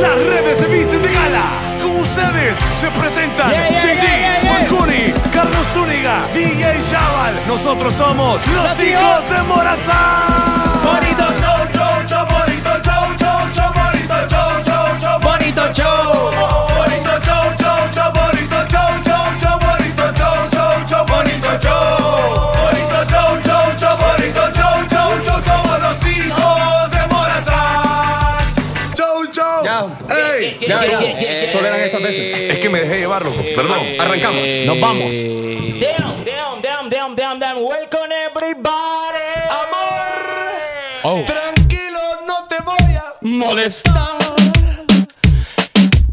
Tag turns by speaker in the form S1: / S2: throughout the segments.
S1: Las redes se visten de gala. Con ustedes se presentan
S2: Yeah, yeah,
S1: Cindy,
S2: yeah, yeah, yeah.
S1: Fancuni, Carlos Zúñiga, DJ Chaval. Nosotros somos los,
S2: Los
S1: hijos,
S2: hijos
S1: de Morazán.
S2: Bonito
S1: show, show, show, bonito show, show, show, bonito show, show, show.
S2: Bonito show.
S1: Bonito show, show, show, bonito show, show, show, bonito show, show, show, bonito show. Bonito show, show, show, bonito show, show, show. Somos los hijos de Morazán. Show, show. Ey.
S3: Ya, ya, solo eran esas veces.
S1: Es que me dejé llevar, loco. Perdón, arrancamos.
S3: Nos vamos.
S4: Down, down, down, down, down, down. Welcome everybody.
S1: Amor,
S3: Oh.
S1: tranquilo, no te voy a molestar.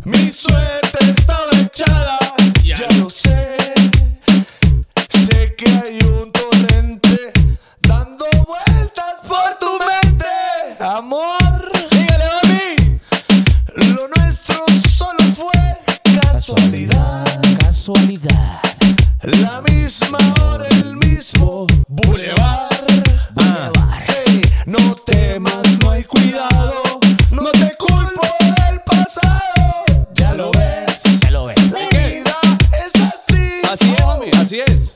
S1: Mi suerte estaba echada, ya, lo sé. Sé que hay un torrente dando vueltas por tu mente, amor. Dígale a mí, lo nuestro solo fue casualidad.
S4: Casualidad.
S1: La misma hora, el mismo bulevar. Ey, no temas, no hay cuidado. No te culpo del pasado. Ya lo ves.
S4: Ya lo ves.
S1: La vida es así.
S3: Así es, homie, así es.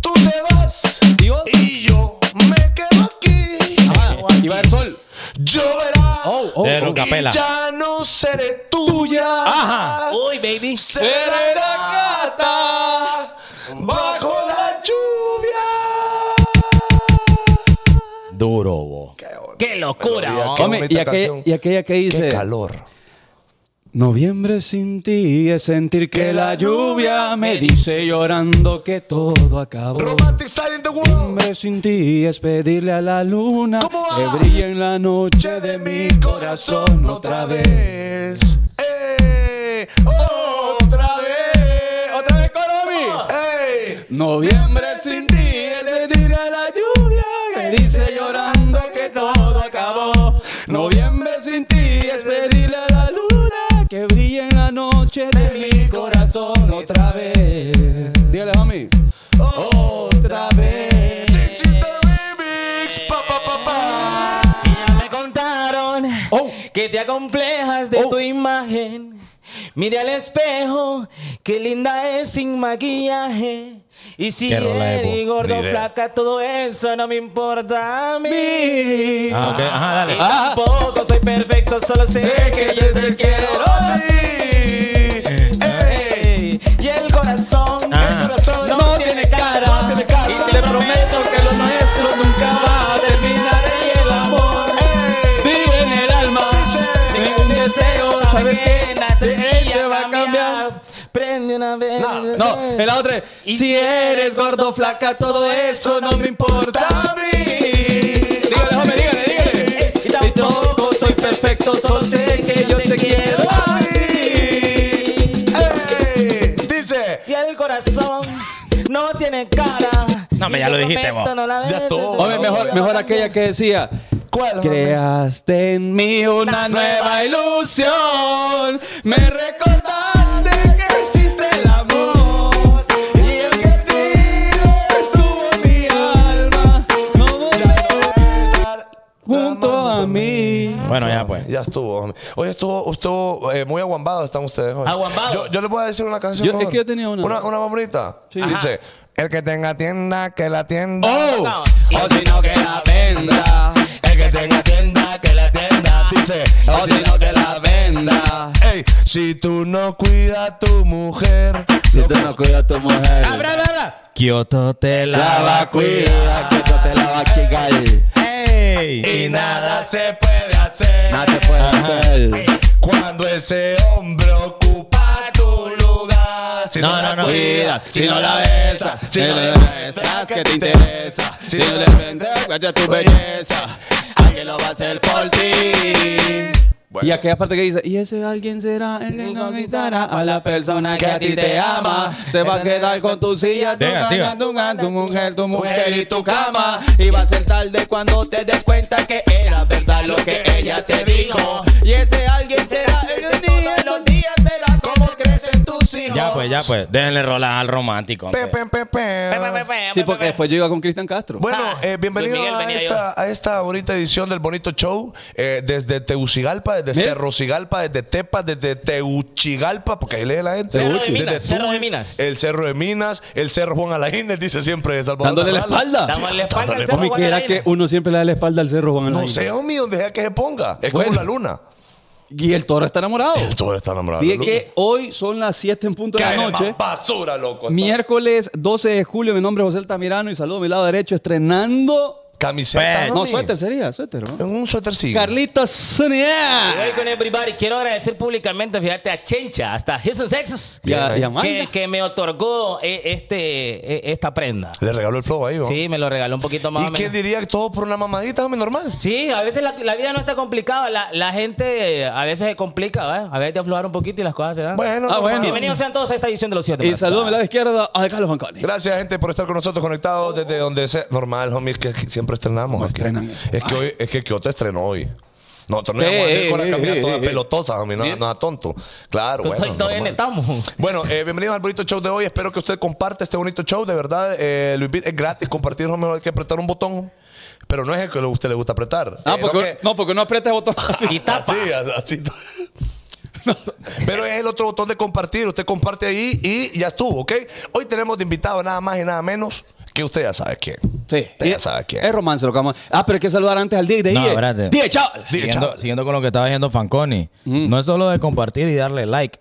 S1: Tú te vas
S3: ¿Y vos?
S1: y yo me quedo aquí.
S3: Ah, y va a haber sol.
S1: Lloverá.
S3: Oh, oh,
S5: Pero
S3: oh.
S5: capela.
S1: y ya no seré tuya.
S3: Ajá.
S4: Uy, baby.
S1: Seré la gata bajo la lluvia.
S5: Duro, bo.
S4: Qué locura. ¿no?
S1: Qué
S3: Homie,
S1: bonita
S3: y, aquella,
S1: canción.
S3: y aquella que dice.
S1: calor.
S3: Noviembre sin ti es sentir que la lluvia me dice llorando que todo acabó.
S1: Romantic side in the world.
S3: Noviembre sin ti es pedirle a la luna
S1: ¿Cómo va?
S3: que brille en la noche
S1: Che de mi corazón otra vez. Eh, otra vez. Otra vez, Coromi. Eh.
S3: Noviembre sin ti es sentir a la lluvia que dice llorando que todo acabó. Noviembre sin ti es pedirle a la luna que brille en la noche de mi corazón otra vez. Dígale, homie. Otra vez.
S1: This is the remix. Pa, pa, pa, pa.
S4: Mira, me contaron
S3: Oh.
S4: que te acomplejas de
S3: Oh.
S4: tu imagen. Mira al espejo, qué linda es sin maquillaje. Y si
S5: Qué rola es,
S4: eres
S5: bo.
S4: gordo,
S5: Ni idea.
S4: flaca, todo eso no me importa a mí.
S3: mí.
S5: Ah, ok. Ajá, dale.
S4: Y Tampoco soy perfecto, solo sé
S1: Sé que yo te quiero a Eh, ti.
S4: Ey, y el corazón,
S5: Ah.
S4: el corazón no, tiene cara,
S1: no tiene cara.
S4: Y te prometo que lo nuestro nunca va a terminar y el amor
S1: Ey.
S4: vive en el alma.
S1: Dice,
S4: Ningún deseo, sabes que
S3: de él te va a cambiar.
S4: Prende una vez.
S3: No, en la otra.
S4: Y
S3: Si eres gordo, flaca, todo eso no me importa a mí. Dígale, homie, dígale, dígale.
S4: Y tampoco
S3: Y tampoco soy perfecto, solo sé que yo te quiero a ti.
S1: Ey. Dice.
S4: Y el corazón no tiene cara.
S5: No, me
S4: Y
S5: ya
S4: te
S5: lo dijiste,
S4: prometo
S5: vos.
S4: no la
S1: Ya
S4: ves.
S1: estuvo.
S3: Hombre, mejor, mejor aquella que decía.
S1: ¿Cuál?
S3: Creaste en mí una nueva ilusión. Me recordaste que existe el amor. Y el que perdido estuvo en mi alma. No volverá junto a mí.
S5: Bueno, ya pues.
S1: Ya estuvo. hombre. Hoy estuvo, estuvo eh, muy aguambado están ustedes hoy.
S4: Aguambados.
S1: Yo, yo les voy a decir una canción.
S3: Yo-
S1: mejor.
S3: es que yo tenía una.
S1: Una, una más bonita.
S3: Sí.
S1: Dice, el que tenga tienda, que la tienda.
S3: ¡Oh!
S4: No.
S3: O si no que la venda.
S1: El que tenga tienda, que la tienda. Dice,
S3: O si no que la venda.
S1: Ey, si tú no cuidas a tu mujer,
S3: Si tú no cuidas a tu mujer.
S5: Abra, abra, abra. Kioto te
S3: La va a cuidar, que yo te la va a chingar.
S5: ¡Ey!
S1: y nada se puede hacer.
S3: Nada se puede hacer.
S1: Cuando ese hombre ocupa tu lugar. Si
S5: No, no, no.
S3: cuida, Eh, si no la besa,
S1: besas,
S3: si no le prestas que te interesa, si no le prendes guacha tu belleza, alguien lo va a hacer por ti.
S1: Bueno.
S3: Y aquella parte que dice, y ese alguien será el que no gritará a la persona que a ti te ama, se va a quedar con tu silla, tu
S5: Venga,
S3: cama,
S5: siga.
S3: tu, cama, tu mujer, tu mujer y tu cama, y va a ser tarde cuando te des cuenta que era verdad lo que ella te dijo, y ese alguien será el que todos los días será como crecen tus hijos.
S4: hijos.
S5: Ya pues, ya pues. Déjenle rolar al romántico.
S1: Pe,
S5: hombre.
S1: pe, pe, pe.
S4: Pe, pe, pe, pe,
S3: Sí,
S4: pe,
S3: porque
S4: pe.
S3: después yo iba con Cristian Castro.
S1: Bueno,
S4: Ah,
S1: eh, bienvenido
S4: Luis Miguel
S1: a,
S4: venía
S1: esta, a esta bonita edición del bonito show eh, desde Teucigalpa, desde
S3: Mira.
S1: Cerro Cigalpa, desde Tepa, desde Teuchigalpa, porque ahí lee la gente.
S4: Cerro de
S1: Desde
S4: Minas, Cerro de
S1: Tunis,
S4: Minas.
S1: El Cerro de Minas, el Cerro Juan Alaínez, dice siempre Salvador.
S3: Dándole la
S1: Zavala.
S3: espalda.
S4: Dándole la espalda al
S1: Dándole
S4: cerro
S1: la
S3: Homie, que era
S4: Guadalupe.
S3: que uno siempre le da la espalda al cerro, Juan
S1: No
S3: Alain.
S1: sé, homie, donde sea que se ponga. Es
S3: Bueno.
S1: como la luna.
S3: Y el toro está enamorado.
S1: Todo está nombrado.
S3: Dije
S1: la
S3: que hoy son las 7 en punto de
S1: luna.
S3: la
S1: Cae de
S3: noche.
S1: más basura, loco.
S3: Miércoles 12 de julio, mi nombre es José Altamirano y saludo a mi lado derecho estrenando.
S1: Camiseta.
S5: Pe-
S3: Pues, No,
S1: homie.
S3: suéter sería, suéter. ¿no?
S1: En Pues. un suétercillo.
S3: Carlitos Zuniga.
S4: Welcome everybody. Quiero agradecer públicamente, fíjate, a Chencha, hasta Houston, Texas,
S3: Y a, y a Manga.
S4: que, que me otorgó eh, este, eh, esta prenda.
S1: Le regaló el flow ahí, ¿no?
S4: Sí, me lo regaló un poquito más. o
S1: ¿Y qué
S4: menos.
S1: diría todo por una mamadita, homie, normal?
S4: Sí, a veces la, la vida no está complicada. La, la gente eh, a veces se complica, ¿verdad? A veces te aflojar un poquito y las cosas se dan.
S1: Bueno,
S3: Ah,
S1: normal.
S3: bueno.
S4: Bienvenidos sean todos a esta edición de los siete.
S3: Y
S4: Brazos.
S3: saludo a mi lado izquierdo a Carlos Fanconi.
S1: Gracias, gente, por estar con nosotros conectados desde donde sea. Normal, homie, es que siempre estrenamos.
S3: ¿Cómo
S1: Es que,
S3: estrenan?
S1: es que hoy, es que Kioto estrenó hoy. Nosotros no
S3: Eh,
S1: íbamos a ir con la
S3: eh,
S1: camisa
S3: eh,
S1: toda
S3: eh,
S1: pelotosa, homie, nada, nada tonto. Claro,
S4: Con-
S1: bueno.
S4: todavía
S1: normal.
S4: estamos.
S1: Bueno, eh, bienvenidos al bonito show de hoy. Espero que usted comparte este bonito show. De verdad, eh, lo invito- es gratis compartir, homie, hay que apretar un botón. Pero no es el que a usted le gusta apretar.
S3: Ah,
S1: Eh,
S3: porque,
S1: lo que-
S3: no, porque no aprieta el botón así.
S4: Y tapa.
S1: Así, así. Pero es el otro botón de compartir. Usted comparte ahí y ya estuvo, ¿ok? Hoy tenemos de invitado nada más y nada menos que usted ya sabe quién.
S3: Sí.
S1: Usted ya sabe quién.
S3: Es romance lo que vamos. Ah, pero hay que saludar antes al DJ de
S5: No,
S3: DJ.
S5: espérate.
S3: DJ, chaval.
S1: Diga,
S5: Siguiendo,
S1: chaval.
S5: siguiendo con lo que estaba diciendo Fanconi, no es solo de compartir y darle like.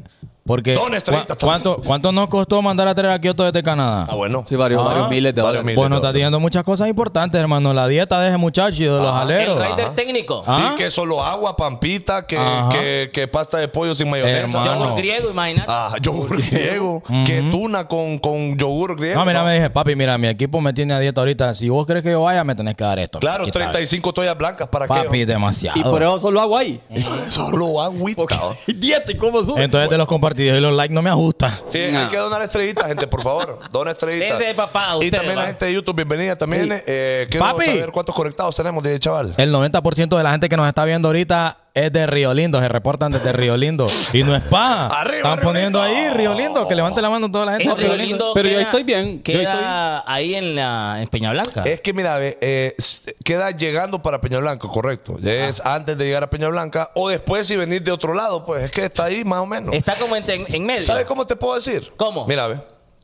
S5: Porque
S1: Don Estrellita
S5: ¿cu-
S1: también.
S5: ¿cuánto, ¿cuánto nos costó mandar a traer a Kioto desde Canadá?
S1: Ah, bueno.
S3: Sí, varios,
S5: Ah,
S3: varios miles de
S1: varios
S3: dólares.
S1: miles.
S5: Bueno,
S1: de
S5: está diciendo muchas cosas importantes, hermano. La dieta de ese muchacho y de los
S4: Ah, El
S5: aleros.
S4: rider
S5: Ajá.
S4: técnico.
S5: Ah,
S1: Y que solo agua, pampita, que,
S5: Ajá.
S1: que, que pasta de pollo sin mayonesa.
S5: Hermano.
S4: Yogur griego, imagínate.
S1: Ah, yogur griego. Que tuna con, con yogur griego.
S5: No, mira,
S1: ¿no?
S5: me dije, papi, mira, mi equipo me tiene a dieta ahorita. Si vos crees que yo vaya, me tenés que dar esto.
S1: Claro,
S5: Aquí está.
S1: 35 toallas blancas para
S5: Papi,
S1: que
S5: demasiado.
S3: Y por eso solo hago ahí.
S1: solo agüita. ¿no?
S3: Dieta y cómo sube.
S5: Entonces, de los compartidos y los likes no me ajusta.
S1: Sí,
S3: No.
S1: hay que donar estrellitas, gente, por favor. Dona estrellitas.
S4: Ese es papá,
S1: Y
S4: ustedes,
S1: también la
S4: va.
S1: gente de YouTube, bienvenida también. Eh, quiero
S5: Papi.
S1: saber cuántos conectados tenemos, DJ Chaval.
S5: El 90% de la gente que nos está viendo ahorita es de Río Lindo, se reportan desde Río Lindo. Y no es paja.
S1: Arriba,
S5: Están
S1: Río
S5: poniendo
S1: Lindo.
S5: ahí Río Lindo, que levante la mano toda la gente.
S4: Este
S5: de Río
S4: Río
S5: Lindo.
S4: Lindo
S3: Pero yo
S4: queda-
S3: estoy bien, yo
S4: Queda ahí en, la, en Peña Blanca.
S1: Es que, mira, ve, eh, s- queda llegando para Peña Blanca, correcto. Es antes de llegar a Peña Blanca o después si venís de otro lado, pues es que está ahí más o menos.
S4: Está como en, en- en medio.
S1: ¿Sabes cómo te puedo decir?
S4: ¿Cómo?
S1: Mira, ve.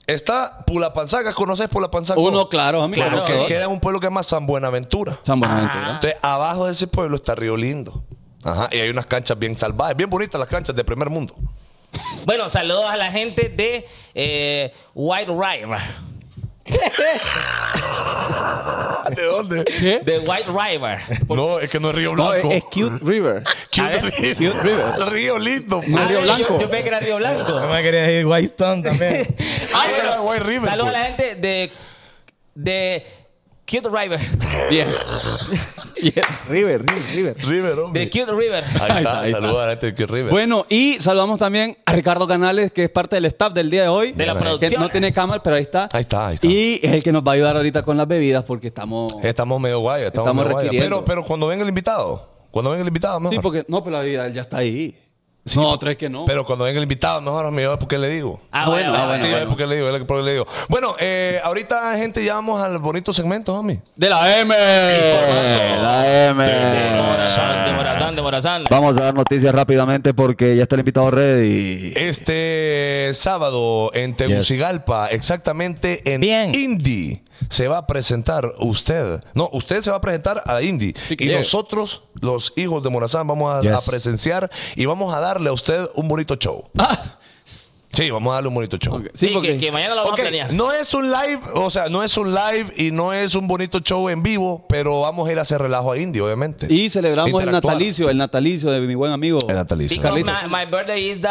S1: Está Pulapanzaca, ¿conoces Pulapanzaca?
S3: Uno, claro, amigo.
S1: Bueno,
S4: Claro, Ah.
S1: que
S4: sí.
S1: queda en un pueblo que es más San Buenaventura.
S3: San Buenaventura.
S1: Entonces, abajo de ese pueblo está Río Lindo. Ajá, y hay unas canchas bien salvajes, bien bonitas las canchas de primer mundo.
S4: Bueno, saludos a la gente de eh, White River.
S1: ¿De dónde?
S3: ¿Qué?
S4: De White River.
S1: No, es que no es Río
S3: No, es,
S1: Blanco.
S3: es Cute River.
S1: Cute
S4: A ver,
S1: River.
S3: Cute River.
S1: Río Lindo.
S3: No es
S4: Ah,
S3: Río
S4: yo-
S3: Blanco.
S4: Yo, pensé que era Río
S5: No
S4: Blanco.
S5: me quería decir Whitestone también.
S4: Ay,
S1: era
S4: pero
S1: White River,
S4: Saludos
S1: pues.
S4: a la gente de, de Cute River.
S3: Bien. Bien. River, River, River.
S1: pues. River, hombre.
S4: De Cute River.
S1: Ahí está,
S3: Ahí está.
S1: saluda a la gente de Cute River.
S3: Bueno, y saludamos también a Ricardo Canales, que es parte del staff del día de hoy.
S4: De la
S3: Que
S4: producción.
S3: no tiene cámara, pero ahí está.
S1: Ahí está, ahí está.
S3: Y es el que nos va a ayudar ahorita con las bebidas porque estamos...
S1: Estamos medio guayos, estamos,
S3: Estamos
S1: medio guayos. Pero,
S3: requiriendo.
S1: pero cuando venga el invitado, cuando venga el invitado, mejor.
S3: Sí, porque... No, pero la bebida ya está ahí.
S1: Sí,
S3: no,
S1: po-
S3: otra es que no.
S1: Pero cuando venga el invitado, mejor amigo, ¿por qué le digo?
S4: Ah, bueno,
S3: Ah,
S1: Ah,
S3: bueno,
S1: sí,
S3: bueno.
S1: es porque le digo, es porque le digo. Bueno, eh, ahorita, gente, ya vamos al bonito segmento, homie.
S3: De la M. La
S4: De Morazán, de
S3: M.
S4: Morazán, de Morazán.
S3: Em, eh, Vamos a dar noticias rápidamente porque ya está el invitado ready.
S1: Este sábado en Tegucigalpa, exactamente en
S5: Bien.
S1: Indy, se va a presentar usted. No, usted se va a presentar a Indy.
S3: Sí, que
S1: y
S3: llegue.
S1: nosotros, los hijos de Morazán, vamos a,
S5: Yes.
S1: a presenciar y vamos a darle a usted un bonito show.
S5: Ah.
S1: Sí, vamos a darle un bonito show.
S3: Ok,
S4: Sí,
S3: Sí, porque
S4: que, que mañana lo vamos
S1: Ok,
S4: a planear.
S1: no es un live, o sea, no es un live y no es un bonito show en vivo, pero vamos a ir a hacer relajo a Indy, obviamente.
S3: y celebramos el
S1: Interactuar.
S3: natalicio, el natalicio de mi buen amigo.
S1: El natalicio.
S4: Because
S3: Carlitos.
S4: my, my birthday is the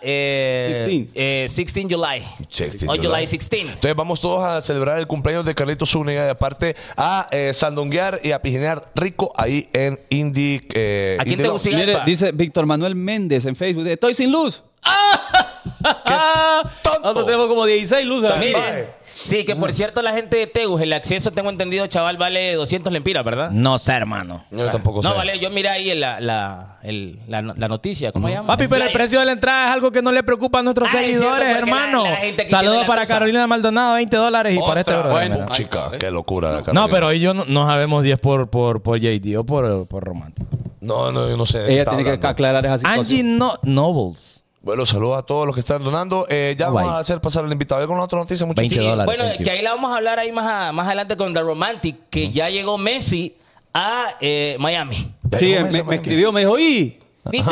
S4: eh,
S3: 16.
S4: eh, 16 July.
S1: 16
S4: Or
S1: July.
S4: July 16.
S1: Entonces vamos todos a celebrar el cumpleaños de Carlitos Zúñiga y aparte a eh, sandonguear y a pijinear rico ahí en Indy. Eh,
S4: ¿A quién
S1: Indy
S4: te
S1: Lo-
S4: gusta?
S3: Mire,
S4: Tegucigalpa.
S3: dice Víctor Manuel Méndez en Facebook. dice, Estoy sin luz. ¡Ah!
S1: tonto!
S3: Nosotros tenemos como 16 luces.
S1: Salvaje.
S4: Mire, Sí, que por cierto, la gente de Tegus, el acceso, tengo entendido, chaval, vale 200 lempiras, ¿verdad?
S5: No sé, hermano.
S1: Yo tampoco
S4: No,
S1: sé.
S4: vale, yo miré ahí en la, la, el- la, la noticia, ¿cómo se llama?
S5: Papi, pero el
S4: Flyer.
S5: precio de la entrada es algo que no le preocupa a nuestros
S4: Ah, es cierto,
S5: seguidores,
S4: porque la-
S5: hermano.
S4: la gente aquí tiene
S5: Saludos
S4: la
S5: para
S4: cosa.
S5: Carolina Maldonado, 20 dólares y por
S1: Otra,
S5: este brother,
S1: bueno,
S5: mira.
S1: chica, qué locura. la
S5: No,
S1: Carolina.
S5: pero hoy yo no, no sabemos 10 por, por, por JD o por, por Romántico.
S1: No, no, yo no sé. de qué
S3: Ella
S1: está
S3: tiene que
S1: hablando.
S3: aclarar esa situación.
S5: Angie no Nobles.
S1: Bueno, saludos a todos los que están donando. Eh, ya
S5: No
S1: vamos a
S5: vais.
S1: hacer pasar el invitado. ¿Hay alguna otra noticia, muchachos?
S5: 20 dólares.
S4: Bueno,
S5: thank you.
S4: que ahí la vamos a hablar ahí más, a- más adelante con The Romantic, que ya llegó Messi a eh, Miami.
S3: Sí,
S1: ¿Cómo pues?
S3: me,
S1: es eso,
S3: me
S1: Miami?
S3: escribió, me dijo, y
S4: ¿Viste?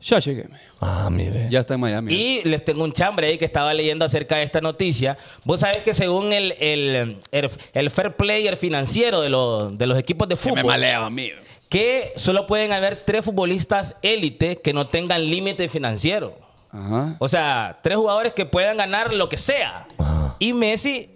S3: ya llegué. me dijo.
S1: Ah, mire.
S3: Ya está en Miami.
S4: Y les tengo un chambre ahí que estaba leyendo acerca de esta noticia. Vos sabés que según el, el, el- el fair player financiero de, los- de los equipos de fútbol,
S3: a mí.
S4: que solo pueden haber tres futbolistas élite que no tengan límite financiero.
S3: Ajá.
S4: O sea, tres jugadores que puedan ganar lo que sea. Y Messi,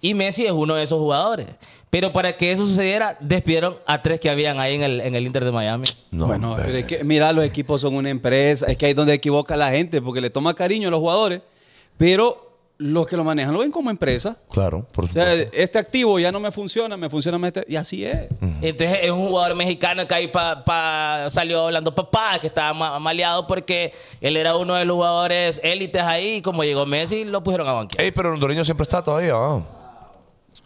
S4: y Messi es uno de esos jugadores. Pero para que eso sucediera, despidieron a tres que habían ahí en el, en el Inter de Miami.
S1: No,
S3: bueno,
S1: hombre.
S3: pero es que, mira, los equipos son una empresa. Es que ahí es donde equivoca la gente, porque le toma cariño a los jugadores, pero los que lo manejan lo ven como empresa.
S1: Claro, por
S3: O sea,
S1: supuesto.
S3: este activo ya no me funciona, me funciona más este. Y así es.
S4: Entonces es un jugador mexicano que ahí pa- pa- salió hablando papá, que estaba ma- maleado porque él era uno de los jugadores élites ahí. Y como llegó Messi, lo pusieron a banquear.
S1: Ey, pero el hondureño siempre está todavía. ah.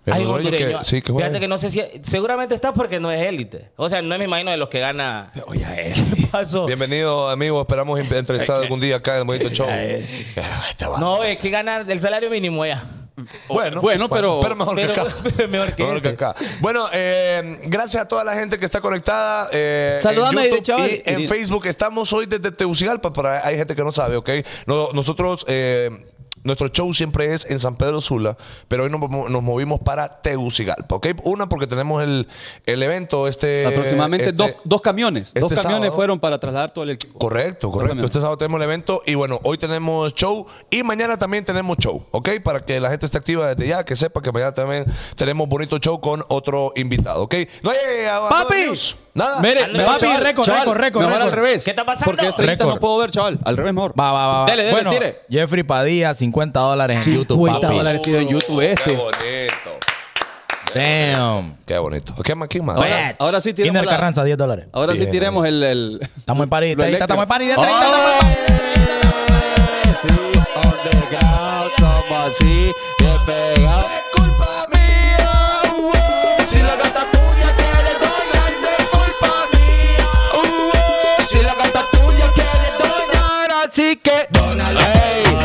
S1: El
S4: Hay un
S1: hondureño que-
S4: hondureño.
S1: sí, que juega
S4: Fíjate
S1: ahí.
S4: que no sé si. Seguramente está porque no es élite. O sea, no me imagino de los que gana.
S3: Oye, a él.
S4: ¿Qué pasó?
S1: Bienvenido, amigo. Esperamos imp- entrevistar algún día acá en el Bonito Show. Ah, este va.
S4: No, es que gana el salario mínimo ya.
S1: Bueno,
S3: Bueno, pero-
S1: mejor
S4: pero-
S1: que acá.
S4: pero mejor que este.
S1: acá. Bueno, eh, gracias a toda la gente que está conectada. Eh,
S3: Saludame,
S1: en YouTube
S3: chaval.
S1: y en Facebook. Estamos hoy desde Tegucigalpa, para hay gente que no sabe, ¿ok? No- nosotros. eh, nuestro show siempre es en San Pedro Sula, pero hoy nos, mo- nos movimos para Tegucigalpa, ¿ok? Una, porque tenemos el, el evento este...
S3: Aproximadamente
S1: este-
S3: dos, dos camiones. dos
S1: este
S3: camiones
S1: sábado.
S3: fueron para trasladar todo el equipo.
S1: Correcto, correcto.
S3: Correcto.
S1: Este sábado tenemos el evento y bueno, hoy tenemos show y mañana también tenemos show, ¿ok? Para que la gente esté activa desde ya, que sepa que mañana también tenemos bonito show con otro invitado, ¿ok? No hay eh,
S5: Papi.
S1: nada.
S3: Mire,
S4: Ándale, papi,
S3: chaval,
S5: récord,
S3: chaval,
S5: récord, récord,
S3: Mejor
S5: récord.
S3: al revés.
S4: ¿Qué está pasando?
S3: Porque este es 30
S5: Récord.
S3: no puedo ver, chaval. Al revés mejor.
S5: Va, va, va. va.
S3: Dele, dele,
S5: bueno,
S3: tire.
S5: Jeffrey Padilla, 50 dólares en YouTube,
S3: 50
S5: papi.
S3: dólares pido en YouTube este.
S1: Qué bonito.
S5: Damn.
S1: Qué bonito. ¿Qué más? ¿Quién más?
S3: Ahora-
S5: Bitch.
S3: ahora sí tiramos
S5: Iner
S3: la-
S5: Carranza, 10 dólares.
S3: Ahora sí
S1: Bien,
S3: tiremos el, el.
S5: Estamos en party.
S3: lo Oh.
S5: Ahorita estamos en party de
S3: eléctrico.
S5: 30 dólares.
S1: culpa mía. Si la gata tuya quiere donar, no es culpa mía. Si la gata tuya quiere donar, así que donale.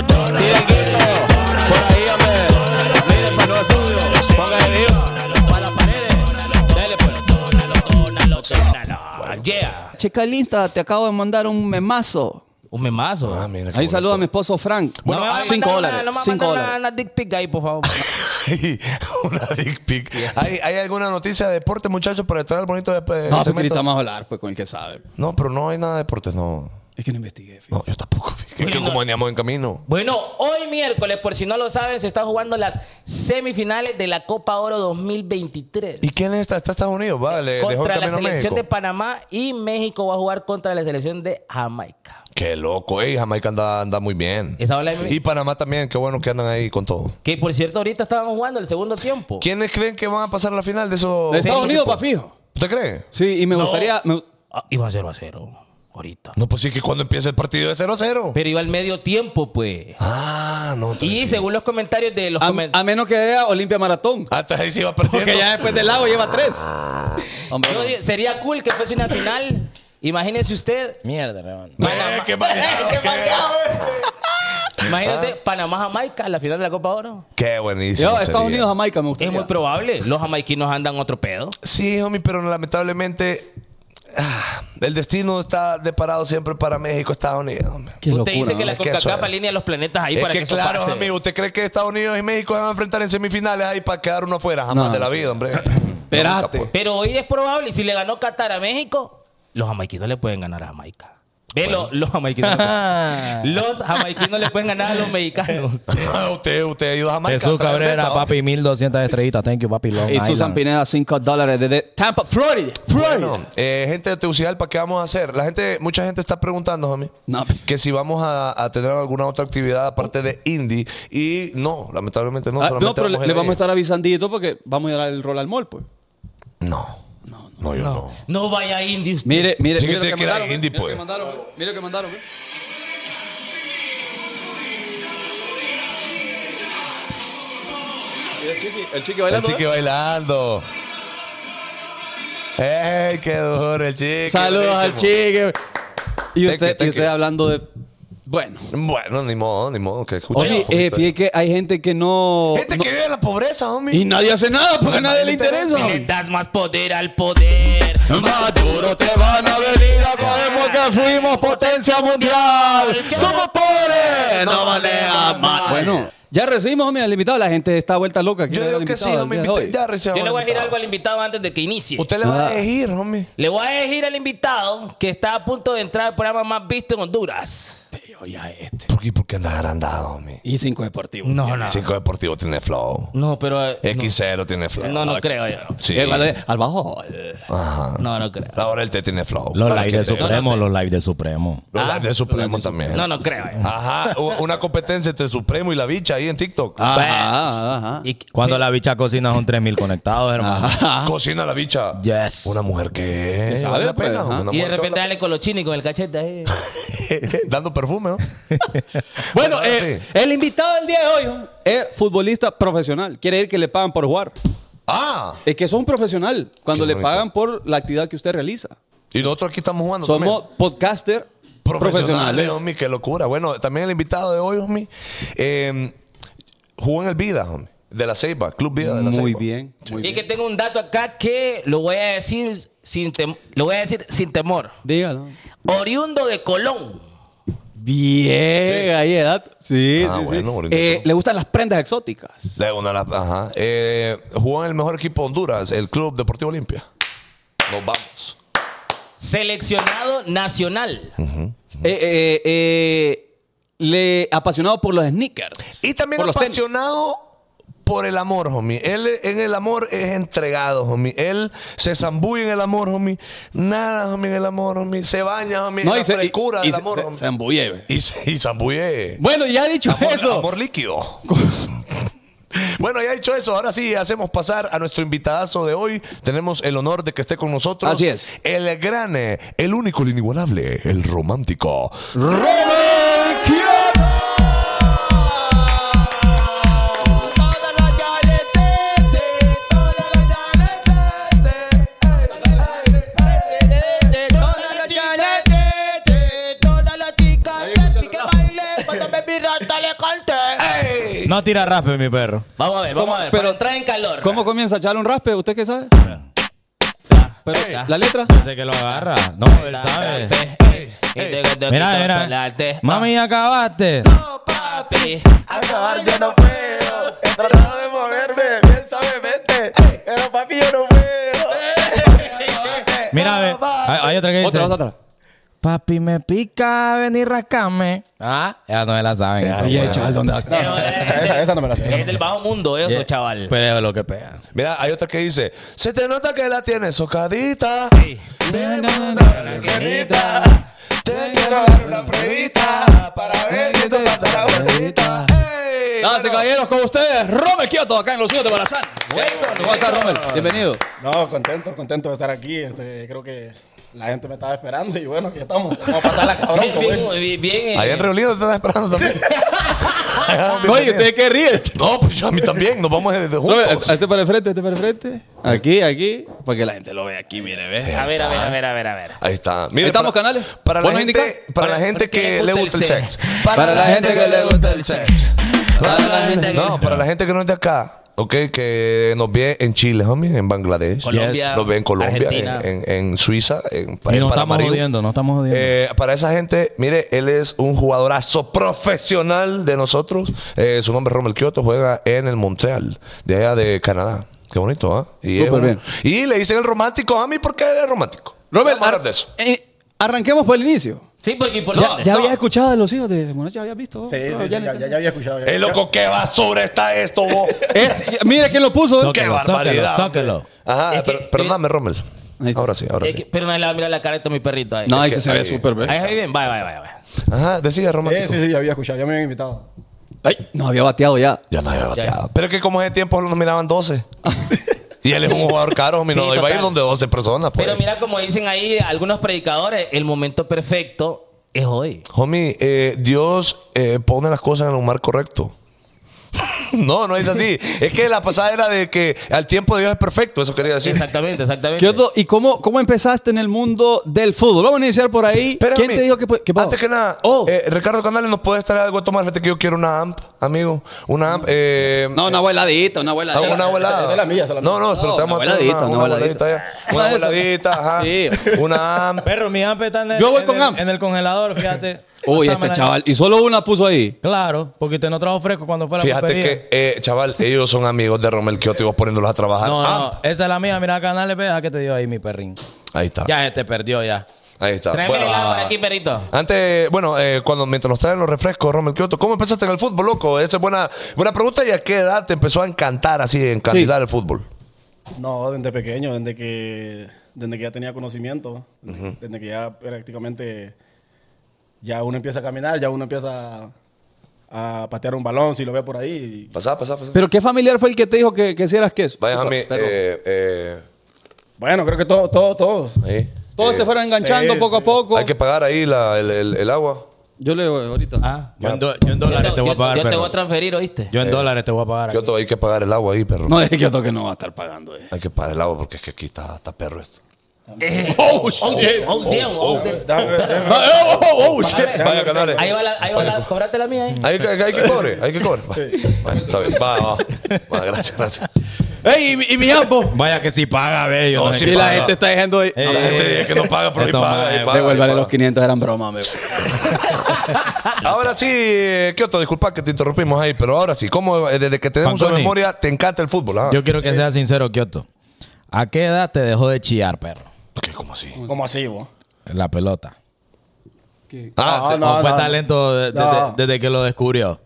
S1: Dieguito, por ahí, hombre. Miren, para no es tuyo. Ponga de vivo. Para paredes. Dele, pues.
S4: Dónalo, dónalo. Yeah.
S3: Checa el Insta, te acabo de mandar un memazo.
S4: Un memazo.
S1: Ah, mira, qué
S3: Ahí saluda a mi
S1: bonito.
S3: esposo Frank.
S4: No me van a
S3: 5
S4: mandar
S3: dólares.
S4: una- No me
S3: 5
S4: mandan
S3: dólares.
S4: una dick pic ahí, por favor.
S1: Una dick pic. ¿Hay, ¿Hay alguna noticia de deporte, muchachos, para entrar al bonito de de
S3: No, pues
S1: segmento?
S3: ahorita vamos a hablar pues, con el que sabe.
S1: No, pero no hay nada de deportes, no.
S3: Es que no investigué. fíjate.
S1: No, yo tampoco. Que, que
S4: Bueno,
S1: como
S4: no.
S1: veníamos en camino.
S4: Bueno, hoy miércoles, por si no lo saben, se están jugando las semifinales de la Copa Oro 2023.
S1: ¿Y quién está? Está Estados Unidos, vale. Dejó el
S4: contra la
S1: camino a
S4: selección
S1: México.
S4: de Panamá y México va a jugar contra la selección de Jamaica.
S1: Qué loco, ey. Jamaica anda, anda muy bien.
S4: Esa ola de-
S1: Y Panamá también, qué bueno que andan ahí con todo.
S4: Que por cierto, ahorita estaban jugando el segundo tiempo.
S1: ¿Quiénes creen que van a pasar a la final de esos?
S3: De Estados
S1: esos
S3: Unidos,
S1: equipos?
S3: pa' fijo.
S1: ¿Usted cree?
S3: Sí, y me gustaría. me-
S4: Ah, iba 0 a 0 ahorita.
S1: No, pues sí que cuando empiece el partido de 0-0.
S4: Pero iba al medio tiempo, pues.
S1: Ah, no. entonces
S4: Y
S1: sí.
S4: según los comentarios de los
S3: a,
S4: comen-
S3: a menos que sea Olimpia Maratón.
S1: Ah, entonces ahí sí va perdiendo.
S3: Porque ya después del lago lleva 3.
S4: Yo digo, sería cool que fuese una final. Imagínese usted,
S5: Mierda, hermano.
S1: Eh, qué mareado, qué
S3: eh.
S1: mareado.
S4: imagínese
S1: Ah.
S4: Panamá-Jamaica, la final de la Copa Oro.
S1: Qué buenísimo.
S3: Yo, Estados
S1: sería.
S3: Unidos, Jamaica, me
S4: Es
S3: gustaría.
S4: muy probable. Los jamaiquinos andan otro pedo.
S1: Sí, homie, pero lamentablemente ah, el destino está deparado siempre para México, Estados Unidos. hombre.
S3: Qué
S4: Usted
S3: locura,
S4: dice que
S3: ¿no?
S4: la
S1: Es que eso
S4: CONCACAF
S1: es.
S4: alinea los planetas ahí
S1: es
S4: para
S1: que,
S4: que, eso
S1: claro,
S4: pase.
S1: amigo, ¿usted cree que Estados Unidos y México se van a enfrentar en semifinales ahí para quedar uno afuera? Jamás
S3: No.
S1: de la vida, hombre.
S3: Espérate.
S1: Nunca, pues.
S4: Pero hoy es probable. Y si le ganó Qatar a México, los jamaiquinos le pueden ganar a Jamaica. Ve, lo- los jamaiquinos. los jamaiquinos le pueden ganar a los mexicanos.
S1: Ah, usted, usted ayuda a Jamaica.
S5: Jesús
S1: otra vez de
S5: Cabrera,
S1: esa,
S5: papi, 1200 estrellitas. Thank you, papi. Long
S3: Y Susan
S5: Island.
S3: Pineda, 5 dólares desde Tampa, Florida. Florida.
S1: Bueno, eh, gente de Tegucigalpa, ¿qué vamos a hacer? La gente, mucha gente está preguntando, homie,
S3: No. ah,
S1: que si vamos a, a tener alguna otra actividad aparte de indie. Y no, lamentablemente no.
S3: Ah,
S1: solamente
S3: no, pero le,
S1: vamos a ir
S3: le vamos a
S1: ahí.
S3: estar avisandito porque vamos a ir al rol al mall, pues.
S1: No, no, yo no.
S4: No vaya a Indy usted.
S3: Mire, mire,
S1: Sí que
S3: mire
S1: tiene
S3: lo que
S1: que ir a
S3: mandaron, eh,
S1: Indy,
S3: mire lo que
S1: pues.
S3: mandaron, güey. mire lo que mandaron. eh. güey. Mira El chiqui, el chiqui
S1: El
S3: bailando.
S1: chique
S3: ¿eh?
S1: bailando. ¡Ey, qué duro el chique!
S3: Saludos al chiqui. Y
S1: pues. Thank you,
S3: usted, y
S1: thank
S3: usted
S1: you.
S3: hablando de. Bueno.
S1: Bueno, ni modo, ni modo. Que escucha
S3: Oye,
S1: un poquito.
S3: eh, fíjate que hay gente que no.
S1: Gente
S3: no-
S1: que vive en la pobreza, homie.
S3: Y nadie hace nada porque a nadie le interesa.
S4: Si le das más poder al poder.
S1: Más duro te van a venir a coger porque fuimos potencia mundial. Somos pobres, no manejas mal.
S3: Bueno, ya recibimos, homie, al invitado. La gente está vuelta loca.
S1: yo
S3: era
S1: digo
S3: el
S1: que sí,
S3: invitado
S1: homie.
S3: del día de
S1: invita-
S3: hoy.
S1: Ya recién.
S4: Yo le voy a decir algo al invitado antes de que inicie.
S1: Usted le va a
S3: Ah.
S1: elegir, homie.
S4: Le voy a decir al invitado que está a punto de entrar al programa más visto en Honduras.
S1: ¿Por qué, por qué andas agrandado, homie?
S3: este. Y cinco deportivos.
S4: No, no.
S1: Cinco Deportivo tiene flow.
S4: No, pero. eh,
S1: X0 tiene flow.
S4: No, no creo yo.
S1: Sí.
S3: Eh, vale, al bajo.
S1: Ajá.
S4: No, no creo.
S1: La hora del té tiene flow.
S5: Los
S1: Para
S5: live de
S1: que le-
S4: No,
S5: Supremo,
S4: no sé.
S5: los live de Supremo.
S1: Los
S4: Ah,
S1: live de Supremo también.
S4: No, no creo. eh.
S1: Ajá, u- una competencia entre Supremo y la bicha ahí en TikTok. Ah.
S3: Ah, Ajá, ajá.
S4: Y que-
S5: Cuando la bicha cocina son 3000 conectados, hermano.
S1: Cocina la bicha.
S5: Yes.
S1: Una mujer que
S3: sabe,
S1: vale la
S3: pues,
S1: pena,
S3: ajá.
S1: una
S4: y de
S1: mujer que
S4: repente dale con los chinos y con el cachete ahí.
S1: vale- dando perfume, ¿no?
S3: Bueno,
S1: ahora
S3: eh,
S1: sí.
S3: el invitado del día de hoy ¿no? es futbolista profesional. Quiere decir que le pagan por jugar.
S1: Ah,
S3: Es que sos un profesional cuando
S1: Qué
S3: le
S1: bonito.
S3: pagan por la actividad que usted realiza.
S1: y nosotros aquí estamos jugando.
S3: Somos
S1: también.
S3: podcaster
S1: profesionales,
S3: profesionales.
S1: homie, qué locura. Bueno, también el invitado de hoy, homie, eh, jugó en el Vida, homie, de la Ceiba, Club Vida de la
S3: Muy
S1: Ceiba.
S3: bien, muy
S4: Y
S3: bien.
S4: que tengo un dato acá que lo voy a decir sin, tem- lo voy a decir sin temor.
S3: Dígalo.
S4: Oriundo de Colón.
S3: Bien, ahí edad. Sí,
S1: Ah,
S3: sí, sí.
S1: bueno, bonito.
S3: Eh, le gustan las prendas exóticas.
S1: Le- una de las- ajá. Eh, jugó en el mejor equipo de Honduras, el Club Deportivo Olimpia. Nos vamos.
S4: Seleccionado nacional.
S3: Eh, eh, eh, le apasionado por los sneakers.
S1: Y también
S3: por los tenis.
S1: apasionado por el amor, homie. Él en el amor es entregado, homie. Él se zambulle en el amor, homie. Nada, homie, en el amor, homie. Se baña, homie. No,
S3: y
S1: la
S3: se-
S1: frescura
S3: y
S1: del
S3: se-
S1: amor,
S3: se-
S1: homie.
S3: se embulle, güey.
S1: y, se- y zambulle.
S3: Bueno, ya dicho
S1: Amor,
S3: eso.
S1: amor líquido. bueno, ya dicho eso, ahora sí hacemos pasar a nuestro invitadazo de hoy. Tenemos el honor de que esté con nosotros.
S3: Así es.
S1: El gran, eh, el único, el inigualable, el romántico.
S3: Robert
S5: No tira raspe, mi perro.
S4: Vamos a ver, vamos
S3: ¿Cómo?
S4: a ver.
S3: Pero-
S4: Pero traen calor.
S3: ¿Cómo comienza a echar un raspe? ¿Usted qué sabe? Pero,
S4: Ey.
S3: ¿La letra?
S5: Desde que lo agarra. No, él sabe. Mira, mira. Mami, acabaste.
S4: papi.
S1: Acabar yo no puedo. He tratado de moverme, bien suavemente. Pero papi, yo no puedo.
S5: Mira, ve. Hay, hay otra que dice.
S3: Otra, otra, otra.
S5: Papi, me pica venir rascame. Ah, ya no me la saben.
S1: Oye, chaval,
S5: ¿dónde
S4: Esa, no me la Es del bajo mundo eso, chaval.
S5: Pero lo que pega.
S1: Mira, hay otra que dice, se te nota que la tienes socadita.
S4: Sí.
S1: Te mando una cremita. Te quiero dar una pruebita para ver si tú pasas la vueltita. Ey,
S3: Damas y
S1: bueno,
S3: caballeros, con ustedes, Rommel Kioto, acá en los suyos de Barazán. ¿Cómo estás, Rommel? Bienvenido.
S6: No, contento, contento de estar aquí. Este, creo que la gente me estaba esperando y bueno, aquí estamos. Vamos a pasarla cabrón.
S4: Bien,
S6: como es.
S4: bien, bien, bien,
S1: Ahí en
S4: eh,
S1: Reunido te están esperando también.
S3: Oye, ¿usted qué ríe?
S1: No, pues yo a mí también. Nos vamos desde juntos.
S3: Este para el frente, este para el frente. Aquí, aquí. Para que la gente lo vea aquí, mire, ve.
S4: A ver, a ver, a ver, a ver, a ver.
S1: Ahí está. Mira,
S3: estamos,
S1: para-
S3: canales.
S1: Para la
S3: ¿Vos nos
S1: gente,
S3: indicás?
S1: para la
S4: Para-
S1: gente que le gusta el sexo.
S3: Para la gente que le gusta el sexo. Para la gente que-
S1: No, para la gente que no es de acá. Ok, que nos ve en Chile, homie, en Bangladesh.
S4: Colombia,
S1: Nos ve en Colombia, en,
S4: Argentina.
S1: en- en Suiza, en
S5: Y
S1: país
S5: no estamos jodiendo, no estamos jodiendo.
S7: Eh,
S1: para esa gente, mire, él es un jugadorazo profesional de nosotros. Eh, su nombre es Romel Kioto, juega en el Montreal, de allá de Canadá. Qué bonito, ¿ah? Y es
S3: Súper
S1: un-
S3: bien.
S1: Y le dicen el romántico a mí porque él es romántico.
S3: Rommel,
S1: Vamos a hablar
S3: ar-
S1: de eso.
S3: eh, arranquemos por el inicio.
S4: Sí, porque por
S3: Ya,
S4: dónde?
S3: ya
S4: No.
S3: habías escuchado de los hijos de Monos, ya habías visto.
S7: Ah, Sí,
S3: Claro,
S7: sí, sí,
S3: ya
S7: ya,
S3: le
S7: ya,
S3: entendí.
S7: ya había escuchado.
S5: ah,
S7: ya-
S1: Es loco, qué basura está esto, vos.
S3: Este, mira quién lo puso.
S5: Zócalo,
S1: Qué
S5: zócalo,
S1: barbaridad.
S5: zócalo.
S1: Ajá,
S4: Es que-
S1: pero, perdóname, Rommel.
S3: Ahí está.
S1: Ahora sí, ahora
S4: Es que-
S1: sí.
S4: pero nadie le va a mirar la cara a mi perrito ahí.
S3: No, ahí
S1: que-
S3: se, se ve
S1: ahí-
S3: súper bien.
S4: Ahí ahí bien, vaya, vaya, vaya. vaya.
S1: Ajá, decía Rommel.
S7: Sí, sí, sí, ya había escuchado. Ya me habían invitado.
S3: Ay, nos había bateado ya.
S1: Ya no había bateado. Pero es que como ese tiempo nos miraban 12. y él es un jugador caro, mi
S4: Sí,
S1: no iba a ir
S4: total.
S1: donde 12 personas. Pues.
S4: Pero mira, como dicen ahí algunos predicadores, el momento perfecto es hoy.
S1: Homie, eh, Dios eh, pone las cosas en el lugar correcto. no, no es así. es que la pasada era de que al tiempo de Dios es perfecto, eso quería decir.
S4: Exactamente, exactamente.
S3: ¿Qué otro- ¿Y cómo, cómo empezaste en el mundo del fútbol? Vamos a iniciar por ahí.
S1: Espérame,
S3: ¿Quién te dijo que, pu- que
S1: Antes que nada,
S3: Oh.
S1: eh, Ricardo Canales nos puede estar algo a tomar. Fíjate que yo quiero una AMP, amigo. Una AMP. eh,
S8: No, una abueladita, una abueladita.
S1: Ah, una abuelada.
S7: esa es la mía, esa es la mía.
S1: No, no, pero
S8: No,
S1: estamos
S8: una abueladita,
S1: una,
S8: una
S1: abueladita. ya. Una abueladita, ajá.
S8: Sí.
S1: Una AMP.
S5: Perro, mi amp está en el,
S3: Yo voy
S5: en
S3: con
S5: el-
S3: amp.
S5: en el congelador, fíjate.
S3: Uy,
S5: Pásamela.
S3: este chaval. Y solo una puso ahí.
S5: Claro, porque usted no trajo fresco cuando fue a la
S1: Fíjate que,
S5: pulpería.
S1: eh, chaval, ellos son amigos de Romel Kioto y vos poniéndolos a trabajar. Ah,
S5: No, no,
S1: AMP. Ah.
S5: esa es la mía. Mira, canales, vea que te dio ahí mi perrín.
S1: Ahí está.
S5: Ya se te perdió ya.
S1: Ahí está.
S4: Tráeme
S1: Bueno, ah,
S4: el helado por aquí, perrito.
S1: Antes, bueno, eh, cuando mientras nos traen los refrescos, Romel Kioto, ¿cómo empezaste en el fútbol, loco? Esa es buena, buena pregunta. ¿Y a qué edad te empezó a encantar así, encandilar el fútbol?
S7: No, desde pequeño, desde que, desde que ya tenía conocimiento, desde que ya prácticamente ya uno empieza a caminar, ya uno empieza a, a patear un balón si lo ve por ahí.
S1: Pasá, pasá, pasá.
S3: ¿Pero qué familiar fue el que te dijo que, que hicieras queso?
S1: Vaya, a mí.
S3: Perdón.
S1: Eh, eh,
S7: Bueno, creo que todo, todo, todo.
S1: ahí.
S3: Todos
S1: Eh,
S3: te fueron enganchando
S7: sí,
S3: poco a
S7: sí.
S3: poco.
S1: Hay que pagar ahí la- el- el- el agua.
S8: Yo le voy ahorita.
S4: Ah.
S5: Yo en, do- yo en dólares
S4: Yo-
S5: te voy a pagar,
S4: Yo, yo te
S5: perro.
S4: voy a transferir, ¿oíste?
S5: Eh, Yo en dólares te voy a pagar. aquí.
S1: Yo todavía hay que pagar el agua ahí, perro.
S8: No, es que yo que no va a estar pagando. eh.
S1: Hay que pagar el agua porque es que aquí está, está perro esto.
S4: Eh, oh, shit. Oh, damn, oh, damn.
S7: Dame- dame-
S1: ¡Oh, oh, oh! shit.
S4: Págame.
S1: Vaya, canales.
S4: Ahí va la, ahí va la, cobrate la mía ¿eh? ahí.
S1: Hay que, hay que cobre, hay que cobre. Va. Bueno, está bien. Va, va. Va, gracias, gracias.
S8: ¡Ey, y, mi- y mi ampo!
S5: Vaya que si paga, ve. Yo
S1: No,
S5: sé
S1: sí
S5: qué
S8: Y la
S1: paga.
S8: gente está diciendo ahí.
S5: Eh,
S1: No, la gente dice que no paga, pero ahí
S5: Esto,
S1: paga. ahí
S5: madre,
S1: paga,
S8: Devuélvale
S1: ahí
S8: los
S1: paga.
S8: 500, eran bromas, amigo.
S1: Ahora sí, eh, Kioto, disculpa que te interrumpimos ahí, pero ahora sí, ¿cómo eh, desde que tenemos una
S5: Fanconi.
S1: memoria te encanta el fútbol? Ah?
S5: Yo quiero que seas sincero, Kioto. ¿A qué edad te dejó de chillar, perro?
S1: ¿Qué? ¿Cómo así?
S7: ¿Cómo así, vos?
S5: La pelota.
S1: Ah, te-
S5: ¿O fue talento de- de-
S7: No.
S5: de- desde que lo descubrió?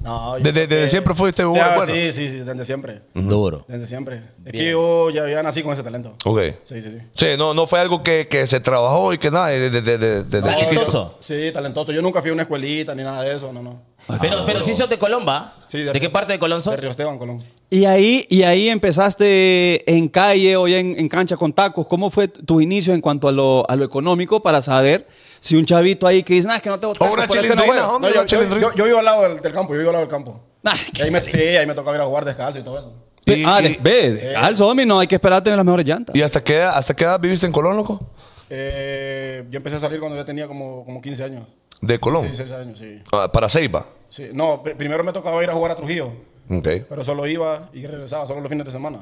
S7: No, yo
S1: Desde-
S7: creo
S1: desde
S7: que-
S1: siempre fuiste
S7: Sí,
S1: bueno.
S7: ah, Sí, sí, sí, desde siempre.
S5: Duro.
S7: Desde siempre. Es que yo ya, ya nací con ese talento.
S1: ok.
S7: Sí, sí, sí.
S1: Sí, no, no fue algo que, que se trabajó y que nada, eh, desde de, de, de- de
S4: No,
S1: chiquito.
S4: Talentoso.
S7: Sí, talentoso. Yo nunca fui a una escuelita ni nada de eso, no, no.
S4: Pero, pero sí sos de Colomba.
S7: Sí,
S4: de,
S7: de-
S4: qué parte de Colón sos?
S7: De Río Esteban, Colón.
S3: Y ahí, y ahí empezaste en calle o ya en, en cancha con tacos. ¿Cómo fue tu inicio en cuanto a lo, a lo económico para saber si un chavito ahí que dice, nah, es que no tengo
S1: O una
S3: tacos, por eso no
S1: chilindrina,
S3: juego"?
S1: hombre,
S7: No, yo,
S1: una
S7: yo-
S1: chilindrina.
S7: yo- yo vivo al lado del, del campo, yo vivo al lado del campo.
S3: Nah,
S7: Y ahí me, sí, ahí me toca ir a jugar descalzo y todo eso.
S3: pe-
S1: Y-
S3: ah,
S1: y-
S3: des- ve, descalzo, homie, no hay que esperar a tener las mejores llantas.
S1: ¿Y hasta qué, edad- hasta qué edad viviste en Colón, loco?
S7: Eh, yo empecé a salir cuando yo tenía como, como 15 años.
S1: De Colón.
S7: 16 años, sí.
S1: Ah, para Ceiba.
S7: sí. No, pr- primero me tocaba ir a jugar a Trujillo,
S1: Ok.
S7: pero solo iba y regresaba, solo los fines de semana.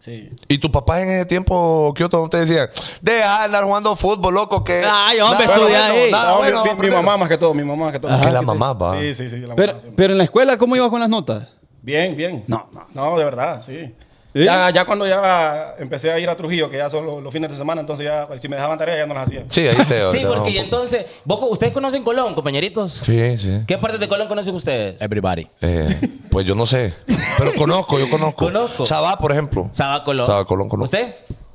S7: Sí.
S1: ¿Y tus papás en ese tiempo, Kioto, no te decían? Deja de andar jugando fútbol, loco, que...
S8: Ay, hombre,
S1: Nada
S8: estudia
S1: bueno,
S8: ahí.
S1: nada
S7: No,
S1: bueno,
S7: mi, mi-
S1: hombre.
S7: mi mamá más que todo, mi mamá más que todo.
S1: Ajá. Que la
S7: Sí,
S1: mamá
S7: sí.
S1: va.
S7: Sí, sí, sí, la mamá
S3: Pero,
S7: siempre.
S3: pero en la escuela, ¿cómo ibas con las notas?
S7: Bien, bien.
S8: No, no.
S7: No, de verdad, sí. Ya, ya cuando ya empecé a ir a Trujillo, que ya son los, los fines de semana, entonces ya, pues, si me dejaban tarea, ya no las hacía.
S1: Sí, ahí te...
S4: Sí,
S1: te-
S4: porque
S1: no,
S4: entonces, vos, ustedes conocen Colón, compañeritos.
S1: Sí, sí.
S4: ¿Qué parte de Colón conocen ustedes?
S5: Everybody.
S1: Eh, pues yo no sé. Pero conozco, yo conozco.
S4: Conozco.
S1: Sabá, por ejemplo.
S4: Sabá Colón.
S1: Sabá Colón, conozco.
S4: ¿Usted?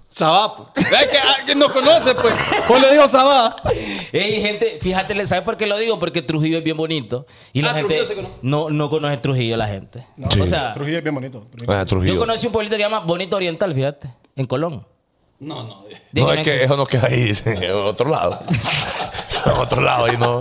S8: Sabapo.
S3: Es que alguien no conoce, pues. O le digo Sabá.
S4: Ey, gente, fíjate, ¿sabes por qué lo digo? Porque Trujillo es bien bonito. Y la
S8: Ah,
S4: gente
S8: Trujillo se conoce.
S4: no, no conoce Trujillo, la gente.
S7: No,
S1: Sí.
S4: O sea,
S7: Trujillo es bien bonito. Trujillo.
S1: Ah, Trujillo.
S4: yo conocí un pueblito que se llama Bonito Oriental, fíjate, en Colón.
S8: No, no.
S1: No,
S4: Dígame
S1: es que eso no queda ahí, sí, en otro lado. en otro lado, ahí no.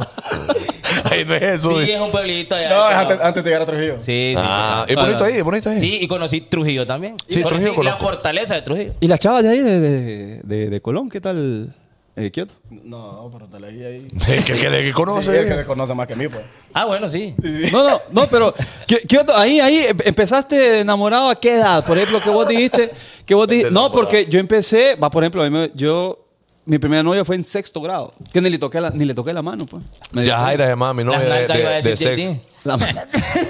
S1: Ahí no es eso.
S4: Sí,
S1: y-
S4: es un pueblito allá.
S7: No,
S4: de
S7: es
S4: Colón.
S7: antes,
S8: ah.
S7: antes de llegar a Trujillo.
S4: Sí, sí.
S1: Ah, y bonito ahí, bonito ahí.
S4: Sí, y conocí Trujillo también.
S1: Sí,
S4: conocí
S1: Trujillo
S4: la
S1: conozco.
S4: fortaleza de Trujillo.
S3: ¿Y las chavas de ahí, de, de, de- de Colón, qué tal? eh, Kioto?
S7: No, pero te leí ahí.
S1: El que, el que le
S7: Sí,
S1: conoce.
S7: el que te conoce más que a mí, pues.
S4: Ah, bueno, sí.
S3: No, no, no, pero Ki- Kioto, ahí, ahí em- empezaste enamorado a qué edad, por ejemplo, que vos dijiste, que vos dijiste, no, porque yo empecé, va, por ejemplo, a mí me- yo, mi primera novia fue en sexto grado, que ni le toqué la, ni le toqué la mano, pues. Me
S1: Ya
S3: dijo,
S1: Jaira se mi
S4: Las
S1: novia eh, de,
S4: blancas iba a
S1: de, de
S4: decir
S1: sex.
S4: tin, tin.
S3: la mano.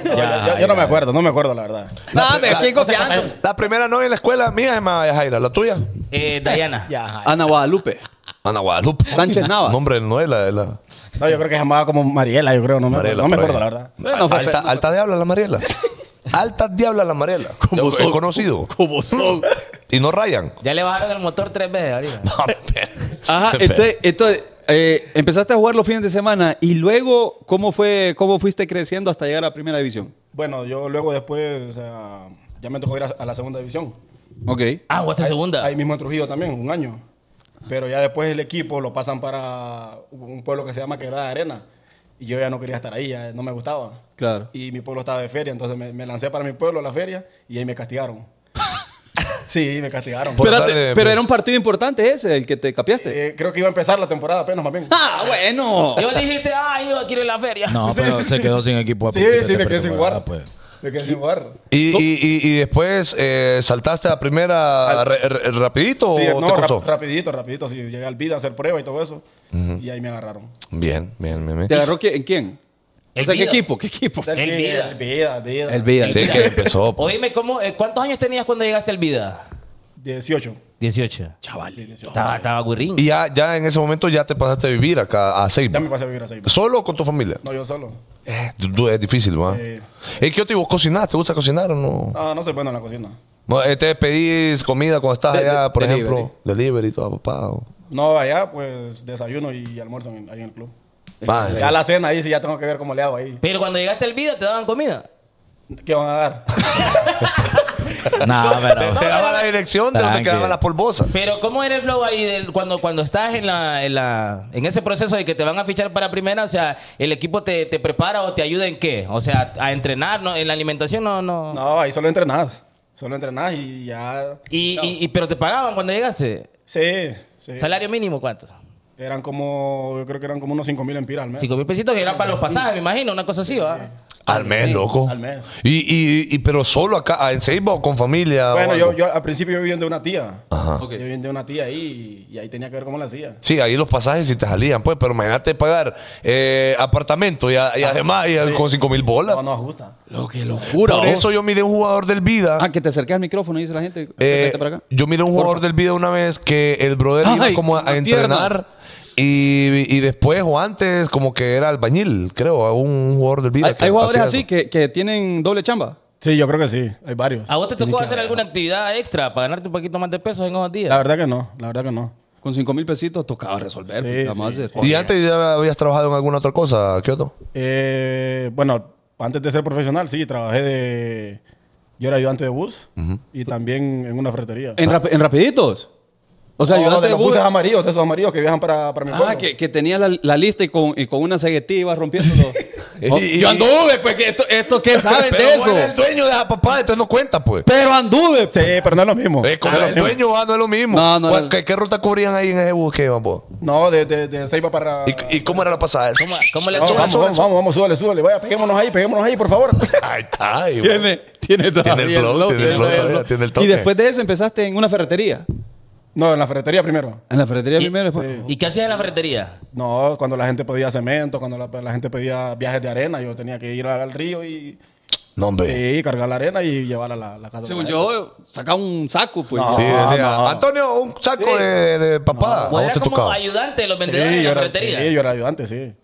S7: No, yo- yo, yo no me acuerdo, no me acuerdo, la verdad.
S8: No, me estoy en confianza.
S1: La primera novia en la escuela mía se llamaba Jaira, la tuya.
S4: Eh, Dayana.
S3: Ana Guadalupe.
S1: Ana Guadalupe.
S8: Sánchez Navas.
S1: Nombre no es la. la
S7: No, yo creo que se llamaba como Mariela, yo creo. No me,
S1: Mariela.
S7: no me
S1: por
S7: acuerdo, la
S1: ahí.
S7: verdad.
S8: Bueno, fue-
S1: alta, alta diabla la Mariela. alta diabla la Mariela. Como
S9: son?
S1: conocido.
S9: Como son.
S1: Y no rayan.
S4: Ya le bajaron el motor tres veces ahorita.
S8: Ajá, entonces, entonces, eh, empezaste a jugar los fines de semana y luego, ¿cómo, fue, ¿cómo fuiste creciendo hasta llegar a Primera División?
S7: Bueno, yo luego después, o sea, ya me tocó ir a, a la segunda división.
S8: Ok.
S4: Ah, o esta segunda.
S7: Ahí mismo en Trujillo también, un año. Pero ya después el equipo lo pasan para un pueblo que se llama Quebrada de Arena. Y yo ya no quería estar ahí, ya no me gustaba.
S8: Claro.
S7: Y mi pueblo estaba de feria, entonces me, me lancé para mi pueblo a la feria y ahí me castigaron. sí, me castigaron.
S1: Por
S8: Pero,
S1: tarde,
S8: te-
S1: pues.
S8: pero era un partido importante ese, el que te capiaste.
S7: Eh, creo que iba a empezar la temporada apenas, más bien.
S8: ¡Ah, bueno!
S4: Yo dijiste, ah, yo quiero ir a la feria.
S5: No, pero se quedó sin equipo.
S7: Sí,
S5: de pues.
S7: sí, me quedé sin
S5: pretemporada,
S7: jugar.
S1: Pues.
S7: Me quedé sin jugar.
S1: Y, y, y, y después eh, saltaste a la primera
S7: Al-
S1: re- re- rapidito
S7: Sí,
S1: o
S7: no,
S1: te
S7: rap-
S1: costó?
S7: rapidito, rapidito. Sí, llegué al vida a hacer prueba y todo eso. Y ahí me agarraron.
S1: Bien, bien, bien. bien.
S8: ¿Te agarró qui- en quién?
S4: El
S8: o sea, ¿qué
S4: Vida.
S8: equipo? ¿Qué equipo?
S4: El Vida.
S7: El vida, el vida.
S8: Vida.
S1: Sí, que empezó. pues. po.
S4: Oíme, ¿cómo, eh, ¿cuántos años tenías cuando llegaste al Vida?
S7: 18.
S4: 18.
S7: Chaval, 18.
S4: Estaba, estaba guirrín.
S1: Y ya, ya en ese momento ya te pasaste a vivir acá a
S7: Ya
S1: Ceiba.
S7: me pasé a vivir a Ceiba.
S1: ¿Solo o con tu familia?
S7: No, yo solo.
S1: Eh, du- es difícil, ¿va?
S7: Sí.
S1: ¿Y qué te cocinar? ¿Te gusta cocinar o no?
S7: Ah, No, no soy bueno en la cocina.
S1: No, eh, ¿Te pedís comida cuando estás
S8: De- de-
S1: allá, por
S8: delivery.
S1: ejemplo? Delivery y todo, papá. o-
S7: No, allá pues desayuno y almuerzo en- ahí en el club.
S1: Va,
S7: Ya la cena ahí sí ya tengo que ver cómo le hago ahí.
S4: Pero cuando llegaste al Vida te daban comida.
S7: ¿Qué van a dar?
S5: pues. No,
S1: Te,
S5: pero.
S1: te daba la dirección de donde
S5: Tranqui.
S1: quedaban las polvosas.
S4: Pero ¿cómo era el flow ahí del- cuando, cuando estás en, la, en, la, en ese proceso de que te van a fichar para primera? O sea, ¿el equipo te, te prepara o te ayuda en qué? O sea, a entrenar, ¿no? En la alimentación no... no.
S7: No, ahí solo entrenas. Solo entrenas y ya...
S4: Y, y- y- pero te pagaban cuando llegaste.
S7: Sí, sí.
S4: ¿Salario mínimo cuánto?
S7: Eran como... Yo creo que eran como unos 5 mil empiras al mes.
S4: Cinco mil pesitos que eran para los pasajes, me imagino, una cosa así, ¿va?
S1: Al mes, loco.
S7: al mes.
S1: Y, y, y- pero solo acá, ah, en Ceiba o con familia. o
S7: Bueno,
S1: algo?
S7: yo, yo al principio yo vivía de una tía.
S1: Ajá.
S7: Yo vivía de una tía ahí y, y ahí tenía que ver cómo la hacía.
S1: Sí, ahí los pasajes sí te salían, pues, pero imagínate pagar eh, apartamento y, a- y además y a- con 5 mil bolas.
S7: No, no ajusta.
S8: Pura.
S1: Por eso yo miré un jugador del Vida.
S8: Ah, que te acerques al micrófono, dice la gente.
S1: Eh,
S8: Acércate para acá.
S1: yo miré un jugador del video una vez que el brother
S8: Ay,
S1: iba como a, a
S8: las piernas.
S1: entrenar y, y después o antes como que era albañil, creo, a un, un jugador del video.
S8: Hay, hay jugadores así que, que tienen doble chamba.
S7: Sí, yo creo que sí. Hay varios.
S1: Ah,
S4: ¿A vos te tocó hacer alguna actividad extra para ganarte un poquito más de pesos en esos
S7: La
S4: días?
S7: verdad que no. La verdad que no.
S8: Con 5 mil pesitos tocaba resolver.
S7: Sí,
S8: pues, vamos a
S7: sí,
S8: hacer.
S1: ¿Y antes ya habías trabajado en alguna otra cosa, Kioto?
S7: Eh, bueno, antes de ser profesional, sí, trabajé de... Yo era ayudante de bus y también en una ferretería.
S8: ¿En, rap- en Rapiditos? O sea,
S7: No,
S8: ayudante
S7: de
S8: de
S7: los
S8: bus.
S7: buses amarillos, de esos amarillos que viajan para, para mi pueblo.
S8: Ah, que, que tenía la, la lista y con, y con una ceguetilla iba rompiéndolo. Oh,
S1: Y-
S8: yo anduve, pues, que esto, esto ¿qué saben
S1: Pero
S8: de
S1: vos eres el
S8: eso?
S1: dueño de la papá, entonces no cuenta, pues.
S8: Pero anduve.
S7: Sí, pero no es lo mismo.
S1: Eh, como
S7: No es lo
S1: el
S7: mismo.
S1: dueño va, no es lo mismo.
S8: No, no,
S1: ¿Cuál-
S8: no.
S1: ¿Qué, qué ruta cubrían ahí en ese bus que iban, po?
S7: No, de, de, de Ceiba para...
S1: ¿Y, y cómo era la pasada?
S4: ¿Cómo, cómo le
S7: No,
S4: hacían?
S7: vamos, vamos, vamos, vamos, súbale, súbale. Vaya, peguémonos ahí, peguémonos ahí, por favor.
S1: Ay, está, ahí, güey.
S8: Tiene, tiene, todavía
S1: el flow, tiene el flow todavía, tiene el toque.
S8: Y después de eso empezaste en una ferretería.
S7: No, en la ferretería primero.
S8: En la ferretería
S4: Y-
S8: primero. después-
S4: ¿Y qué hacías en la ferretería?
S7: No, cuando la gente pedía cemento, cuando la, la gente pedía viajes de arena, yo tenía que ir al, al río y,
S1: No, hombre.
S7: sí, cargar la arena y llevarla a la, la casa. de
S8: Según
S7: la
S8: yo, sacaba un saco, pues.
S1: Sí, decía, Antonio, un saco de, de papá. ¿A
S4: ¿O
S1: Ah, vos
S4: era
S1: te
S4: como
S1: tocaba?
S4: ayudante de los
S7: gente.
S4: vendedores
S7: Sí,
S4: en
S7: yo
S4: la
S7: era,
S4: ferretería?
S7: sí, yo era ayudante, sí.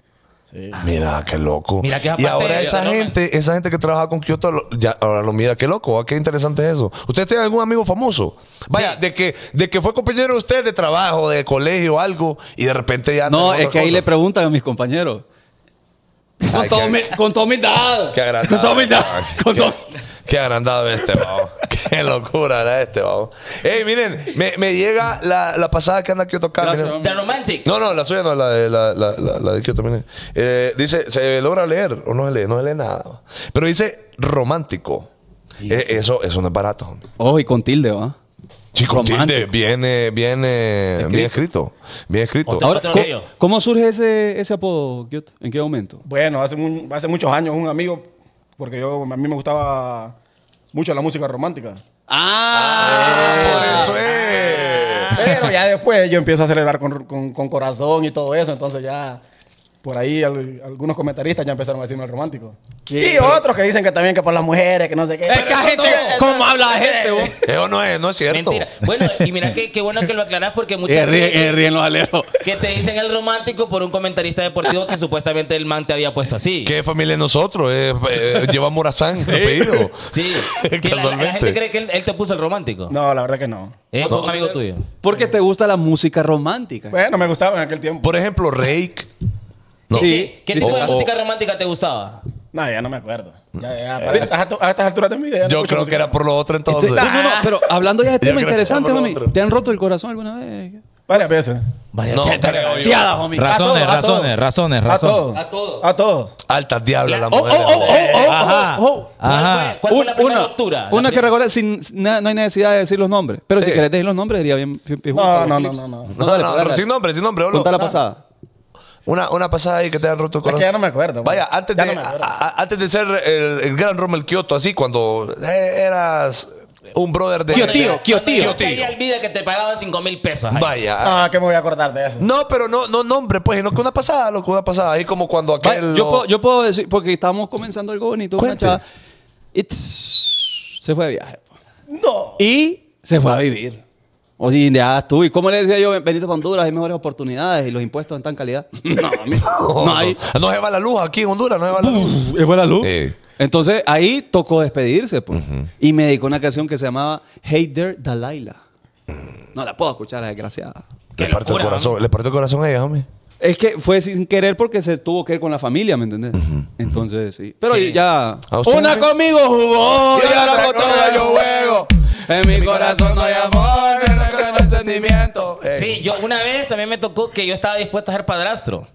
S7: Sí.
S1: Mira, qué loco.
S4: Mira que esa
S1: y
S4: parte
S1: ahora
S4: de-
S1: esa
S4: de-
S1: gente, esa gente que trabaja con Kyoto, lo- ya, ahora lo mira, qué loco, ah, qué interesante es eso. ¿Usted tiene algún amigo famoso? Vaya, de que de que fue compañero de usted de trabajo, de colegio, algo, y de repente
S3: Ah,
S1: ya...
S8: No,
S1: anda en
S8: es que ahí le
S1: otra
S8: preguntan a mis compañeros. Con,
S1: Ay,
S8: toda
S1: qué-
S8: humi- con toda humildad.
S1: Qué agrandado.
S8: Con toda humildad.
S1: Ay,
S8: Con
S1: qué,
S8: toda-
S1: qué agrandado este, vamos. Qué locura era este, vamos. Ey, miren, me, me llega la, la pasada que anda aquí tocando.
S8: Gracias,
S4: The Romantic.
S1: No, no, la suya no, la de, la, la, la, la de Kioto también. Eh, dice, ¿se logra leer o no se lee? No se lee nada. Pero dice romántico. Eh, eso, eso no es barato, hombre.
S8: Oh, y con tilde, ¿va?
S1: Chico,
S8: Romántico.
S1: entiende, viene, viene, bien escrito. Bien escrito.
S4: Otra-
S8: Ahora,
S4: Otro
S8: ¿cómo,
S4: rollo.
S8: cómo surge ese, ese apodo, Kyoto? ¿En qué momento?
S7: Bueno, hace, mu- hace muchos años un amigo, porque yo a mí me gustaba mucho la música romántica.
S1: Por
S8: ¡Ah!
S1: eso es.
S7: Pero ya después yo empiezo a celebrar con, con- con corazón y todo eso, entonces ya Por ahí al- algunos comentaristas ya empezaron a decirme el romántico. Y otros que dicen que también que por las mujeres, que no sé qué.
S4: Es que
S7: Pero
S4: hay
S7: eso
S4: gente,
S7: no.
S4: ¿cómo habla la gente, vos?
S1: Eso no es, no es cierto.
S4: Mentira. Bueno, y mira qué, qué bueno que lo aclarás porque muchas
S7: Eh, ríen,
S4: veces
S7: eh, ríen los aleros.
S4: que te dicen el romántico por un comentarista deportivo que supuestamente el man te había puesto así.
S1: ¿Qué familia es nosotros? Eh, eh, lleva Morazán, apellido.
S4: Sí. Que la- la, la gente
S1: Casualmente.
S4: cree que él, él te puso el romántico.
S7: No, la verdad que no.
S4: Es un amigo tuyo.
S1: Eh.
S3: Porque te gusta la música romántica.
S7: Bueno, me gustaba en aquel tiempo.
S1: Por ejemplo, Rake. No.
S4: ¿Qué, qué tipo
S1: O-
S4: de
S1: o-
S4: música romántica te gustaba?
S7: No, ya no me acuerdo. Ya, ya, a estas- a estas alturas de mi vida. ya no
S1: Yo
S7: escucho
S1: creo
S7: música.
S1: que era por lo otro entonces.
S3: Entonces- no, no, no, pero hablando ya de
S1: ah. creo
S3: temas
S1: que
S3: interesantes,
S1: estamos
S3: mami.
S1: en otro.
S3: ¿Te han roto el corazón alguna vez?
S7: Varias veces.
S4: Vaya,
S1: No,
S4: ¿qué te-
S1: creo yo.
S3: homie.
S5: Ra- Razones,
S7: A todo, a
S5: razones,
S7: todo.
S5: razones,
S7: A
S5: razones.
S7: todos.
S4: A todos.
S7: A todos.
S1: Altas diablas las
S4: Oh,
S1: mujeres.
S5: Ajá.
S3: Oh,
S8: Oh,
S4: ¿Cuál
S5: Ajá.
S4: fue, cuál fue la primera
S3: una,
S4: ruptura? La
S3: una que
S4: pri-
S3: recuerda, sin, sin nada- no hay necesidad de decir los nombres. Pero si querés decir los nombres, sería bien. bien- bien-
S7: No,
S3: bien-
S7: no, no,
S3: bien-
S7: no, no.
S1: No,
S3: dale, pues,
S1: no,
S3: dale, dale.
S1: sin nombre, sin nombre. Olo.
S3: Contá la pasada.
S1: Una, una pasada ahí que te han roto el
S7: Es
S1: corazón.
S7: que ya no me acuerdo.
S1: Vaya,
S7: man.
S1: antes de,
S7: Ya no me acuerdo.
S1: a- a- antes de ser el, el gran Rommel Kioto, así, cuando eh, eras un brother de...
S3: Kiotío, Kiotío.
S4: Yo te olvida que te pagaban 5 mil pesos. ahí.
S1: Vaya.
S7: Ah, que me voy a acordar de eso.
S1: No, pero no, no nombre, pues, sino que una pasada, loco, una pasada. Ahí como cuando
S3: Va,
S1: aquel...
S3: yo,
S1: lo-
S3: puedo, yo puedo decir, porque estamos comenzando algo bonito. una
S1: Cuente.
S3: chava. It's- se fue de viaje. No. Y se fue a vivir. O si ya tú. ¿Y cómo le decía yo? Venite para Honduras, hay mejores oportunidades y los impuestos en tan calidad. No, mami.
S1: No,
S3: no hay.
S1: Oh, no, no se va la luz aquí en Honduras, no se va la luz.
S3: Es buena luz.
S1: Eh.
S3: Entonces ahí tocó despedirse, pues. Y me dedicó una canción que se llamaba Hater Dalaila.
S1: Mm.
S3: No la puedo escuchar, la desgraciada.
S4: Qué
S1: Le partió el
S4: locura,
S1: corazón, le partió el corazón a ella, hombre.
S3: Es que fue sin querer porque se tuvo que ir con la familia, ¿me entendés? Entonces, sí. Pero
S4: Sí.
S3: ya.
S1: ¿A usted, hombre?
S3: conmigo jugó
S1: Y ahora con todas yo juego.
S3: En mi
S1: en el corazón no hay sentimiento.
S3: Eh.
S4: Sí, yo una vez también me tocó que yo estaba dispuesto a ser padrastro.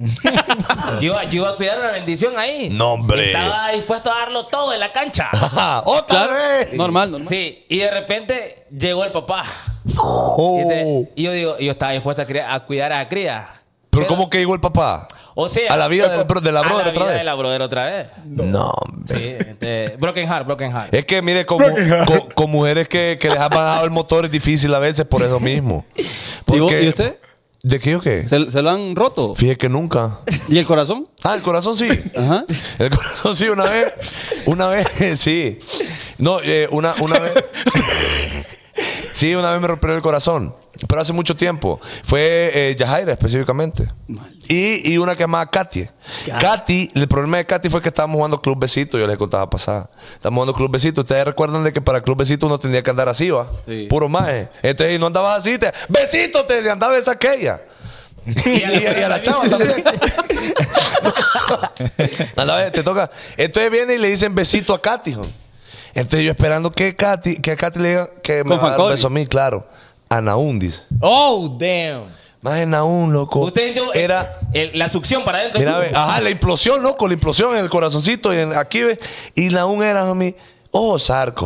S4: yo, iba- yo iba a cuidar una bendición ahí.
S1: No, hombre.
S4: Estaba dispuesto a darlo todo en la cancha.
S1: Ajá, otra
S3: Claro,
S1: vez.
S3: normal, normal.
S4: Sí, y de repente llegó el papá. Y,
S1: Oh.
S4: te- y yo digo, yo estaba dispuesto a, cría- a cuidar a la cría.
S1: Pero ¿cómo que llegó el papá?
S4: O sea,
S1: A la vida del bro- de la
S4: a
S1: brother otra
S4: vida
S1: vez.
S4: de la brother otra vez.
S1: No, hombre.
S4: Sí, este, broken heart, broken heart.
S1: Es que, mire, con, con- con mujeres que, que les ha bajado el motor es difícil a veces por eso mismo.
S3: ¿Y vos-
S1: Porque-
S3: y usted?
S1: ¿De qué o qué?
S3: ¿Se, se lo han roto?
S1: Fíjese que nunca.
S3: ¿Y el corazón?
S1: Ah, el corazón sí.
S3: Ajá.
S1: El corazón sí, una vez. Una vez, sí. No, eh, una, una vez. Sí, una vez me rompieron el corazón. Pero hace mucho tiempo. Fue eh, Yajaira específicamente. Y, y una que llamaba Katy. Katy, el problema de Katy fue que estábamos jugando Club Besito. Yo les contaba pasada. Estábamos jugando Club Besito. Ustedes recuerdan de que para Club Besito uno tenía que andar así, ¿va?
S3: Sí.
S1: Puro maje. Entonces, y no andabas así. Te, Besito, te decía, andaba esa aquella. y, y- y a la chava también. A la vez te toca. Entonces viene y le dicen besito a Katy. jo. Entonces yo esperando que Katy, que a Katy le diga que me
S3: Con
S1: va a dar un
S3: Fanconi.
S1: beso a mí, claro. A Naún dice.
S4: Oh, damn.
S1: Más en Naún, loco.
S4: Usted yo-
S1: era.
S4: el- la succión para adentro.
S1: Mira, ve, ajá, la implosión, loco, la implosión en el corazoncito y en- aquí ve. Y Naún era, homie, ojo sarco.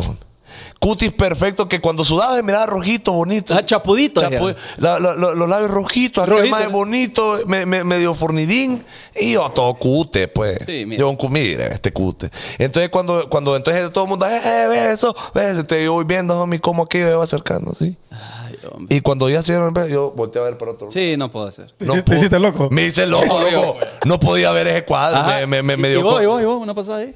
S1: Cutis perfecto que cuando sudaba miraba rojito, bonito.
S3: Ah, chapudito.
S1: Chapu-
S3: ya.
S1: la- la- la- los labios rojitos, arriba
S3: Rojito,
S1: más
S3: ¿no?
S1: bonito, me- me- medio fornidín y yo todo cute, pues.
S3: Sí, mira.
S1: yo un cu- mira, este cute. Entonces cuando, cuando entonces todo el mundo, eh, eh, beso, beso, entonces yo voy viendo, homie, cómo aquí me va acercando, ¿sí?
S3: Ay, hombre.
S1: Y cuando ya se dieron el beso, yo volteé a ver para otro lado.
S3: Sí, no puedo ser.
S7: ¿Te hiciste- te hiciste loco?
S1: Me hice loco, loco. No podía ver ese cuadro.
S3: Ajá.
S1: Me, me, me,
S3: ¿Y-
S1: me
S3: ¿Y
S1: dio
S3: vos,
S1: co-
S3: y vos, y vos? ¿Una pasada ahí?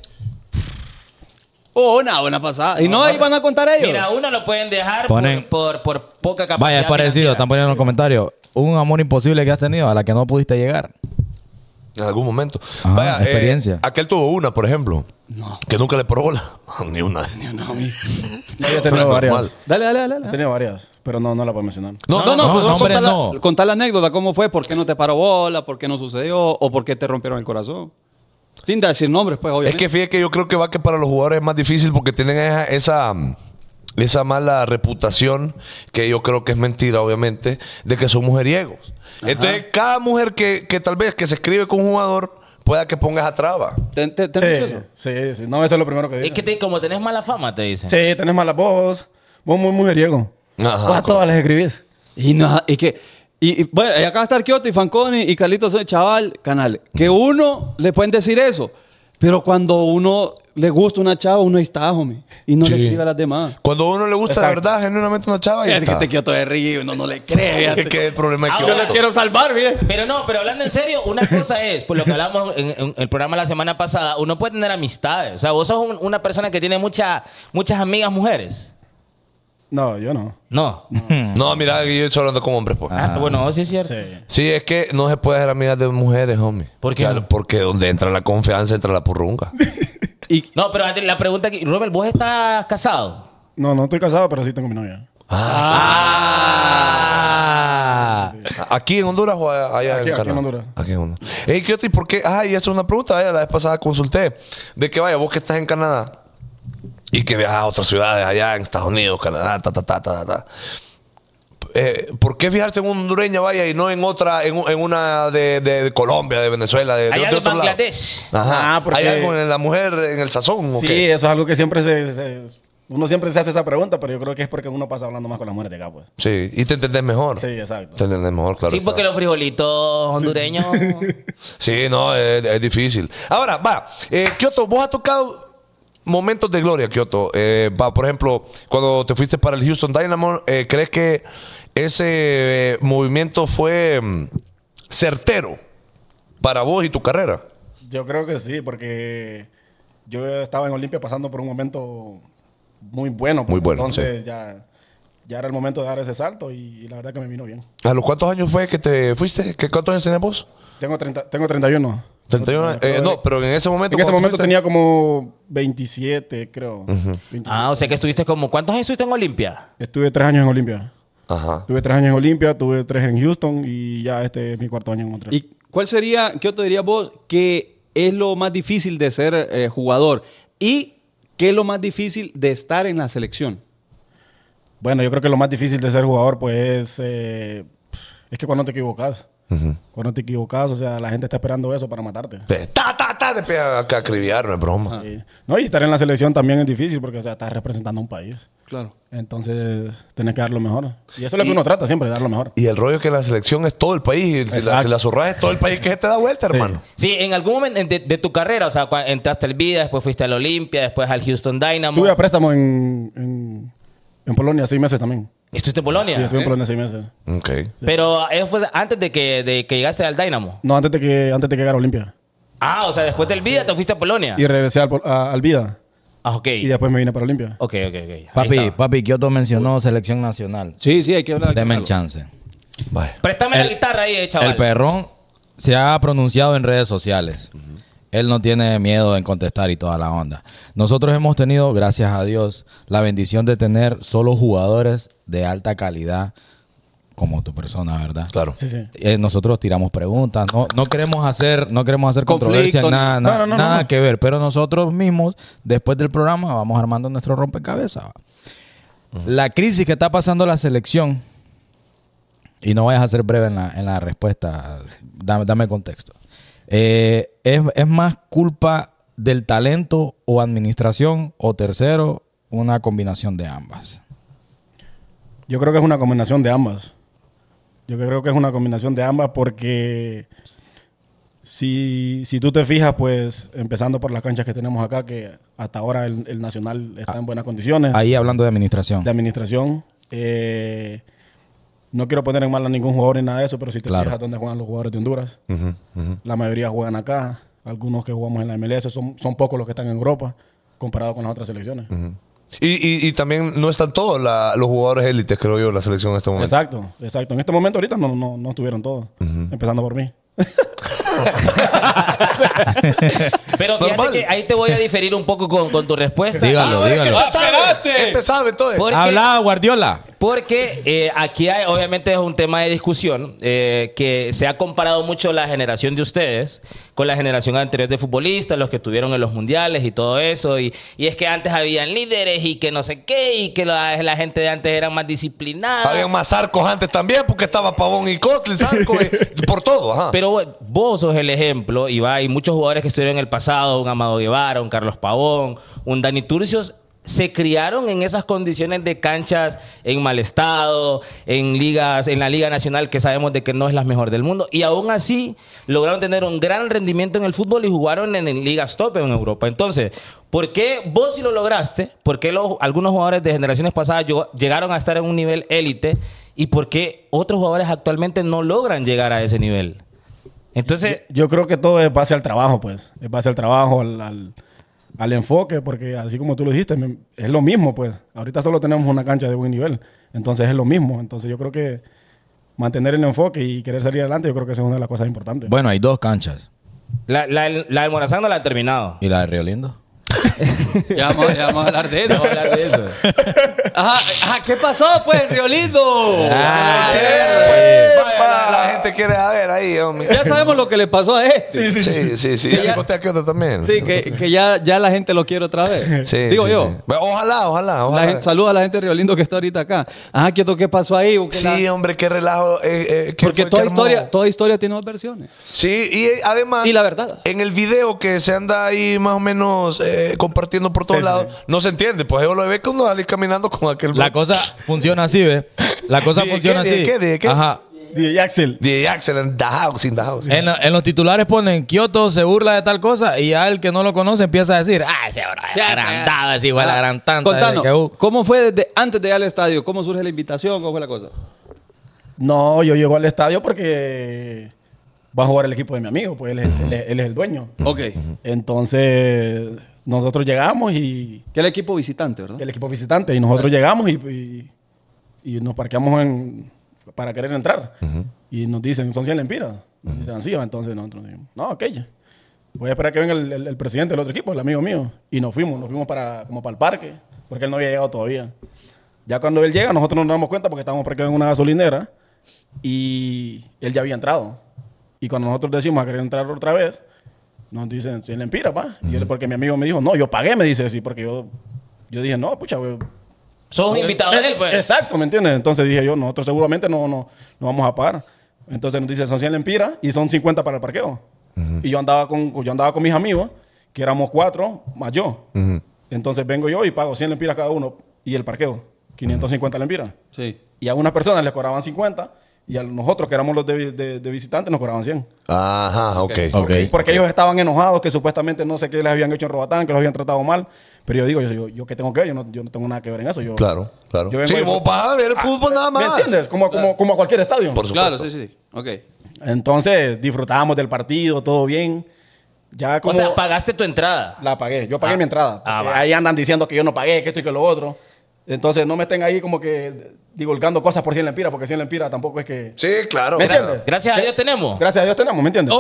S3: Oh, una, una pasada. ¿Y no ahí van a contar ellos?
S4: Mira, uno lo pueden dejar
S5: Ponen-
S4: por, por, por poca capacidad.
S5: Vaya, es parecido,
S4: financiera.
S5: están poniendo en los comentarios. Un amor imposible que has tenido a la que no pudiste llegar.
S1: En algún momento.
S5: Ajá,
S1: Vaya, eh,
S5: experiencia.
S1: aquel tuvo una, por ejemplo.
S3: No.
S1: Que nunca le probó la. Ni una.
S3: No, mi-
S7: No, yo he
S1: Pero
S7: tenido
S1: es
S7: varias.
S1: normal.
S3: Dale, dale, dale.
S7: He
S3: dale.
S7: tenido varias, pero no, no la puedo mencionar.
S5: No,
S3: pues
S5: no,
S3: vamos a
S5: nombres
S3: contar
S5: no.
S3: La, contar la anécdota, cómo fue, por qué no te paró bola, por qué no sucedió o por qué te rompieron el corazón. Sin decir nombres, pues,
S1: Es
S3: obviamente.
S1: que fíjate que yo creo que va que para los jugadores es más difícil porque tienen esa, esa, mm, esa mala reputación, que yo creo que es mentira, obviamente, de que son mujeriegos. Entonces, cada mujer que, que tal vez que se escribe con un jugador, pueda que pongas a traba.
S3: ¿Te, te, te han dicho
S7: Sí,
S3: eso?
S7: sí, sí. No, eso es lo primero que
S4: Es
S7: dicen.
S4: que te- como tenés mala fama, te dicen.
S7: Sí, tenés mala voz. Vos muy mujeriego.
S1: Ajá.
S7: Vos a todas les escribís.
S3: Y, no, y que... Y, y, bueno, y acá va a estar Kioto y Fanconi y Carlitos, soy chaval, canal. Que uno le pueden decir eso, pero cuando uno le gusta una chava, uno ahí está, homie. Y no le
S1: Sí.
S3: escribe a las demás.
S1: Cuando a uno le gusta, la
S7: Exacto.
S1: verdad, genuinamente una chava, ya
S3: Es que
S1: está.
S3: te quiero todo de río, uno no le cree.
S1: Es que el problema
S3: Ah,
S1: es que...
S4: Ahora-
S1: vato.
S3: salvar, bien.
S4: Pero no, pero hablando en serio, una cosa es, por lo que hablamos en, en el programa la semana pasada, uno puede tener amistades. O sea, vos sos un- una persona que tiene mucha- muchas amigas mujeres.
S7: No, yo no.
S4: No.
S1: No, mira, que yo estoy hablando con hombres, pues.
S4: Ah, bueno, sí es cierto.
S7: Sí.
S1: Sí, es que no se puede hacer amigas de mujeres, homie.
S4: ¿Por qué
S1: Claro,
S4: no?
S1: Porque donde entra la confianza, entra la purrunga.
S4: No, pero antes la pregunta que, Robert, ¿vos estás casado?
S7: No, no estoy casado, pero sí tengo mi novia.
S1: Ah, ¿Aquí en Honduras o a- allá en
S7: Aquí- aquí
S1: Canadá?
S7: en Honduras.
S1: Aquí en Honduras. Ey, ¿qué otro- ¿y por qué? Ah, y esa es una pregunta, vaya, la vez pasada consulté. De que vaya, vos que estás en Canadá y que viajas a otras ciudades allá en Estados Unidos, Canadá, ta, ta, ta, ta, ta, ta. Eh, ¿Por qué fijarse en una hondureña, vaya, y no en otra, en, un- en una de, de- de Colombia, de Venezuela, de, de-
S4: Allá
S1: de
S4: en
S1: otro lado?
S4: Bangladesh.
S1: Ajá.
S7: Ah, porque-
S1: ¿Hay algo en la mujer, en el sazón? o
S7: Sí,
S1: qué?
S7: eso es algo que siempre se, se- Uno siempre se hace esa pregunta, pero yo creo que es porque uno pasa hablando más con las mujeres de acá, pues.
S1: Sí, y te entendés mejor.
S7: Sí, exacto.
S1: Te entendés mejor, claro.
S4: sí, porque
S1: está.
S4: los frijolitos hondureños.
S1: Sí, no, es, es difícil. Ahora, va, eh, Kioto, vos has tocado momentos de gloria, Kioto. Eh, va, por ejemplo, cuando te fuiste para el Houston Dynamo, eh, ¿crees que ese eh, movimiento fue mm, certero para vos y tu carrera?
S7: Yo creo que sí, porque yo estaba en Olimpia pasando por un momento muy bueno. pues.
S1: Muy bueno,
S7: Entonces ya, ya era el momento de dar ese salto y, la verdad que me vino bien.
S1: ¿A los cuántos años fue que te fuiste? ¿Qué, ¿Cuántos años tenías vos?
S7: Tengo, 30, tengo 31.
S1: 31 años. Eh, no, pero en ese momento.
S7: En ese
S1: ¿cuándo
S7: momento
S1: fuiste?
S7: tenía como 27, creo. 27.
S4: ah, o sea que estuviste como. ¿Cuántos años estuviste en Olimpia?
S7: Estuve tres años en Olimpia.
S1: Ajá.
S7: Tuve tres años en Olimpia, tuve tres en Houston y ya este es mi cuarto año en Montreal.
S3: ¿Y cuál sería, qué te dirías vos, que es lo más difícil de ser eh, jugador? ¿Y qué es lo más difícil de estar en la selección?
S7: Bueno, yo creo que lo más difícil de ser jugador, pues, es, eh, es que cuando te equivocas. Cuando te equivocas, o sea, la gente está esperando eso para matarte.
S1: Ve, Ta, ta, ta, te pegan acá a acribillar, no es broma.
S7: Sí. No, y estar en la selección también es difícil porque, o sea, estás representando a un país.
S3: Claro.
S7: Entonces, tienes que dar lo mejor. Y eso es lo que uno trata siempre, dar lo mejor.
S1: Y el rollo es que la selección es todo el país. Y si la,
S7: Exacto.
S1: si la zurrás es todo el país que se te da vuelta, hermano.
S4: Sí, en algún momento de, de tu carrera, o sea, cua- entraste al Vida, después fuiste al Olimpia, después al Houston Dynamo.
S7: Tuve a préstamo en, en, en Polonia seis meses también.
S4: Estuviste en Polonia.
S7: Sí, ¿eh? estuve en Polonia seis meses.
S1: Ok.
S4: Pero eso fue antes de que, de que llegase al Dynamo.
S7: No, antes de que, antes de que llegara a Olimpia.
S4: Ah, o sea, después del Vida te fuiste a Polonia.
S7: Y regresé al, Pol- a- al Vida.
S4: Ah, ok.
S7: Y después me vine para Olimpia.
S4: Ok, ok, ok. Ahí
S5: Papi,
S4: estaba.
S5: papi, Kioto mencionó selección nacional.
S3: Sí, sí, hay que hablar.
S5: Deme el
S3: el
S5: chance.
S1: Vaya.
S4: Préstame la guitarra ahí, eh, chaval.
S5: El perrón se ha pronunciado en redes sociales. Él no tiene miedo en contestar y toda la onda. Nosotros hemos tenido, gracias a Dios, la bendición de tener solo jugadores de alta calidad como tu persona, ¿verdad?
S1: Claro.
S7: Sí, sí.
S5: Eh, nosotros tiramos preguntas, no, no queremos hacer, no queremos hacer controversia,
S3: Conflicto,
S5: nada,
S7: no.
S5: nada-
S7: No, no, no,
S5: nada
S7: no.
S5: que ver, pero nosotros mismos, después del programa, vamos armando nuestro rompecabezas. va. La crisis que está pasando la selección, y no vayas a ser breve en la, en la respuesta, dame, dame contexto. Eh, ¿es, es más culpa del talento o administración o tercero, una combinación de ambas?
S7: Yo creo que es una combinación de ambas. Yo creo que es una combinación de ambas porque si, si tú te fijas, pues empezando por las canchas que tenemos acá, que hasta ahora el, el Nacional está en buenas condiciones
S5: Ah, Ahí hablando de administración.
S7: de administración. eh, no quiero poner en mal a ningún jugador ni nada de eso, pero si te
S5: Claro.
S7: fijas dónde juegan los jugadores de Honduras, la mayoría juegan acá. Algunos que jugamos en la MLS son, son pocos los que están en Europa comparado con las otras selecciones.
S1: Y, y, y también no están todos la- los jugadores élites, creo yo, en la selección en este momento.
S7: Exacto, exacto. En este momento ahorita no, no, no estuvieron todos, empezando por mí.
S4: Pero fíjate
S1: Normal.
S4: que ahí te voy a diferir un poco con, con tu respuesta.
S5: Dígalo, dígalo.
S1: ¡Espérate! Este sabe todo.
S8: Pues,
S4: Porque-
S5: Habla, Guardiola.
S4: Porque eh, aquí hay, obviamente es un tema de discusión eh, que se ha comparado mucho la generación de ustedes con la generación anterior de futbolistas, los que estuvieron en los mundiales y todo eso. Y, y es que antes habían líderes y que no sé qué, y que la, la gente de antes era más disciplinada.
S1: Habían más arcos antes también, porque estaba Pavón y Kotlin, Zarco, eh, por todo, ajá.
S4: Pero bueno, vos sos el ejemplo, y va, hay muchos jugadores que estuvieron en el pasado, un Amado Guevara, un Carlos Pavón, un Dani Turcios, se criaron en esas condiciones de canchas en mal estado, en ligas, en la Liga Nacional que sabemos de que no es la mejor del mundo y aún así lograron tener un gran rendimiento en el fútbol y jugaron en, en ligas top en Europa. Entonces, ¿por qué vos si lo lograste? ¿Por qué los- algunos jugadores de generaciones pasadas yo- llegaron a estar en un nivel élite y por qué otros jugadores actualmente no logran llegar a ese nivel? Entonces,
S7: Yo creo que todo es base al trabajo, pues. Es base al trabajo, al, al- al enfoque, porque así como tú lo dijiste, me- es lo mismo, pues. Ahorita solo tenemos una cancha de buen nivel, entonces es lo mismo. Entonces yo creo que mantener el enfoque y querer salir adelante, yo creo que esa es una de las cosas importantes.
S5: Bueno, hay dos canchas.
S4: la, la, la del Morazán no la han terminado.
S5: ¿Y la de Río Lindo?
S8: Ya vamos, ya vamos a hablar de eso. Ajá, ajá, ¿qué pasó, pues, en Río Lindo?
S5: Ah,
S8: Sí,
S1: Eh, vaya, la, la gente quiere saber ahí, hombre.
S8: Ya sabemos lo que le pasó a este.
S1: Sí, sí, sí. Ya le
S8: Ya-
S1: conté aquí otro también.
S8: Sí, que, que ya, ya la gente lo quiere otra vez.
S1: Sí,
S8: Digo
S1: sí,
S8: yo.
S1: sí. Bueno, Ojalá, ojalá,
S8: La
S1: ojalá.
S8: gente- saluda a la gente de Río Lindo que está ahorita acá. Ajá, quieto, ¿qué pasó ahí? ¿O qué la-
S1: Sí, hombre, qué relajo. eh, eh, qué
S8: Porque
S1: fue,
S8: toda
S1: qué hermoso.
S8: historia, toda historia tiene dos versiones.
S1: Sí, y eh, además.
S8: Y la verdad.
S1: En el video que se anda ahí más o menos eh, compartiendo por todos
S7: Sí,
S1: lados,
S7: sí.
S1: no se entiende. Pues yo lo ve que uno sale caminando con aquel.
S5: La cosa funciona así, ¿ves? La cosa
S1: ¿De qué,
S5: funciona
S1: de
S5: así.
S1: qué, de qué?
S5: Ajá.
S7: DJ Axel.
S1: DJ Axel en The House, in the house.
S7: Eh.
S5: En, la- en los titulares ponen Kioto se burla de tal cosa y ya el que no lo conoce empieza a decir, ah, ese bro es
S8: Ya,
S5: agrandado, es igual a gran tanta.
S8: Ah, Contanos,
S5: desde que hubo".
S8: ¿cómo fue desde antes de llegar al estadio? ¿Cómo surge la invitación? ¿Cómo fue la cosa?
S7: No, yo llego al estadio porque va a jugar el equipo de mi amigo, pues él es, él es- él es el dueño.
S8: Ok.
S7: Entonces, nosotros llegamos y
S8: Que el equipo visitante, ¿verdad?
S7: el equipo visitante y nosotros llegamos y, y- y nos parqueamos en, para querer entrar. Y nos dicen, son 100 lempiras. Nos dicen así, entonces nosotros dijimos, no, ok. Voy a esperar que venga el, el- el presidente del otro equipo, el amigo mío. Y nos fuimos, nos fuimos para, como para el parque, porque él no había llegado todavía. Ya cuando él llega, nosotros nos damos cuenta porque estábamos parqueados en una gasolinera y él ya había entrado. Y cuando nosotros decimos a querer entrar otra vez, nos dicen 100 lempiras, pa. Y él, porque mi amigo me dijo, no, yo pagué, me dice así, porque yo, yo dije, no, pucha, güey,
S4: Sos un invitado de él, pues.
S7: Exacto, ¿me entiendes? Entonces dije yo, nosotros seguramente no, no, no vamos a pagar. Entonces nos dice, son 100 lempiras y son 50 para el parqueo. Y yo andaba, con, yo andaba con mis amigos, que éramos cuatro, más yo. Entonces vengo yo y pago 100 lempiras cada uno y el parqueo, 550 lempiras.
S8: Sí.
S7: Y a unas personas les cobraban 50 y a nosotros, que éramos los de, vi- de- de visitantes, nos cobraban 100.
S1: Ajá, ok.
S5: Ok.
S7: Porque ellos estaban enojados que supuestamente no sé qué les habían hecho en Robatán, que los habían tratado mal. Pero yo digo, yo, yo, yo qué tengo que ver, yo no, yo no tengo nada que ver en eso. Yo,
S1: Claro, claro.
S7: Yo vengo
S1: Sí,
S7: de- Ah,
S1: vos vas a ver fútbol
S4: Pues
S1: nada más.
S7: ¿Me entiendes? Como, como, como a cualquier estadio.
S1: Por supuesto.
S8: Claro, sí, sí. sí. Ok.
S7: Entonces disfrutábamos del partido, todo bien. Ya
S4: O
S7: como
S4: sea, pagaste tu entrada.
S7: la pagué, yo pagué mi entrada.
S4: Ah,
S7: porque
S4: va.
S7: ahí andan diciendo que yo no pagué, que esto y que lo otro. Entonces no me estén ahí como que divulgando cosas por 100 lempiras, porque 100 lempiras tampoco es que...
S1: Sí, claro.
S7: ¿Me
S1: claro.
S7: entiendes?
S4: Gracias a Dios tenemos.
S7: Gracias a Dios tenemos,
S1: Oh,
S7: ¿me entiendes?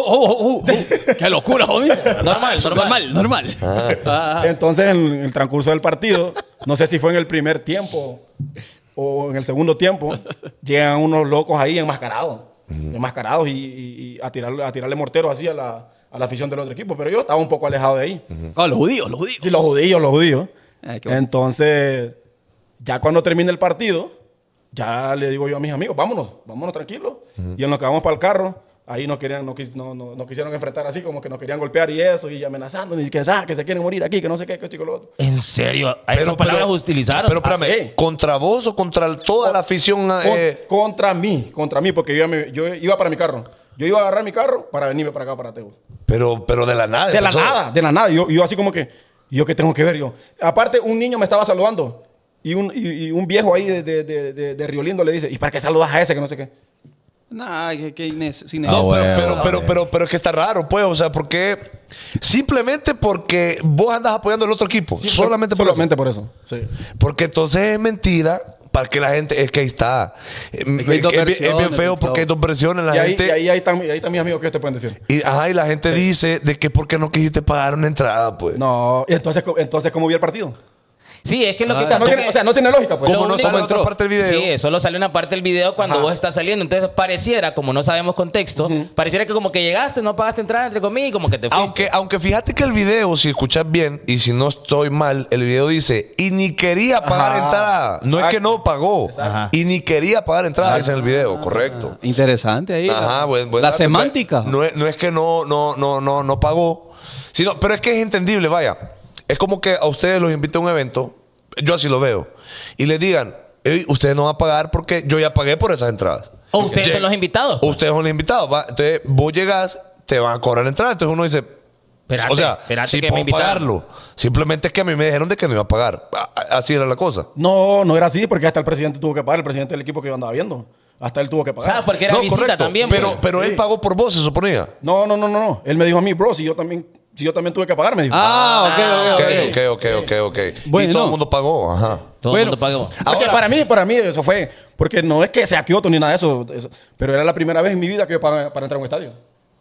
S8: ¡Qué locura, homie!
S4: Normal, normal.
S8: normal.
S7: Ah.
S8: Ah.
S7: Entonces en el transcurso del partido, no sé si fue en el primer tiempo o en el segundo tiempo, llegan unos locos ahí enmascarados, enmascarados y, y- y a, tirar, a tirarle morteros así a la, a la afición del otro equipo. Pero yo estaba un poco alejado de ahí.
S8: Ah, los judíos, los judíos.
S7: Sí, los judíos, los judíos.
S8: Ay, qué bueno.
S7: Entonces, ya cuando termina el partido, ya le digo yo a mis amigos, vámonos, vámonos tranquilos. Y en lo que vamos para el carro, ahí nos, querían, nos, quis- no- no- nos quisieron enfrentar así, como que nos querían golpear y eso, y amenazando, y que, ah, que se quieren morir aquí, que no sé qué, que esto y que lo otro.
S4: En serio, a esas palabras utilizaron.
S1: Pero espérame,
S7: Ah, sí.
S1: ¿contra vos o contra toda la afición?
S7: Con-
S1: eh,
S7: contra mí, contra mí, porque yo, ya me- yo iba para mi carro. Yo iba a agarrar mi carro para venirme para acá, para Teo.
S1: pero, pero de la nada.
S7: De la
S1: Ah, pasó.
S7: nada, de la nada. Yo, yo así como que, ¿yo qué tengo que ver yo? Aparte, un niño me estaba saludando. Y un, y, y un viejo ahí de, de, de, de- de Río Lindo le dice, ¿y para qué saludas a ese que no sé qué?
S8: Nah, que, que ines- sin
S5: Ah,
S1: No,
S5: bueno.
S1: pero, pero,
S5: Ah,
S1: pero,
S5: bueno.
S1: pero, pero es que está raro, pues. O sea, porque simplemente porque vos andas apoyando al otro equipo. solamente por
S7: solamente por eso. Sí.
S1: eso. Porque entonces es mentira para que la gente. Es que ahí está. Eh, Es,
S8: que hay dos
S1: que es bien- es bien
S8: versiones,
S1: feo porque hay dos versiones. La
S7: pues, Y, ahí,
S1: gente.
S7: y ahí, ahí están, ahí están mis amigos que te pueden decir.
S1: Y, ajá, y la gente dice de que porque no quisiste pagar una entrada, pues.
S7: No, y entonces, co- entonces ¿cómo vi el partido?
S4: Sí, es que lo que
S8: Ah,
S7: No
S4: pasó
S7: tiene-
S4: que-
S7: o sea, no tiene lógica, pues.
S1: ¿Cómo
S4: lo
S1: no
S4: único-
S1: sale otra
S4: entró-
S1: parte del video?
S4: Sí, solo sale una parte del video cuando
S7: Ajá.
S4: vos estás saliendo. Entonces, pareciera, como no sabemos contexto, pareciera que como que llegaste, no pagaste entrada, entre comillas, y como que te fuiste.
S1: Aunque, aunque fíjate que el video, si escuchas bien y si no estoy mal, el video dice y ni quería pagar
S7: Ajá.
S1: entrada. No es que no pagó.
S4: Ajá.
S1: Y ni quería pagar entrada, dice en el video, correcto.
S8: Interesante ahí.
S1: Ajá,
S8: la,
S1: buen- buen
S8: la
S1: dato. pues.
S8: semántica.
S1: No es, no es que no, no, no, no, no pagó. Sino, pero es que es entendible, vaya. Es como que a ustedes los invito a un evento yo así lo veo, y les digan, "Ey, ustedes no van a pagar porque yo ya pagué por esas entradas.
S4: O ustedes
S1: Lle-
S4: son los invitados. pues.
S1: Ustedes son los invitados. ¿va? Entonces, vos llegás, te van a cobrar la entrada. Entonces uno dice,
S4: Espérate,
S1: o sea,
S4: espérate
S1: sí
S4: que me
S1: puedo
S4: invitaron.
S1: pagarlo. Simplemente es que a mí me dijeron de que no iba a pagar. A- a- Así era la cosa.
S7: No, no era así, porque hasta el presidente tuvo que pagar, el presidente del equipo que yo andaba viendo. Hasta él tuvo que pagar.
S4: ¿Sabes por qué era
S1: No,
S4: visita
S1: correcto.
S4: también?
S1: Pero,
S4: pues?
S1: pero él pagó por vos, se suponía.
S7: No, no, no, no, no. Él me dijo a mí, bro, si yo también, si yo también tuve que pagar, me dijo.
S4: Ah,
S1: Ah, ok,
S4: ok.
S1: ok, ok, ok, ok.
S3: Bueno.
S1: y todo el mundo pagó, ajá.
S4: Todo el
S3: Bueno.
S4: mundo pagó.
S7: Porque
S1: Ahora-
S7: para mí, para mí eso fue, porque no es que sea Kioto ni nada de eso, eso- pero era la primera vez en mi vida que yo pagaba para entrar a un estadio.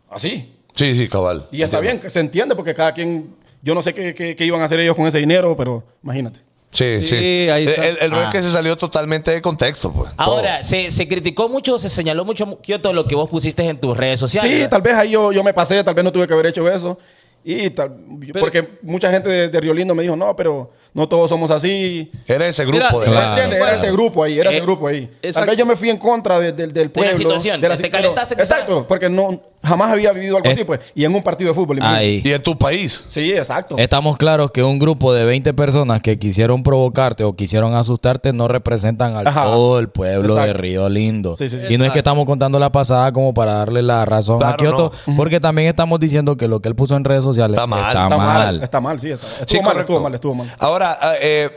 S7: Así.
S1: Sí, sí, cabal.
S7: Y está bien, que se entiende, porque cada quien, yo no sé qué, qué- qué iban a hacer ellos con ese dinero, pero imagínate.
S1: Sí, sí.
S3: Sí, ahí está.
S1: El, el rollo
S3: Ah.
S1: es que se salió totalmente de contexto, pues. todo.
S4: Ahora, se, se criticó mucho, se señaló mucho, Kioto, lo que vos pusiste en tus redes sociales.
S7: Sí,
S4: ¿verdad?
S7: tal vez ahí yo, yo me pasé, tal vez no tuve que haber hecho eso. Y tal, porque mucha gente de, de Río Lindo me dijo, no, pero no todos somos así.
S1: Era ese grupo
S3: Mira,
S1: de
S3: Claro.
S7: ¿Me entiendes? Era ese grupo ahí, era
S3: Eh,
S7: ese grupo ahí.
S3: exacto.
S7: Tal vez yo me fui en contra de- del- del pueblo.
S4: situación,
S7: de la
S4: te
S7: si-
S4: calentaste
S7: pero-
S4: quizá.
S7: Exacto, porque no, jamás había vivido algo
S5: Eh.
S7: así, pues. Y en un partido de fútbol. imagínate.
S5: Ahí. Eh,
S1: Y en tu país.
S7: Sí, exacto.
S5: Estamos claros que un grupo de 20 personas que quisieron provocarte o quisieron asustarte no representan al
S7: Ajá.
S5: todo el pueblo de
S7: Exacto.
S5: Río Lindo.
S7: Sí, sí, sí.
S5: Y no es que estamos contando la pasada como para darle la razón a
S1: Claro,
S5: Kioto, porque también estamos diciendo que lo que él puso en redes sociales
S1: Está mal.
S5: está
S7: Está mal.
S5: mal.
S7: Está mal, sí. Está, estuvo
S1: Sí,
S7: mal,
S1: correcto.
S7: estuvo mal, estuvo mal.
S1: Ahora, ah, eh,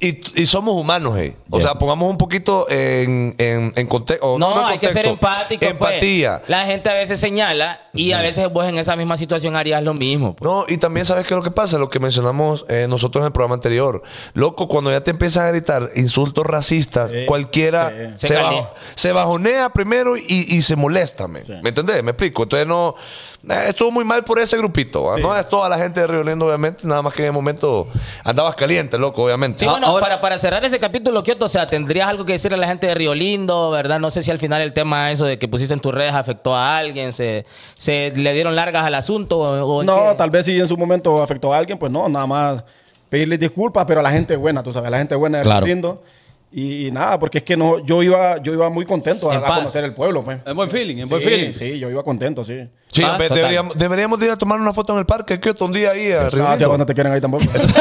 S1: y, y somos humanos, eh. O
S5: Yeah.
S1: sea, pongamos un poquito en, contexto.
S4: No, hay que ser empático.
S1: Empatía.
S4: pues. La gente a veces señala y a veces vos en esa misma situación harías lo mismo. pues.
S1: No, y también sabes qué es lo que pasa, lo que mencionamos eh, nosotros en el programa anterior. Loco, cuando ya te empiezan a gritar insultos racistas,
S7: Sí,
S1: cualquiera
S4: sí.
S1: se,
S4: Se
S1: bajo-
S4: calde-
S1: se bajonea primero y, y se molesta. men. ¿Me entendés? Me explico. Entonces no... eh, estuvo muy mal por ese grupito. ¿va? No es toda la gente de Río Lindo, obviamente. Nada más que en el momento andabas caliente, loco, obviamente.
S4: Sí,
S1: Ah,
S4: bueno,
S1: ahora-
S4: para, para cerrar ese capítulo, Kioto, o sea, tendrías algo que decirle a la gente de Río Lindo, ¿verdad? No sé si al final el tema eso de que pusiste en tus redes afectó a alguien, se, se le dieron largas al asunto. o- o
S7: No,
S4: qué?
S7: tal vez si en su momento afectó a alguien, pues no, nada más pedirles disculpas, pero a la gente buena, tú sabes, a la gente buena de Río
S5: Claro.
S7: Lindo. Y, y nada, porque es que no, yo iba, yo iba muy contento a,
S4: En
S7: a
S4: paz.
S7: conocer el pueblo, pues.
S3: En buen feeling, en buen
S7: Sí,
S3: feeling.
S7: Sí, yo iba contento, sí.
S1: Sí,
S3: Ah,
S1: ve,
S3: total.
S1: deberíamos, deberíamos de ir a tomar una foto en el parque, que un día ahí a Río
S7: No, si a
S1: Lindo.
S7: vos no te quieren ahí tampoco.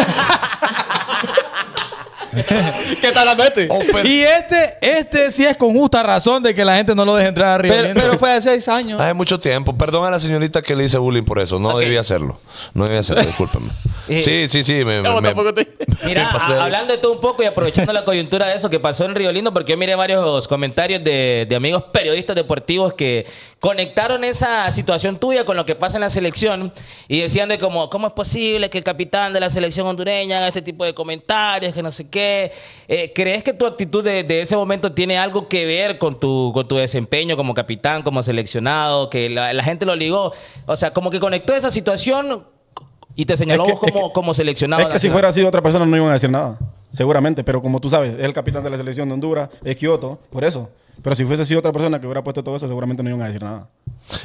S3: ¿Qué tal la mete?
S1: O per-
S5: Y este, este sí es con justa razón de que la gente no lo deje entrar a Río
S3: Pero,
S5: Lindo.
S3: pero fue hace seis años.
S1: Hace mucho tiempo. Perdón a la señorita que le hice bullying por eso. No
S4: Ok.
S1: debía hacerlo. No debía hacerlo, discúlpeme.
S4: Eh.
S1: sí, sí, sí. Me, me- me-
S4: Mira,
S1: me pasé.
S4: a- hablando de todo un poco y aprovechando la coyuntura de eso que pasó en Río Lindo, porque yo miré varios comentarios de, de amigos periodistas deportivos que conectaron esa situación tuya con lo que pasa en la selección y decían de como, ¿cómo es posible que el capitán de la selección hondureña haga este tipo de comentarios, que no sé qué? Eh, ¿Crees que tu actitud de, de ese momento tiene algo que ver con tu, con tu desempeño como capitán, como seleccionado, que la, la gente lo ligó? O sea, como que conectó esa situación... Y te señaló
S7: Es que-
S4: vos como,
S7: es que-
S4: como seleccionado.
S7: Es que si
S4: nacional.
S7: fuera así otra persona no iban a decir nada, seguramente, pero como tú sabes, es el capitán de la selección de Honduras, es Kioto, por eso. Pero si fuese así otra persona que hubiera puesto todo eso, seguramente no iban a decir nada.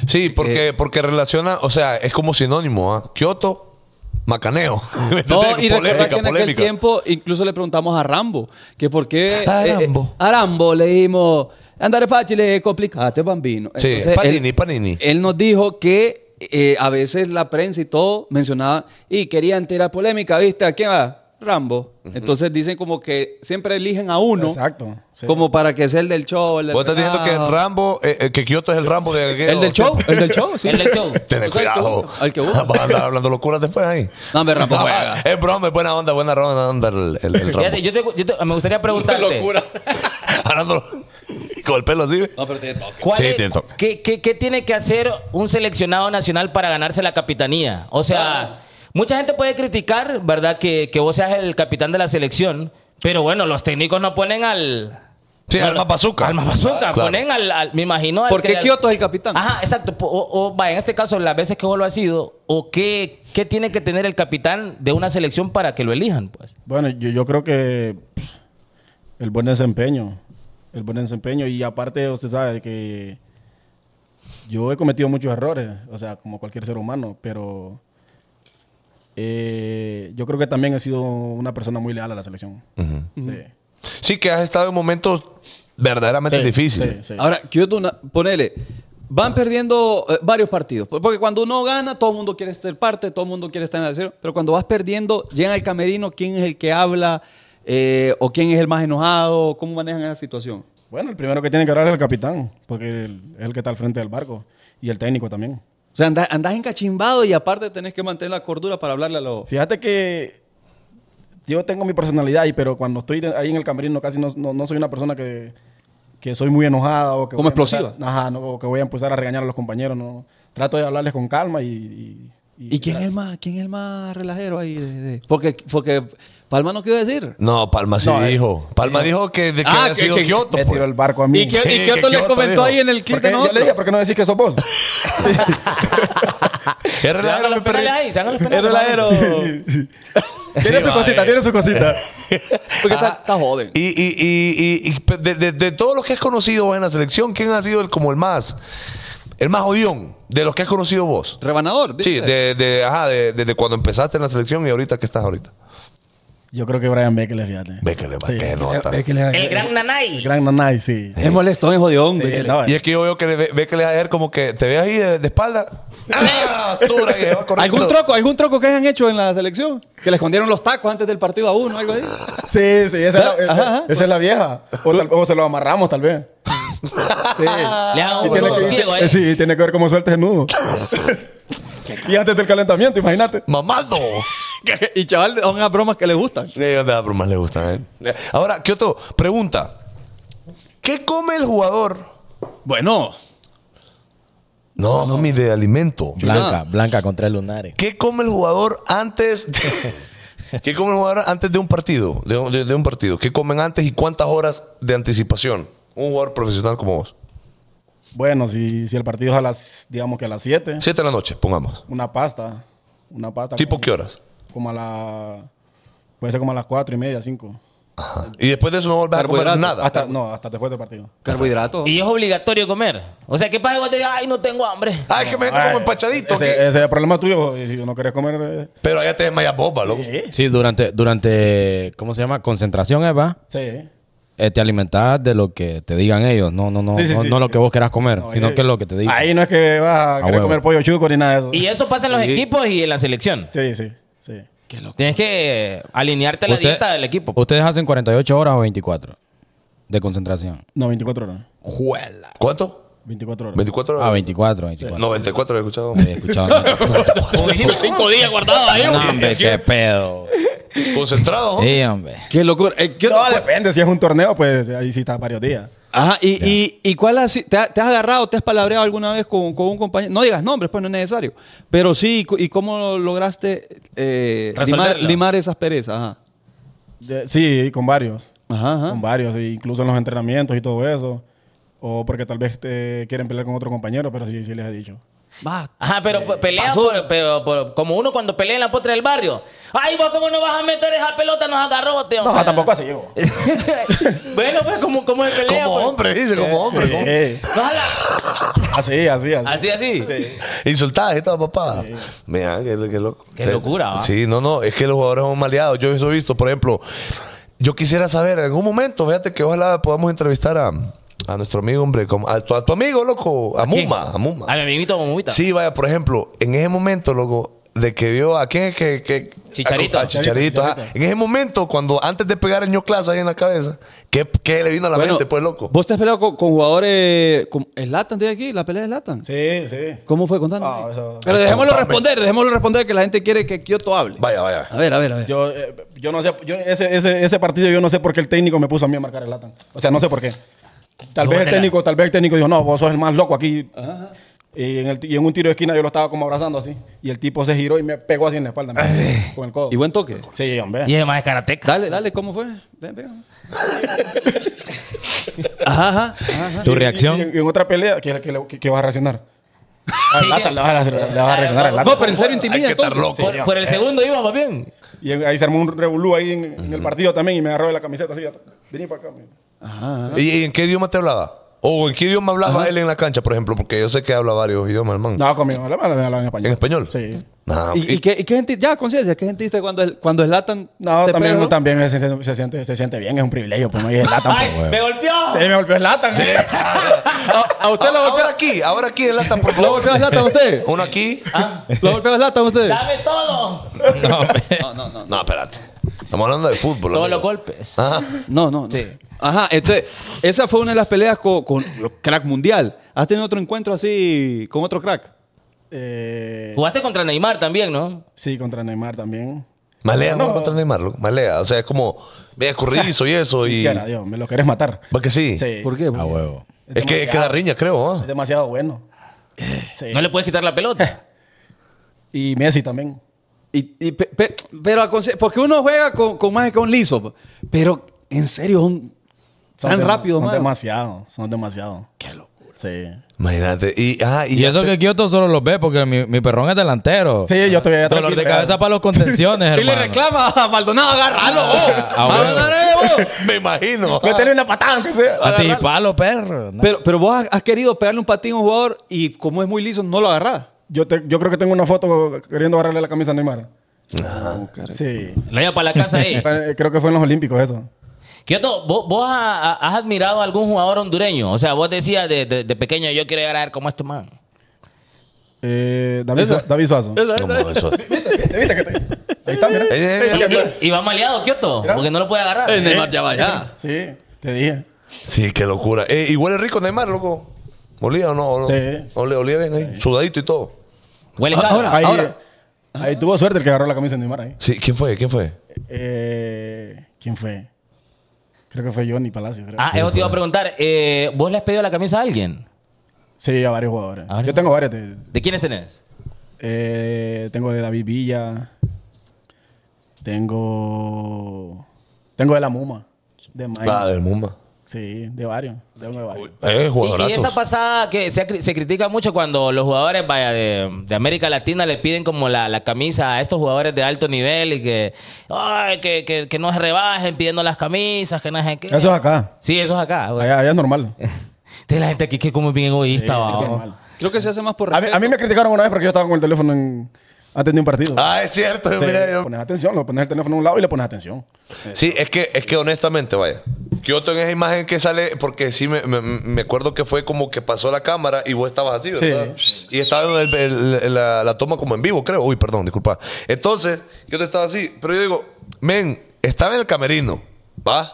S1: Sí,
S3: Eh.
S1: porque, porque relaciona, o sea, es como sinónimo, ¿ah? Kioto, macaneo. ¿Me
S3: No,
S1: entendés?
S3: y recordar que en aquel
S1: polémica.
S3: tiempo incluso le preguntamos a Rambo que por qué
S1: A
S3: eh, eh,
S1: Rambo.
S3: a Rambo le dijimos andare facile, complicate bambino.
S1: Sí,
S3: Entonces,
S1: Panini,
S3: él,
S1: Panini.
S3: Él nos dijo que eh, a veces la prensa y todo mencionaba y querían tirar polémica, ¿viste? ¿A quién va? Rambo. Entonces dicen como que siempre eligen a uno
S7: Exacto. sí.
S3: como para que sea el del show, el del
S1: Vos estás diciendo que
S3: relajo.
S1: Rambo, eh, eh, que Kioto es el Rambo de aquel-
S3: el del show, el del show, sí.
S4: El del show.
S1: Tenés
S3: O sea, el que
S1: cuidado.
S3: uno, al que uno.
S1: Vas a andar hablando locuras después ahí.
S3: No, hombre, Rambo juega.
S1: Es broma, es buena onda, buena onda el, el, el Rambo.
S4: Fíjate, yo te- yo te- me gustaría preguntarte.
S1: Hablando con el pelo así.
S3: No, pero tiene toque.
S4: ¿cuál
S1: Sí,
S4: es-
S1: tiene toque.
S4: qué, qué- qué tiene que hacer un seleccionado nacional para ganarse la capitanía? O sea, mucha gente puede criticar, ¿verdad? Que, que vos seas el capitán de la selección. Pero bueno, los técnicos no ponen al.
S1: Sí,
S4: no,
S1: al más bazooka.
S4: Al más bazooka.
S1: Claro.
S4: Ponen al, al- Me imagino. al
S3: ¿Por
S4: que-
S3: qué Kioto es el capitán?
S4: Ajá, exacto. Po- O, o, vaya, en este caso, las veces que vos lo has sido, ¿o qué, qué tiene que tener el capitán de una selección para que lo elijan? Pues.
S7: Bueno, yo, yo creo que pff, el buen desempeño. El buen desempeño. Y aparte, usted sabe que yo he cometido muchos errores, o sea, como cualquier ser humano, pero eh, yo creo que también he sido una persona muy leal a la selección. Sí.
S1: Sí, que has estado en momentos verdaderamente
S7: Sí,
S1: difíciles.
S7: sí, sí.
S3: Ahora, Kioto, una- ponele, van perdiendo eh, varios partidos. Por- Porque cuando uno gana, todo el mundo quiere ser parte, todo el mundo quiere estar en el cero. Pero cuando vas perdiendo, llegan al camerino, ¿quién es el que habla? Eh, ¿O quién es el más enojado? ¿Cómo manejan esa situación?
S7: Bueno, el primero que tiene que hablar es el capitán, porque él es el que está al frente del barco. Y el técnico también.
S3: O sea, andás, andás encachimbado y aparte tenés que mantener la cordura para hablarle a los...
S7: Fíjate que yo tengo mi personalidad ahí, pero cuando estoy de- ahí en el camerino casi no, no- no soy una persona que, que soy muy enojada o que...
S3: Como
S7: voy a empezar-
S3: explosiva.
S7: ajá, no, o que voy a empezar a regañar a los compañeros. No, trato de hablarles con calma y... y- y-
S3: ¿Y quién es el más, quién es el más relajero ahí? de- de- Porque, porque Palma no quiere decir.
S1: No, Palma sí
S7: No, eh,
S1: dijo. Palma dijo que, de, que
S3: Ah,
S1: había
S3: que-
S1: sido
S3: que-
S1: Kioto.
S7: Me
S1: pues.
S7: tiró el barco a mí.
S3: ¿Y qué,
S1: Sí,
S3: y qué
S1: que
S3: otro le
S1: Kioto
S3: comentó
S1: dijo.
S3: ahí en el clip
S7: Porque
S3: de
S7: yo le
S3: nosotros?
S7: dije, ¿por qué no decís que sos vos?
S1: Es
S4: Se hagan
S1: relajero,
S4: los
S1: mi perrito.
S4: penales ahí, se hagan los
S3: Es
S4: penales.
S3: relajero.
S7: tiene
S1: Sí,
S7: su
S1: va,
S7: cosita,
S1: eh.
S7: tiene su cosita.
S3: Porque está, está joven.
S1: Y, y, y, y- y de, de- de todos los que has conocido en la selección, ¿quién ha sido el, como el más, el más odión de los que has conocido vos?
S3: Rebanador.
S1: Sí,
S3: dice.
S1: de, de- ajá, de- desde cuando empezaste en la selección y ahorita que estás ahorita.
S7: Yo creo que Brian Beckler, fíjate.
S1: Ve que le va,
S7: Sí.
S1: que nota.
S4: El gran
S7: El
S4: Nanay.
S7: gran Nanay, sí.
S3: Es molestón, es jodión.
S7: Sí,
S3: Beckler.
S7: no,
S1: Y es que yo veo que le, ve, ve que le va a ver como que te ve ahí de, de espalda. ¡Ah! basura! que va corriendo.
S3: ¿Algún troco, ¿Algún troco que hayan hecho en la selección? Que le escondieron los tacos antes del partido a uno, algo así.
S7: Sí, sí, esa, es la,
S3: Ajá, ajá.
S7: esa es la vieja. O, tal- o se lo amarramos, tal vez. Sí.
S4: Le hagan
S7: Y
S4: un
S7: tiene,
S4: juego
S7: que,
S4: ciego,
S7: eh,
S4: eh.
S7: sí, tiene que ver cómo sueltes el nudo. y antes del calentamiento, imagínate.
S1: ¡Mamado!
S3: y chaval, son las bromas que le gustan.
S1: Sí, yo te da bromas le gustan. ¿eh? Ahora, Kioto, pregunta. ¿Qué come el jugador?
S3: Bueno,
S1: No, mami, de alimento.
S8: Blanca, blanca con tres lunares.
S1: ¿Qué come el jugador antes de, ¿Qué come el jugador antes de un partido? De, un- de- de un partido. ¿Qué comen antes y cuántas horas de anticipación? Un jugador profesional como vos.
S7: Bueno, si, si el partido es a las, digamos que a las 7,
S1: Siete de la noche, pongamos.
S7: una pasta. Una pasta.
S1: ¿Tipo
S7: como-
S1: qué horas?
S7: Como a la. Puede ser como a las 4 y media, 5.
S1: Ajá. Y después de eso no volvés a comer
S3: Carbohidrato.
S1: Ah, nada.
S7: Hasta, no, hasta después del partido.
S3: carbohidratos.
S4: Y es obligatorio comer. O sea, ¿qué pasa cuando te digas, ay, no tengo hambre?
S1: Ah, es que me siento
S7: Ay,
S1: como empachadito.
S7: Ese,
S1: que-
S7: ese es el problema tuyo. y Si no querés comer. eh,
S1: Pero allá te desmayas boba, loco.
S8: Sí, durante, durante, ¿cómo se llama? Concentración, Eva.
S7: Sí.
S8: eh, te alimentás de lo que te digan ellos. No, no, no.
S7: Sí, sí,
S8: no,
S7: sí.
S8: no lo que vos querás comer,
S7: No,
S8: sino
S7: eh,
S8: que lo que te dicen.
S7: Ahí no es que vas a querer
S8: huevo.
S7: comer pollo chuco ni nada de eso.
S4: Y eso pasa en los equipos y en la selección.
S7: Sí, sí, sí.
S4: Tienes que alinearte a la
S8: Usted-
S4: dieta del equipo.
S8: Ustedes hacen 48 horas o 24 de concentración.
S7: No, 24 horas.
S1: ¿Cuánto?
S7: 24 horas.
S1: ¿24 horas?
S8: Ah, 24, 24.
S1: 94 he escuchado.
S8: He escuchado.
S4: Imagino cinco días guardado ahí.
S8: no, hombre, qué pedo.
S1: Concentrado. ¿no?
S8: Sí, hombre.
S3: Qué locura. Eh, ¿qué
S7: No,
S3: otro-
S7: depende. Si es un torneo, pues ahí sí estás varios días.
S3: Ajá, y, y, y cuál ha si- te, ha- te has agarrado, te has palabreado alguna vez con, con un compañero? No digas nombres, pues no es necesario. Pero sí, cu- ¿y cómo lograste eh, limar,
S4: Resolverlo.
S3: limar esas perezas? Ajá.
S7: De- sí, con varios.
S3: Ajá, ajá.
S7: Con varios, e incluso en los entrenamientos y todo eso. O porque tal vez te quieren pelear con otro compañero, pero sí, sí les he dicho.
S3: Va.
S4: Ajá,
S7: Eh,
S4: pero pe- pelea
S3: pasó.
S4: por- pero por- como uno cuando pelea en la potra del barrio. Ay, vos cómo no vas a meter esa pelota, nos agarró, tío.
S7: No, tampoco así, yo.
S4: bueno, pues como, como se pelea.
S1: Como
S4: pues.
S1: hombre, dice, como hombre. como-
S7: Eh,
S4: No, jala.
S7: así, así, así.
S4: Así, así.
S1: Insultada, esta papá. Mira, qué, qué loco.
S4: Qué locura, ¿va?
S1: Sí, no, no, es que los jugadores son maleados. Yo eso he visto, por ejemplo, yo quisiera saber, en algún momento, fíjate que ojalá podamos entrevistar a, a nuestro amigo, hombre, como- a, tu, a tu amigo, loco, a, Muma, a Muma.
S4: A mi amiguito como Mumita.
S1: Sí, vaya, por ejemplo, en ese momento, loco, de que vio a quién es que. que-
S4: Chicharito.
S1: a- a Chicharito, ajá. En ese momento, cuando antes de pegar el ñoclazo ahí en la cabeza, ¿qué, qué le vino a la
S3: Bueno,
S1: mente, pues, loco?
S3: ¿Vos te has peleado con, con jugadores. Con, ¿El Latan de aquí? ¿La pelea de Latan?
S7: Sí, sí.
S3: ¿Cómo fue? Contanos.
S7: Ah, eso-
S3: Pero dejémoslo
S1: Contame.
S3: responder, dejémoslo responder que la gente quiere que Kioto hable.
S1: Vaya, vaya.
S3: A ver, a ver, a ver.
S7: Yo, eh, yo no sé, yo, ese, ese, ese partido yo no sé por qué el técnico me puso a mí a marcar el latan. O sea, no sé por qué. Tal vez el
S4: Lógatela.
S7: técnico, tal vez el técnico dijo, no, vos sos el más loco aquí. Y en, el, y en un tiro de esquina yo lo estaba como abrazando así. Y el tipo se giró y me pegó así en la espalda. me- con el codo.
S3: ¿Y buen toque?
S7: Sí, hombre.
S4: Y además es karateca.
S3: Dale, dale, ¿cómo fue? Ven, ven. ajá, ajá, ajá.
S8: ¿Tu
S7: Y- y-
S8: reacción?
S7: Y, en otra pelea, ¿qué, qué, le- qué- qué vas a reaccionar? Al Latan le vas a, re- le vas a reaccionar al Latan.
S3: No, pero en serio
S1: Hay
S3: intimida
S1: que estar
S3: entonces.
S1: loco. Eh.
S4: Por, por el segundo íbamos bien.
S7: Y en- ahí se armó un revolú ahí en, en el partido también y me agarró de la camiseta así. Vení para acá. mira.
S1: ¿Y, y en qué idioma te hablaba? ¿O en qué idioma hablaba él en la cancha, por ejemplo? Porque yo sé que habla varios idiomas, hermano.
S7: No, conmigo. Hablaba hablaba en
S1: ¿En
S7: español.
S1: español?
S7: Sí.
S1: Ah,
S3: ¿Y, y qué, y qué gente, ya, conciencia, qué gente dice cuando, el- cuando Zlatan
S7: No,
S3: te
S7: también,
S3: pega, ¿no?
S7: también se, se- se siente, se siente bien, es un privilegio, pues no dije lata.
S4: ¡Ay,
S1: eh.
S4: me golpeó!
S7: Sí, me golpeó el lata.
S3: ¿A, a usted lo
S1: Ah, ahora
S3: golpea,
S1: aquí, ahora aquí el lata, por
S3: lo
S1: favor.
S3: golpea Zlatan a usted?
S1: Uno aquí.
S3: ¿Lo golpea Zlatan a usted?
S4: ¡Dame todo!
S1: No, espérate. Estamos hablando de fútbol.
S4: Todos
S1: amigo. Ah,
S4: los golpes.
S1: Ajá.
S3: No, no. no.
S4: Sí.
S3: Ajá, entonces, esa fue una de las peleas co- con, los crack mundial. ¿Has tenido otro encuentro así con otro crack?
S7: Eh,
S4: Jugaste contra Neymar también, ¿no?
S7: sí, contra Neymar también.
S1: Malea, no, contra Neymar, loco. malea. O sea, es como, ve escurridizo y eso.
S7: Y
S1: Y...
S7: quiera, Dios, me lo querés matar.
S1: ¿Va que sí?
S7: Sí.
S3: ¿Por qué?
S5: A huevo.
S1: Es que, es que
S7: demasiado-
S1: la riña, creo. ¿ah?
S7: Es demasiado bueno. Sí.
S4: No le puedes quitar la pelota.
S7: Y Messi también.
S3: Y- y pe- pe- pero a conse- porque uno juega con, con más que con liso. po. Pero en serio, un-
S7: Son
S3: tan
S7: dem-
S3: rápido,
S7: Son
S3: mano.
S7: demasiado, son demasiado. Qué locura. Sí.
S1: Imagínate. Y, ajá, y,
S5: Y eso que Kioto solo los ve porque mi, mi perrón es delantero.
S7: Sí, yo estoy ya
S5: Dolor de
S7: tranquilo,
S5: cabeza
S7: ya.
S5: para los contenciones,
S3: Y le
S5: hermano. Ah,
S3: reclama a Maldonado, agárralo. oh.
S5: a
S3: vos.
S5: huevo.
S3: Maldonado, eh, vos.
S1: Me imagino.
S7: Métele una patada, aunque sea.
S5: Antipalo, perro. No.
S3: Pero, pero vos has- has querido pegarle un patín a un jugador y como es muy liso, no lo agarrás.
S7: Yo, te- yo creo que tengo una foto queriendo agarrarle la camisa a Neymar. Oh, Sí.
S4: Lo lleva para la casa ahí.
S7: Eh, Creo que fue en los Olímpicos eso.
S4: Kioto, ¿vos, vos ha- ha- has admirado a algún jugador hondureño? O sea, vos decías de, de- de pequeño, yo quiero llegar a ver cómo es tu man.
S7: Eh, David, Sua- David Suazo.
S1: ¿Cómo eso?
S7: ¿Te viste que te- Ahí está, mira.
S4: Y, y va maleado, Kioto, porque no lo puede agarrar.
S3: Eh, Neymar ya va ya. Ah,
S7: Sí, te dije.
S1: Sí, qué locura. Eh, y huele rico Neymar, loco. ¿Olía o no? ¿O no?
S7: Sí.
S1: Ole- olía bien ahí. Sudadito y todo.
S4: Huele
S3: Ah, Ahora,
S4: caro.
S7: Ahí,
S3: ahora.
S7: ahí tuvo suerte el que agarró la camisa de Neymar ahí.
S1: Sí, ¿quién fue? ¿Quién fue?
S7: Eh, ¿Quién fue? Creo que fue Johnny Palacio. creo.
S4: Ah, eso te iba a preguntar. eh, ¿Vos le has pedido la camisa a alguien?
S7: Sí, a varios jugadores.
S3: Ah,
S4: ¿A varios?
S7: Yo tengo varios. de-
S4: ¿De quiénes tenés?
S7: eh, tengo de David Villa. Tengo. Tengo de la Muma. De Mike.
S1: Ah, del Mumba.
S7: Sí, de varios. Tengo de varios.
S1: Eh,
S4: Y- Y, esa
S1: jugadorazos.
S4: pasada que se, ha cri- se critica mucho cuando los jugadores vaya, de, de América Latina le piden como la, la camisa a estos jugadores de alto nivel y que, ay, que, que, que no se rebajen pidiendo las camisas, que no sé qué.
S7: Eso es acá.
S4: Sí, eso es acá. güey.
S7: Allá, allá es normal.
S4: Entonces la gente aquí que como es bien egoísta,
S7: Sí,
S4: va.
S7: es normal.
S3: Creo que se hace más por
S7: A mí, a mí me criticaron una vez porque yo estaba con el teléfono en, antes de un partido.
S1: Ah, es cierto.
S7: Sí,
S1: mira, yo-
S7: Pones atención, lo pones el teléfono a un lado y le pones atención.
S1: Sí, es que, es que honestamente, vaya. Kioto en esa imagen que sale, porque sí me, me- me acuerdo que fue como que pasó la cámara y vos estabas así, ¿verdad? Y estaba en el- el- la, la toma como en vivo, creo. Uy, perdón, disculpa. Entonces, yo te estaba así, pero yo digo, men, estaba en el camerino, ¿va?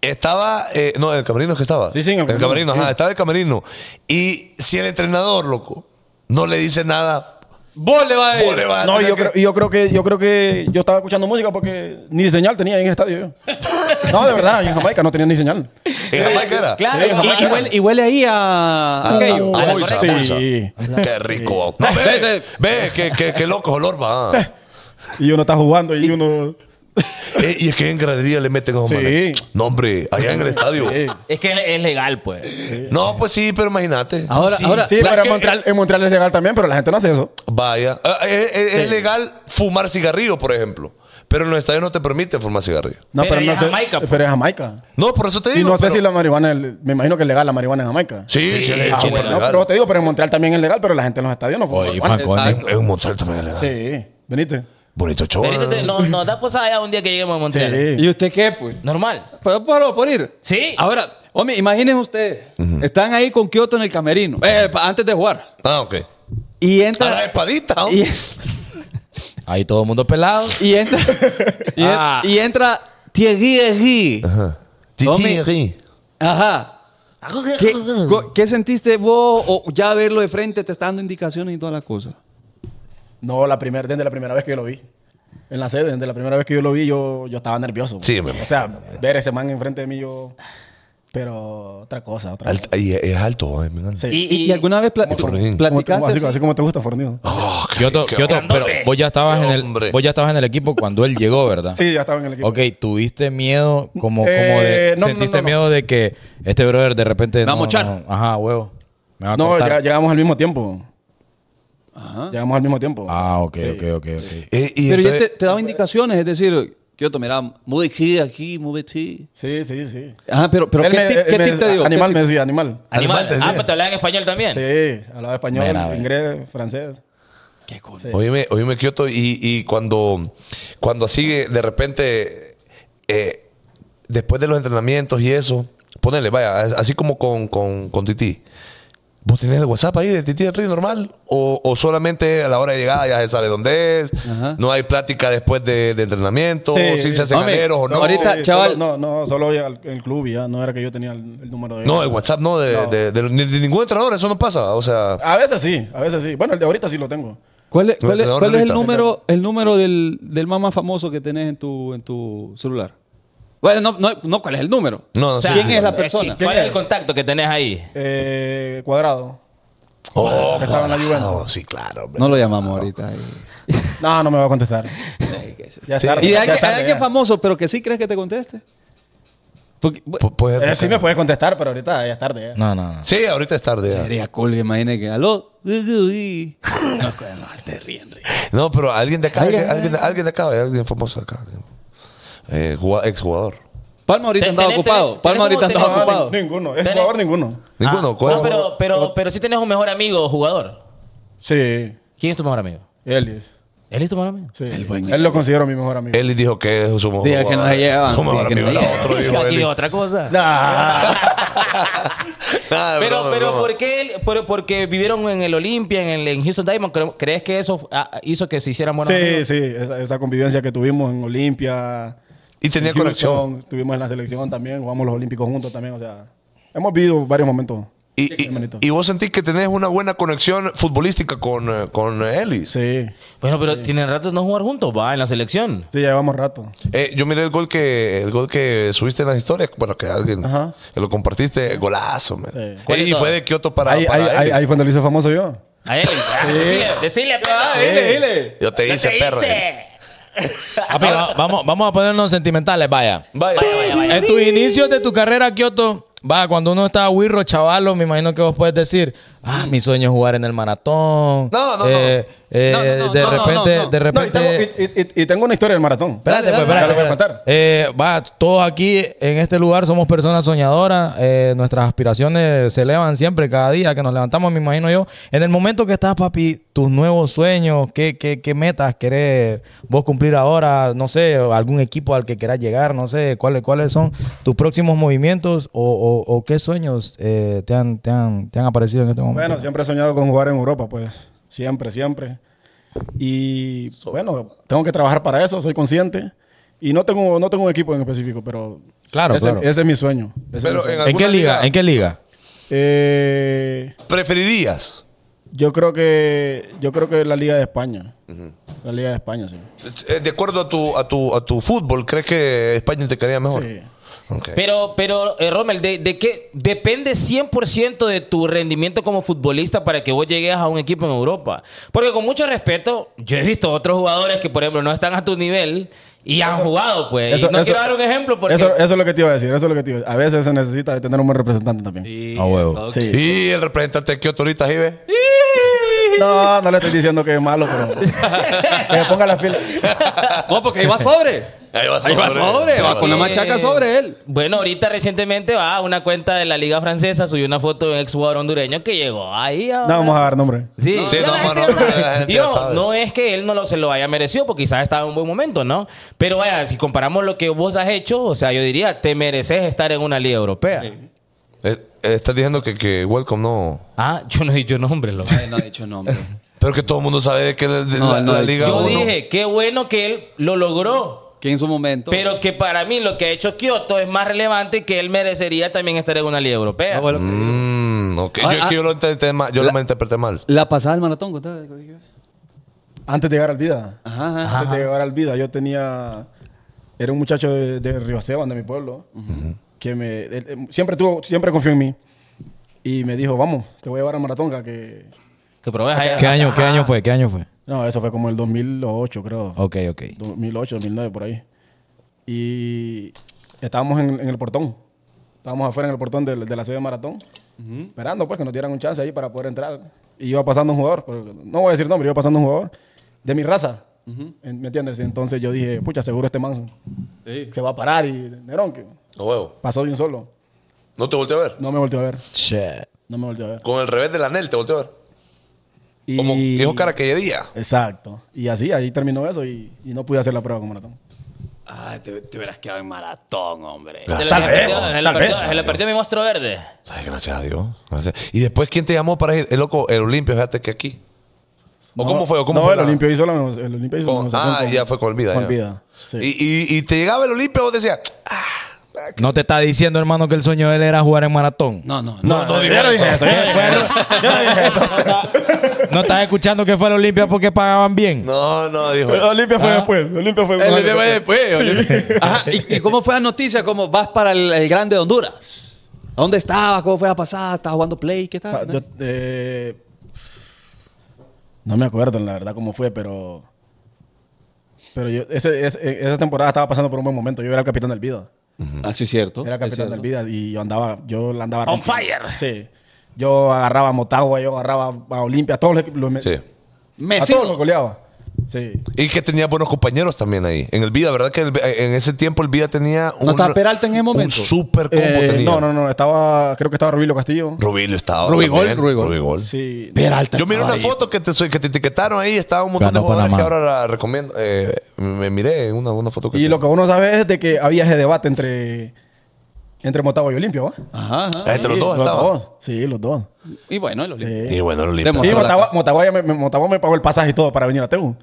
S1: Estaba, eh, no, en el camerino es que estaba.
S7: Sí, sí, en el
S1: el
S7: camerino,
S1: camerino. ajá,
S7: sí.
S1: estaba en el camerino. Y si el entrenador, loco, no le dice nada, vos le vas a Vos le vas a
S7: No,
S1: tener
S7: yo
S1: que-
S7: creo, yo creo que yo creo que yo estaba escuchando música porque ni señal tenía en el estadio yo. No, de verdad, en Jamaica no tenía ni señal.
S1: En Jamaica era.
S4: Claro,
S7: Sí,
S4: va.
S7: jamás.
S3: Y huele, y huele ahí a.
S1: Ah,
S3: aquello.
S1: ah,
S4: A la
S1: bolsa,
S4: correcta.
S1: bolsa.
S7: Sí.
S1: Qué rico. No, ve, ve, ve, qué, qué, qué loco olor va. Ah.
S7: Y uno está jugando y uno
S1: Eh, y es que en gradería le meten a los
S7: Sí.
S1: manes. No, hombre, allá en el estadio.
S4: Es que es legal, pues.
S1: No, pues sí, pero imagínate.
S3: Ahora, ahora.
S7: Sí,
S3: la-
S7: pero en
S3: que-
S7: Montreal, en Montreal es legal también, pero la gente no hace eso.
S1: Vaya. Ah, eh, eh, Es, legal fumar cigarrillo, por ejemplo. Pero en los estadios no te permite fumar cigarrillo.
S7: No,
S4: Pero
S7: pero,
S4: ahí
S7: no
S4: es
S7: sé-
S4: Jamaica, pues.
S7: Pero es Jamaica.
S1: No, por eso te
S7: Y
S1: digo.
S7: no sé
S1: pero-
S7: si la marihuana, es- me imagino que es legal la marihuana en Jamaica.
S1: Sí, sí, es
S4: ah,
S7: Ah,
S1: súper
S7: bueno,
S4: legal.
S7: no, pero te digo, pero en Montreal también es legal, pero la gente en los estadios no fuma
S5: Oye,
S7: marihuana.
S5: Facón,
S1: Es- Es un montón también es legal.
S7: Sí, veniste.
S1: Bonito show.
S4: Pero entonces, no- nos da posada ya un día que lleguemos a Montreal.
S7: Sí. Ah,
S3: ¿Y usted qué, pues?
S4: Normal.
S3: Pero por, por ir.
S4: Sí.
S3: Ahora, hombre, imagínense ustedes. Están ahí con Kioto en el camerino. eh, pa- antes de jugar.
S1: Ah, ok.
S3: Y
S1: A la
S3: entra.
S1: espadita. ¿no?
S3: Y,
S5: Ahí todo el mundo pelado.
S3: y entra. y, en-
S5: Ah.
S3: y entra. Thierry Henry.
S1: Ajá.
S3: Homie.
S1: Titi,
S3: Ajá. ¿Qué, co- qué sentiste vos o ya verlo de frente te está dando indicaciones y toda la cosa?
S7: No, la primera, desde la primera vez que yo lo vi. En la sede, desde la primera vez que yo lo vi, yo, yo estaba nervioso.
S1: Sí, me-
S7: O sea, ver ese man enfrente de mí, yo. Pero otra cosa, otra
S1: Alt-
S7: cosa.
S1: ahí es es alto. eh, me encanta.
S7: Sí.
S3: ¿Y, y alguna vez pla-
S1: Como Fornín.
S7: Como- como
S3: platicaste?
S7: así, así como te gusta, fornido.
S1: Oh, qué-
S5: Kioto,
S1: qué-
S5: Kioto, pero vos ya estabas en
S1: Hombre.
S5: el, vos ya estabas en el equipo cuando él llegó, ¿verdad?
S7: Sí, ya estaba en el equipo.
S5: Ok, tuviste miedo como, como
S7: Eh,
S5: de,
S7: no,
S5: sentiste
S7: no, no, no.
S5: miedo de que este brother de repente
S3: va a
S5: no,
S3: mochar.
S5: no, ajá, huevo. Me
S3: ah,
S5: va a
S7: No,
S5: cortar.
S7: ya- llegamos al mismo tiempo. Llegamos al mismo tiempo.
S5: Ah, ok,
S7: Sí.
S5: ok, ok, ok.
S1: Eh, y
S3: Pero ya
S1: entonces-
S3: te, te daba indicaciones, es decir, Kioto, mira, mueve aquí, aquí, mueve aquí.
S7: Sí, sí, sí.
S3: Ajá, pero, pero
S7: Él
S3: ¿qué,
S7: me-
S3: tip,
S7: él
S3: qué
S7: me
S3: tip
S7: decía-
S3: te dio?
S7: Animal,
S3: ¿Qué
S7: me
S3: tip?
S7: decía, animal.
S4: Animal.
S1: Animal,
S4: Ah,
S1: sí.
S4: pero te hablan en español también.
S7: Sí, hablaba español,
S5: Mira, ve.
S7: inglés, francés.
S3: Qué cool.
S1: Oíme, oíme, Kioto, y, y cuando, cuando así de repente, eh, después de los entrenamientos y eso, ponele, vaya, as- así como con, con, con Titi, ¿Vos tenés el WhatsApp ahí de Titi del Río normal? ¿O, o solamente a la hora de llegada ya se sabe dónde es? ¿No hay plática después de, de entrenamiento?
S7: Sí,
S1: ¿Si se hacen
S8: hombre,
S1: aleros o no?
S8: ahorita- chaval.
S7: No, no, solo voy al el club y ya. No era que yo tenía el, el número de
S1: No, el WhatsApp no, de,
S7: No. Ah,
S1: de- de- de- de ningún entrenador, eso no pasa. O sea,
S7: A veces sí, a veces sí. Bueno, el de ahorita sí lo tengo.
S3: ¿Cuál es,
S1: No,
S3: cuál es-
S1: senador
S3: cuál es el
S1: Rita.
S3: número, el número del, del más más famoso que tenés en tu, en tu celular? Bueno, no, no, no, ¿cuál es el número?
S1: no, no
S4: O sea,
S1: sé.
S3: ¿quién es la persona?
S4: que- ¿Cuál es el contacto que tenés ahí?
S7: Eh, cuadrado.
S1: Oh,
S7: Que estaba en la
S1: claro,
S7: Juventus.
S1: sí, claro. hombre.
S3: No lo llamamos ahorita. Y-
S7: No, no me va a contestar. ya
S1: Sí.
S7: está.
S3: ¿Y de alguien, hay alguien famoso, pero que sí crees que te conteste? Porque, bu-
S1: Pu- puede-
S7: Eh, sí me puede contestar, pero ahorita ya es tarde. ya.
S5: No, no, no.
S1: Sí, ahorita es tarde. ya.
S3: sería cool que imagine que, aló, uy, uy.
S1: No, pero alguien de acá,
S3: Alguien-
S1: alguien,
S7: eh.
S1: alguien, alguien de acá, alguien famoso de acá. Eh, jugador- exjugador.
S3: Palma ahorita
S4: Ten-
S3: andaba
S4: tenés-
S3: ocupado.
S4: tenés-
S3: Palma
S4: tenés
S3: ahorita
S4: como
S3: andaba
S4: tenés-
S3: ocupado.
S7: Ni- Ninguno, es
S4: Dale.
S7: jugador ninguno.
S1: Ninguno,
S4: Ah,
S1: ¿cuál?
S4: no, pero, pero, pero si tenés un mejor amigo o jugador.
S7: Sí,
S4: ¿Quién es tu mejor amigo?
S7: él es.
S4: ¿Él es tu mejor amigo?
S7: Sí. él lo considero mi mejor amigo.
S1: Él dijo que es su mejor
S3: Diga que no se llevan,
S1: Su mejor
S3: diga que
S1: amigo
S3: no
S1: era
S3: se
S1: otro, dijo
S4: Aquí
S1: Eli.
S4: otra cosa.
S7: Ah.
S1: Nada,
S4: Pero,
S1: broma,
S4: pero
S1: broma.
S4: ¿por qué él- pero porque vivieron en el Olimpia, en el en Houston Diamond? ¿cre- ¿Crees que eso ah, hizo que se hicieran buenos
S7: Sí,
S4: amigos?
S7: sí, esa, esa convivencia que tuvimos en Olimpia.
S1: Y tenía
S7: en Houston,
S1: conexión.
S7: Estuvimos en la selección también, jugamos los Olímpicos juntos también, o sea, hemos vivido varios momentos.
S1: Y, y-
S7: hermanito.
S1: y vos sentís que tenés una buena conexión futbolística con, eh, con Ellis.
S7: Sí,
S4: Bueno, pero tienen rato de no jugar juntos, va, en la selección.
S7: sí, ya llevamos rato.
S1: Eh, yo miré el gol que el gol que subiste en las historias, bueno, que alguien
S7: Ajá.
S1: que lo compartiste, golazo, man.
S7: Sí.
S1: Eh,
S4: ¿Cuál es
S1: y
S4: todo?
S1: fue de Kioto para,
S7: ahí,
S1: para
S7: ahí, ahí,
S1: Ellis.
S7: ahí fue donde lo hice famoso yo.
S4: A él. Ah, Decile, decile, perro.
S3: dile.
S1: Yo te
S4: Yo
S1: hice,
S4: te
S1: perro.
S4: hice.
S5: Ah, pero va- vamos, vamos a ponernos sentimentales, vaya.
S1: Vaya,
S4: Vaya, vaya, vaya.
S5: En tus inicios de tu carrera, Kioto, va, cuando uno está wirro, chavalo, me imagino que vos puedes decir, ah, mi sueño es jugar en el maratón.
S1: No, no, no.
S5: Eh, eh,
S3: No, no, no,
S5: de
S3: no, no,
S5: repente,
S3: no, no.
S5: de
S7: No, y,
S5: repente.
S7: tengo, y- y- y tengo una historia del maratón.
S5: Espérate,
S3: Dale,
S5: pues,
S7: dale,
S5: espérate,
S7: dale,
S5: espérate.
S7: dale.
S5: Eh, va, todos aquí en este lugar somos personas soñadoras. eh, nuestras aspiraciones se elevan siempre, cada día que nos levantamos, me imagino yo. En el momento que estás, papi, tus nuevos sueños, ¿qué, qué, qué metas querés vos cumplir ahora? No sé, algún equipo al que querás llegar, no sé, ¿cuáles, cuáles son tus próximos movimientos o, o- o qué sueños eh, te, han, te, han, te han aparecido en este momento?
S7: Bueno, siempre he soñado con jugar en Europa, pues. Siempre, siempre. Y bueno, tengo que trabajar para eso, soy consciente. Y no tengo, no tengo un equipo en específico, pero
S5: Claro,
S7: ese,
S5: claro.
S7: ese es mi sueño. Ese
S1: Pero
S7: es mi sueño.
S1: en
S5: ¿En qué
S1: alguna
S5: liga? ¿En qué liga?
S7: Eh,
S1: preferirías
S7: yo creo que yo creo que la Liga de España. La Liga de España, sí.
S1: eh, de acuerdo a tu a tu a tu fútbol, ¿crees que España te quedaría mejor?
S7: Sí.
S1: Ok.
S4: Pero, pero eh, Rommel, ¿de, de qué depende 100% de tu rendimiento como futbolista para que vos llegues a un equipo en Europa? Porque con mucho respeto, yo he visto otros jugadores que, por ejemplo, no están a tu nivel y han jugado, pues.
S7: Eso-
S4: y no
S7: eso-
S4: quiero dar un ejemplo porque...
S7: Eso, eso es lo que te iba a decir, eso es lo que te iba a decir. A veces se necesita de tener un buen representante también.
S5: A huevo.
S7: Sí.
S1: Y el representante de Kioto ahorita, Jive.
S7: No, no le estoy diciendo que es malo, pero que se ponga la fila.
S3: No, porque ahí va sobre.
S1: Ahí va
S3: Ahí va sobre, va con la
S4: Eh,
S3: machaca sobre él.
S4: Bueno, ahorita recientemente va a una cuenta de la Liga Francesa, subió una foto de un ex jugador hondureño que llegó ahí.
S7: No
S4: ahora.
S7: vamos a dar nombre.
S4: Sí,
S1: Sí,
S4: Ya
S1: no,
S4: la gente
S1: mano,
S4: ya sabe.
S1: la gente
S4: Y ojo,
S1: ya sabe.
S4: no es que él no lo, se lo haya merecido, porque quizás estaba en un buen momento, ¿no? Pero vaya, si comparamos lo que vos has hecho, o sea, yo diría, te mereces estar en una liga europea.
S1: Eh, eh, estás diciendo que, que Welcome no.
S4: Ah, yo no he dicho nombre, loco.
S3: no ha dicho nombre.
S1: Pero que todo el mundo sabe de que la, de
S3: No,
S1: la-
S3: no,
S1: la
S3: yo
S1: liga.
S4: Yo
S1: uno-
S4: dije, qué bueno que él lo logró,
S3: Que en su momento.
S4: pero que para mí lo que ha hecho Kioto es más relevante y que él merecería también estar en una liga europea.
S3: Ah, bueno.
S1: Mm, ok. Yo,
S3: Ah,
S1: es que
S3: ah.
S1: yo lo interpreté mal. Yo
S3: La-
S1: lo malinterpreté mal.
S3: La pasada del maratón, contá.
S7: Antes de llegar al vida.
S3: Ajá, ajá.
S7: Antes de llegar al vida, yo tenía. Era un muchacho de, de Río Esteban, de mi pueblo, que me. él- él siempre tuvo, siempre confió en mí. Y me dijo, vamos, te voy a llevar al maratón, ca, que.
S4: Que eh, probes allá.
S5: ¿Qué año, ¿Qué año fue? ¿Qué año fue?
S7: No, eso fue como el 2008, creo.
S5: Ok, ok.
S7: 2008, 2009, por ahí. Y estábamos en, en el portón. Estábamos afuera en el portón del- de, la sede de maratón. Esperando, pues, que nos dieran un chance ahí para poder entrar. Y iba pasando un jugador. pero no voy a decir nombre, iba pasando un jugador de mi raza. En- ¿Me entiendes? Entonces yo dije, pucha, seguro este manso se va a parar. Y Nerón, que
S1: No huevo.
S7: pasó de un solo.
S1: No te volteó a ver.
S7: No me volteó a ver.
S5: Shit.
S7: No me volteó a ver.
S1: Con el revés del anel te volteó a ver. Como
S7: Y...
S1: dijo cara que día.
S7: Exacto. Y así, ahí terminó eso y, y no pude hacer la prueba con maratón.
S8: Ay, te, te hubieras quedado en maratón, hombre.
S1: Ah,
S4: eh, Se le-
S3: eh.
S1: tal
S4: se le
S1: vez,
S4: perdió- se le
S1: tal
S4: perdió-
S1: vez.
S4: Se le perdió mi monstruo verde.
S1: Ay, gracias a Dios. Gracias. Y después, ¿quién te llamó para ir? El loco, el Olimpia, fíjate que aquí. ¿O cómo fue? ¿O cómo
S7: no,
S1: fue
S7: el
S1: la-
S7: Olimpia hizo la el Olimpia hizo la
S1: Con-
S7: negociación
S1: ah,
S7: con-
S1: ya fue con Olvida.
S7: con
S1: ya.
S7: Vida, sí.
S1: Y, y- y te llegaba el Olimpia, vos decías,
S5: No te está diciendo, hermano, que el sueño de él era jugar en maratón.
S8: No, no, no.
S1: no, no, digas
S7: yo no dije
S1: eso.
S7: eso. Yo no dije eso. Yo no dije eso.
S5: No estás escuchando que fue a la Olimpia porque pagaban bien.
S1: No, no, dijo. eso.
S7: Olimpia fue después. Olimpia fue
S8: El
S7: después.
S8: de después. oye. Ajá, ¿Y, y cómo fue la noticia? ¿Cómo vas para el, el Grande de Honduras? ¿Dónde estabas? ¿Cómo fue la pasada? ¿Estabas jugando play? ¿Qué
S7: Ta-
S8: tal?
S7: Ah, yo, eh, no me acuerdo, la verdad, cómo fue, pero. Pero yo, ese- ese- esa temporada estaba pasando por un buen momento. Yo era el capitán del Vida.
S8: Ah, sí, es cierto.
S7: Era
S8: Es
S7: capitán
S8: cierto.
S7: del Vida y yo andaba. Yo la andaba.
S4: On
S7: rompiendo.
S4: fire.
S7: Sí. Yo agarraba a Motagua, yo agarraba a Olimpia, a todos los equipos. los me-
S1: Sí.
S7: A
S8: Messi.
S7: todos los goleaba. Sí.
S1: Y que tenía buenos compañeros también ahí. En el Vida, ¿verdad? Que el- en ese tiempo el Vida tenía un.
S8: estaba Peralta en ese momento?
S1: Un super combo
S7: Eh,
S1: tenía.
S7: no, no, no. Estaba. Creo que estaba Rubilio Castillo.
S1: Rubilio estaba.
S8: Rubigol,
S1: también.
S8: Rubigol.
S1: Rubigol.
S7: Sí.
S8: Peralta.
S1: Yo miré una
S8: estaba ahí.
S1: foto que te, que te etiquetaron ahí, estaba un montón
S5: Ganó
S1: de jugadores
S5: Panamá.
S1: que ahora la recomiendo. Eh, me miré una, una foto que
S7: Y
S1: te-
S7: lo que uno sabe es de que había ese debate entre. Entre Motagua y Olimpia, ¿va?
S8: Ajá, ajá.
S1: Ah, Entre los
S7: Sí,
S1: dos estaban.
S7: Sí, los dos.
S8: Y bueno, el Olimpia.
S7: Sí.
S1: Y bueno, el
S8: Demo-
S1: Olimpia.
S7: Y
S8: Montagua-
S7: Motagua, Motagua ya me, me- Motagua me pagó el pasaje y todo para venir a Tegu.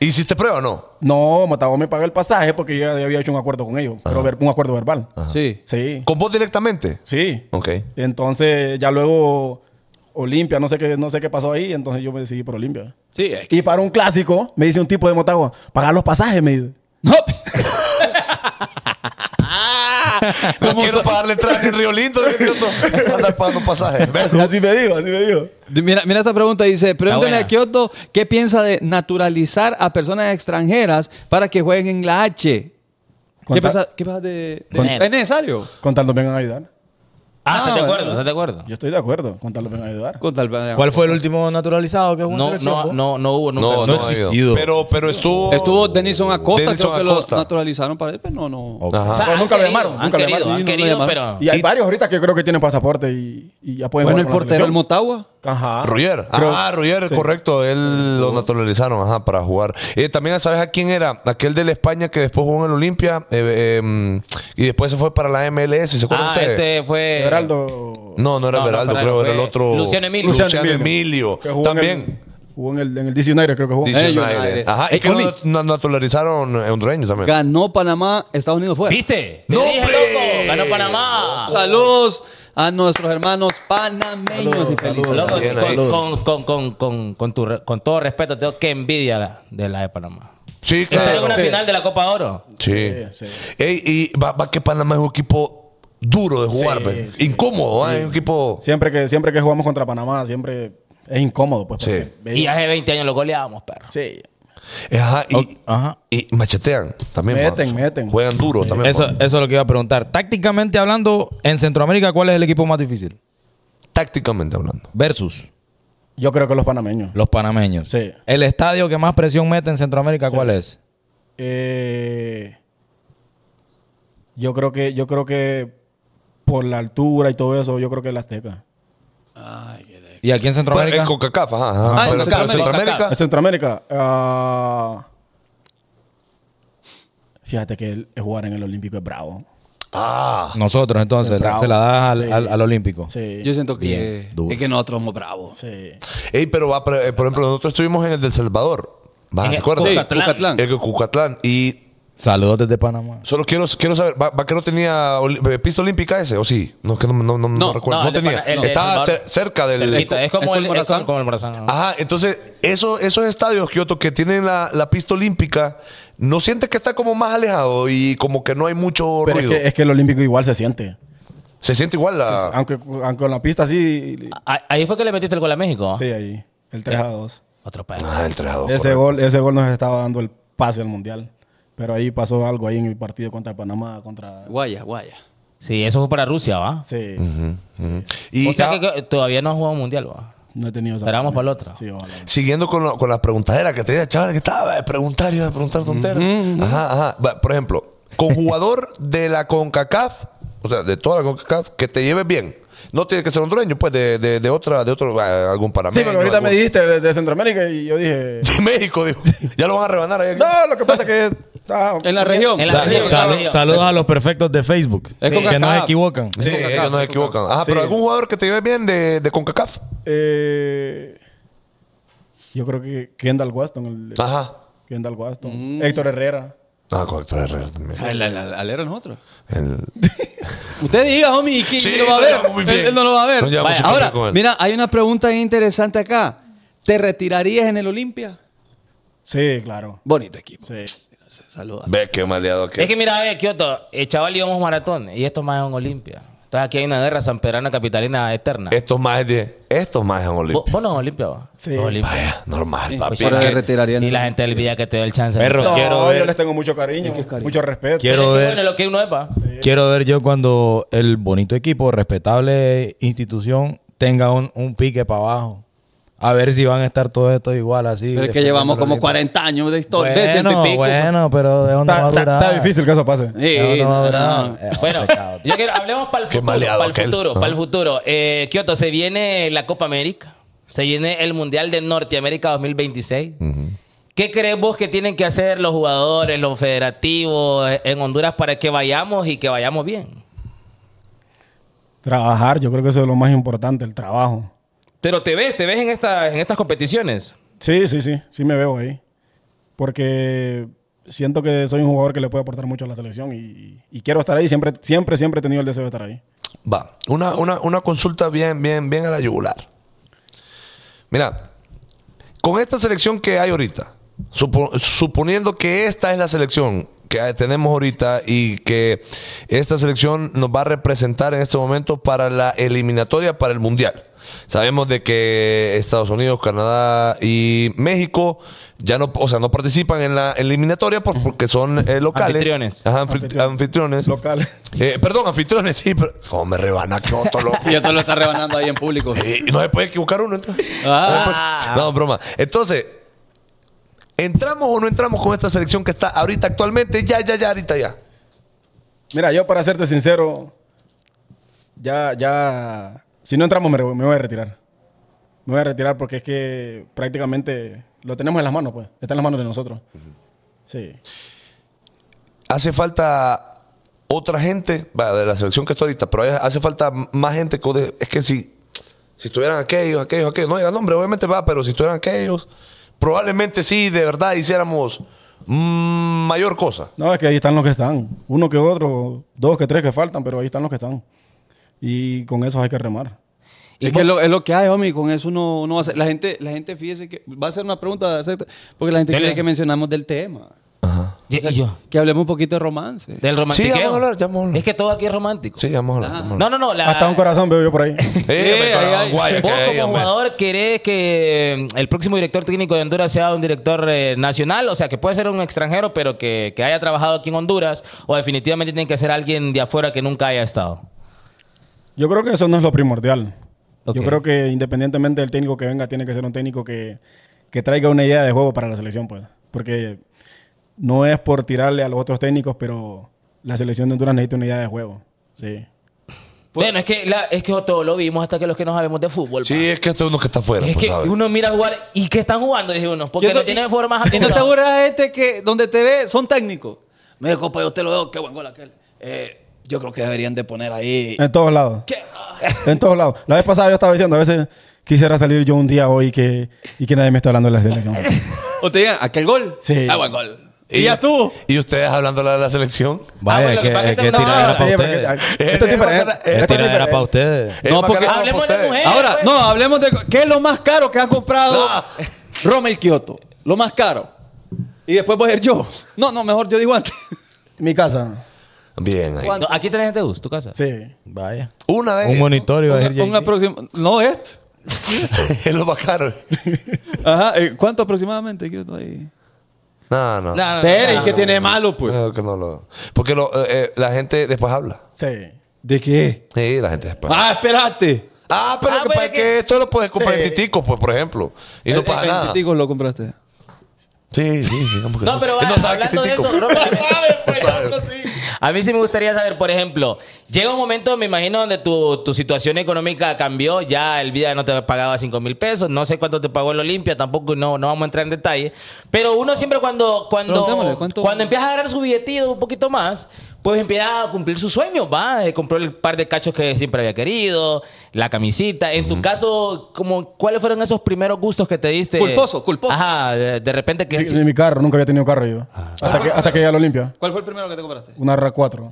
S1: ¿Hiciste prueba o no?
S7: No, Motagua me pagó el pasaje porque yo ya había hecho un acuerdo con ellos, pero ver- un acuerdo verbal.
S8: Sí.
S7: Sí,
S1: ¿Con vos directamente?
S7: sí.
S1: Ok.
S7: Entonces ya luego Olimpia, no sé qué, no sé qué pasó ahí, entonces yo me decidí por Olimpia.
S8: Sí, es que-
S7: Y para un clásico, me dice un tipo de Motagua, pagar los pasajes, me dice.
S8: No.
S1: No quiero pagarle traje en Río Lindo. yo quiero to- andar pagando pasajes. ¿Ves?
S7: Así me dijo, así me dijo.
S8: Mira, mira esta pregunta, dice, pregúntale
S4: buena.
S8: a Kioto qué piensa de naturalizar a personas extranjeras para que jueguen en la H. ¿Qué
S7: Conta-
S8: pasa, qué pasa de, de-
S7: Con-
S8: ¿Es necesario?
S7: Con tal nos vengan a ayudar.
S4: Ah, ¿estás de
S8: Ah,
S4: acuerdo?
S8: bueno.
S4: ¿Estás de acuerdo?
S7: Yo estoy de acuerdo, con tal nos vengan a ayudar.
S8: Con tal-
S5: ¿Cuál fue el último naturalizado que jugó en
S4: No,
S5: selección,
S4: no,
S5: vos?
S4: no, no hubo nunca.
S1: No, no,
S5: No
S1: ha
S5: existido.
S1: habido. Pero, pero estuvo.
S8: Estuvo Denison Acosta,
S1: Denison
S8: creo que
S1: Acosta.
S8: lo naturalizaron para él, pero no, no.
S1: Ajá.
S4: O sea,
S7: Pero
S4: han
S7: nunca lo
S4: querido,
S7: llamaron,
S4: Han
S7: nunca lo
S4: querido,
S7: llamaron.
S4: han
S8: Sí, no lo
S4: querido, pero...
S8: llamaron.
S7: Y hay varios ahorita que creo que tienen pasaporte y, y ya pueden
S8: Bueno, el
S7: jugar con la
S8: portero del
S7: selección.
S8: Motagua.
S7: Ajá.
S1: Roger. Ah, Roger, correcto. Él lo naturalizaron, ajá, para jugar. Eh, también, ¿sabes a quién era? Aquel de la España que después jugó en el Olimpia eh, eh, y después se fue para la MLS. ¿Se acuerdan
S4: Ah,
S1: ustedes?
S4: este fue...
S7: Geraldo.
S1: No, no era
S4: No, no,
S1: Beraldo,
S4: Ferrari,
S1: creo, era el
S4: fue
S1: otro.
S4: Luciano Emilio.
S1: Luciano
S7: Luciano
S1: Emilio.
S7: que jugó En
S1: También.
S7: el, jugó en el, en el DC United, creo que jugó.
S1: Dice
S8: Eh,
S1: United.
S8: United.
S1: Ajá, y
S8: Eh,
S1: que lo
S8: Oli.
S1: nat- lo naturalizaron hondureños también.
S8: Ganó Panamá, Estados Unidos fuera.
S4: ¿Viste?
S1: ¡No,
S4: ¡No, dije,
S1: hombre!
S4: loco! ¡Ganó Panamá!
S8: Saludos a nuestros hermanos panameños y felices.
S4: Loco,
S1: Bien ahí.
S4: con, con, con, con, con, tu re- con todo respeto, tengo que envidia de la de Panamá.
S1: Sí,
S4: Está en
S1: claro.
S4: una
S1: Sí.
S4: final de la Copa Oro.
S1: Ey, y va, va que Panamá es un equipo duro de jugar, ve. incómodo, ¿ah? es un equipo.
S7: Siempre que, siempre que jugamos contra Panamá, siempre es incómodo. Pues,
S1: Sí.
S7: porque ve-
S4: Y hace 20 años lo goleábamos, perro.
S7: sí.
S1: eh, Ajá, y,
S5: Ajá.
S1: y machetean también.
S7: Meten,
S1: ¿no?
S7: meten.
S1: Juegan duro también.
S5: Eso,
S3: pues,
S1: ¿no?
S5: eso es lo que iba a preguntar. Tácticamente hablando, en Centroamérica, ¿cuál es el equipo más difícil?
S1: Tácticamente hablando.
S5: Versus
S7: Yo creo que los panameños.
S5: los panameños.
S7: Sí.
S5: El estadio que más presión mete en Centroamérica, ¿cuál es?
S7: Eh, yo creo que, yo creo que por la altura y todo eso, yo creo que el Azteca.
S5: ¿Y aquí en
S1: Bueno,
S5: Centroamérica?
S1: en CONCACAF, ajá. ajá.
S8: Ah, en
S1: Pero- pero en
S8: Centroamérica.
S1: Centroamérica.
S7: En Centroamérica. ah, fíjate que el- jugar en el Olímpico es bravo.
S1: Ah,
S5: Nosotros, entonces,
S7: El
S5: la-
S7: Bravo.
S5: se la das al,
S7: Sí.
S5: al- al Olímpico.
S7: Sí.
S8: Yo siento
S5: Bien,
S8: que
S5: duro.
S8: es que nosotros somos bravos.
S7: sí.
S1: ey, pero va, pero, eh, por ejemplo, nosotros estuvimos en el del Salvador. ¿Vas
S4: En
S1: ¿Se
S4: el
S1: acuerdan?
S4: Cucatlán.
S8: Cucatlán.
S1: El de Cucatlán. Y
S5: Saludos desde Panamá.
S1: Solo quiero, quiero saber, ¿va, va que no tenía oli- eh, pista olímpica ese? ¿O sí? No, es que no, no, no, no
S8: No,
S1: recuerdo.
S4: no,
S1: No,
S4: el de
S1: tenía.
S4: Pana- el de
S1: Estaba
S4: Salvador.
S1: cer- cerca del...
S4: Cerquita. Es como el,
S8: ¿Es como el
S4: es como-
S8: Morazán?
S4: como el Morazán. ajá.
S1: Ajá, entonces esos, esos estadios, Kioto, que tienen la, la pista olímpica, ¿no sientes que está como más alejado y como que no hay mucho
S7: Pero es
S1: ruido? Ah.
S7: que, es que el Olímpico igual se siente.
S1: Se siente igual la...
S7: Aunque, aunque en la pista sí.
S4: Ah, Ahí fue que le metiste el gol a México. ¿ah?
S7: Sí, ahí. El 3 a 2.
S4: Otro perro.
S1: Ah, el trajado,
S7: Ese
S1: correcto.
S7: gol, ese gol nos estaba dando el pase al mundial. Pero ahí pasó algo ahí en el partido contra Panamá, contra.
S8: Guaya, guaya.
S4: Sí, eso fue para Rusia, ¿va?
S7: Sí,
S1: Y
S4: o sea
S1: ya,
S4: que, que todavía no ha jugado mundial, ¿va?
S7: no he tenido esa.
S4: Esperamos para el otro.
S7: Sí, ojalá.
S1: siguiendo con, lo- con las preguntaderas que tenía el chaval que estaba de preguntar y de preguntar tonteras. Ajá, ajá. Va, Por ejemplo, con jugador de la CONCACAF, o sea, de toda la CONCACAF, que te lleves bien. No tiene que ser hondureño, pues, de, de, de otra, de otro, ah, algún panameño.
S7: Sí, pero ahorita
S1: algún-
S7: me dijiste de, de Centroamérica y yo dije.
S1: Sí, México, dijo. Ya lo van a rebanar ahí.
S7: No, lo que pasa es que Ah,
S3: En la región.
S4: En la
S5: Sa-
S4: región,
S5: salu-
S4: la región.
S5: saludos a los perfectos de Facebook.
S3: Es con
S5: que no
S3: cacao.
S5: se equivocan.
S1: Sí, ellos no se equivocan. Ajá, pero algún jugador que te lleve bien de, de CONCACAF.
S7: Eh, yo creo que Kendall Waston. El,
S3: Ah.
S1: Ajá.
S7: Kendall Waston.
S3: Mm.
S7: Héctor Herrera.
S1: Ah, con Héctor Herrera también.
S3: Al, al- al- al era nosotros.
S1: El-
S3: Usted diga, homie, ¿quién
S1: Sí,
S3: lo va a
S1: no llevamos muy
S3: ver?
S1: bien.
S3: Él, él no lo va a ver.
S1: No llevamos
S3: Vaya,
S1: mucho
S3: ahora,
S1: tiempo con él.
S3: mira, hay una pregunta interesante acá. ¿Te retirarías en el Olimpia?
S7: Sí, claro.
S3: Bonito equipo.
S7: Sí.
S3: Se saluda.
S1: Ve qué maleado que.
S4: Es que mira, ve, Kioto, el chaval íbamos maratón y esto más es un Olimpia. Entonces aquí hay una guerra sanperana capitalina eterna.
S1: Estos más de. Estos más en
S4: ¿Vos,
S1: Olimpia.
S4: vos no es Olimpia, vos.
S7: Sí.
S4: Sos Olimpia.
S1: Vaya, normal,
S4: Pues
S1: papi.
S4: ya.
S3: Ahora
S1: Que-
S3: le retirarían.
S4: Y la gente del Villa que te dio el chance.
S5: Perro,
S4: No.
S5: quiero
S7: Yo
S5: ver.
S7: les tengo mucho cariño,
S3: cariño.
S7: mucho respeto.
S5: Quiero
S4: Pero es que,
S5: ver.
S4: bueno, lo que uno es, pa.
S5: Quiero ver yo cuando el bonito equipo, respetable institución, tenga un, un pique para abajo. A ver si van a estar todos estos igual así.
S3: Pero es que llevamos como 40 años de historia. de ciento y
S5: Bueno,
S3: pico.
S5: bueno, pero ¿de dónde va a
S7: Está,
S5: durar?
S7: está- está difícil que eso pase.
S3: Sí,
S5: ¿De dónde va a
S3: no,
S5: durar?
S3: no.
S5: Eh,
S4: Bueno,
S5: ese cabrón.
S4: yo quiero, hablemos para el
S1: Qué
S4: futuro.
S1: maleado
S4: Para el
S1: aquel.
S4: futuro,
S1: Ajá.
S4: para el futuro. Eh, Kioto, se viene la Copa América. Se viene el Mundial de Norteamérica 2026. ¿Qué crees vos que tienen que hacer los jugadores, los federativos eh, en Honduras para que vayamos y que vayamos bien?
S7: Trabajar, yo creo que eso es lo más importante, el trabajo.
S4: Pero te ves, te ves en, esta, en estas competiciones.
S7: Sí, sí, sí, sí me veo ahí. Porque siento que soy un jugador que le puede aportar mucho a la selección y, y quiero estar ahí. Siempre, siempre, siempre he tenido el deseo de estar ahí.
S1: Va, una, una, una consulta bien, bien, bien a la yugular. Mira, con esta selección que hay ahorita, supo- suponiendo que esta es la selección que tenemos ahorita y que esta selección nos va a representar en este momento para la eliminatoria para el Mundial. Sabemos de que Estados Unidos, Canadá y México ya no, o sea, no participan en la eliminatoria por- porque son eh, locales.
S4: Anfitriones.
S1: Ajá, anfitri- anfitriones.
S7: Local.
S1: Eh, perdón, anfitriones, sí, pero. ¿Cómo me rebana Kioto, loco?
S3: Y esto lo está rebanando ahí en público.
S1: Eh, y no se puede equivocar uno, entonces.
S3: Ah.
S1: No, pues- no, broma. Entonces, ¿entramos o no entramos con esta selección que está ahorita actualmente? Ya, ya, ya, ahorita ya.
S7: Mira, yo para serte sincero, ya, ya, si no entramos me, re- me voy a retirar. Me voy a retirar porque es que prácticamente lo tenemos en las manos, pues. Está en las manos de nosotros. Sí.
S1: Hace falta otra gente, va, de la selección que está ahorita, pero hace falta más gente. que de- Es que si, si estuvieran aquellos, aquellos, aquellos, no digan nombre, obviamente va, pero si estuvieran aquellos, probablemente sí, de verdad, hiciéramos mm, mayor cosa.
S7: No, es que ahí están los que están. Uno que otro, dos que tres que faltan, pero ahí están los que están. Y con eso hay que remar.
S3: Es que es lo, es lo que hay, homie. Con eso no, no va a ser- La gente, la gente, fíjese que va a ser una pregunta, acepta, porque la gente
S4: Dele.
S3: quiere que mencionamos del tema.
S4: Y, y yo,
S3: Que hablemos un poquito de romance.
S4: del romantiqueo.
S1: Sí, ya vamos a hablar, ya vamos a hablar.
S4: Es que todo aquí es romántico.
S1: Sí, vamos a hablar. vamos a hablar.
S4: No, no, no. la-
S7: Hasta un corazón veo yo por ahí.
S1: Eh,
S3: Eh,
S1: me
S3: ahí,
S1: paraba
S3: ahí.
S1: guaya que
S4: Vos
S1: hay,
S4: como
S1: hombre.
S4: jugador querés que mm, el próximo director técnico de Honduras sea un director eh, nacional, o sea, que puede ser un extranjero, pero que, que haya trabajado aquí en Honduras, o definitivamente tiene que ser alguien de afuera que nunca haya estado.
S7: Yo creo que eso no es lo primordial.
S4: Ok.
S7: Yo creo que independientemente del técnico que venga, tiene que ser un técnico que, que traiga una idea de juego para la selección, pues. Porque no es por tirarle a los otros técnicos, pero la selección de Honduras necesita una idea de juego. Sí.
S4: bueno, es que, la- es que todo lo vimos hasta que los que no sabemos de fútbol.
S1: Sí, es que este es uno que está
S4: pa.
S1: afuera.
S4: es
S1: pues,
S4: que
S1: ¿sabes?
S4: uno mira jugar y que están jugando, dije uno, porque
S3: Yo
S4: no
S3: y-
S4: tienen formas
S3: Y no te aburras a este que donde te ve son técnicos. Me dijo, compa, yo te lo veo, qué buen gol aquel. Eh, yo creo que deberían de poner ahí.
S4: Eh.
S7: En todos lados.
S3: ¿Qué?
S7: En todos lados. La vez pasada yo estaba diciendo, a veces quisiera salir yo un día hoy que, y que nadie me está hablando de la selección.
S3: O te digan, aquel gol.
S7: Sí.
S3: Ah, buen gol. Y, ya tú.
S1: Y ustedes hablando de la selección. Este
S5: Vaya,
S4: Ah, bueno, lo que
S5: que,
S4: pasa es
S5: es
S4: que
S5: que es
S4: no-
S5: tiradera
S4: Sí,
S5: para
S7: porque-
S5: ustedes.
S8: Este
S7: Esto es diferente.
S5: Es
S1: Esto es
S5: tiradera
S1: diferente.
S5: para ustedes.
S1: Es
S3: No,
S1: bacana
S3: porque-
S1: para
S4: Hablemos de
S1: ustedes.
S4: mujeres.
S3: Ahora,
S4: pues.
S3: no, hablemos de qué es lo más caro que ha comprado Rommel Kioto. Lo más caro. Y después voy a ir yo. No, no, mejor yo digo antes.
S7: Mi casa.
S1: Bien, ahí.
S4: No, aquí tenés gente gusto, tu casa.
S7: Sí.
S5: Vaya.
S1: Una de
S5: Un
S1: ellas.
S5: monitor iba a decir
S3: Una, una
S5: JT.
S3: próxima. No, este. esto.
S1: es lo más caro.
S3: Ajá. eh, ¿Cuánto aproximadamente Kioto ahí?
S1: No, no.
S4: No, no,
S3: Pero,
S4: no,
S3: ¿y qué
S4: no.
S3: tiene de malo, pues?
S1: No, que no lo- Porque lo- eh, eh, la gente después habla.
S7: Sí.
S3: ¿De qué?
S1: Sí, la gente después. Ah,
S3: Ah, espérate.
S1: pero
S4: Ah,
S1: lo que
S4: pues
S1: pasa
S4: es
S1: es
S4: que-
S1: que esto lo puedes comprar en
S7: Sí.
S1: Titicos, pues, por ejemplo. Y no
S3: Eh,
S1: pasa
S3: eh,
S1: nada.
S3: 20 ticos lo compraste.
S1: Sí, sí, digamos que
S4: No,
S1: sí.
S4: pero
S1: Él
S4: vaya,
S1: no sabe qué es
S4: hablando de
S1: Titico.
S4: eso, Robert, a mí sí me gustaría saber, por ejemplo, Llega un momento, me imagino, donde tu, tu situación económica cambió. Ya el vida no te pagaba 5 mil pesos. No sé cuánto te pagó el Olimpia, tampoco no, no vamos a entrar en detalle. Pero uno siempre cuando, cuando,
S3: Preguntémosle, ¿cuánto-
S4: cuando empieza a agarrar su billetito un poquito más, pues empieza a cumplir sus sueños, va. Eh, Compró el par de cachos que siempre había querido, la camisita. En tu caso, como, ¿cuáles fueron esos primeros gustos que te diste?
S3: Culposo, culposo.
S4: Ajá, de, de repente que...
S7: Ni, ni mi carro, nunca había tenido carro yo. Hasta, que, hasta que llegué a la Olimpia.
S3: ¿Cuál fue el primero que te compraste?
S7: Una RA4.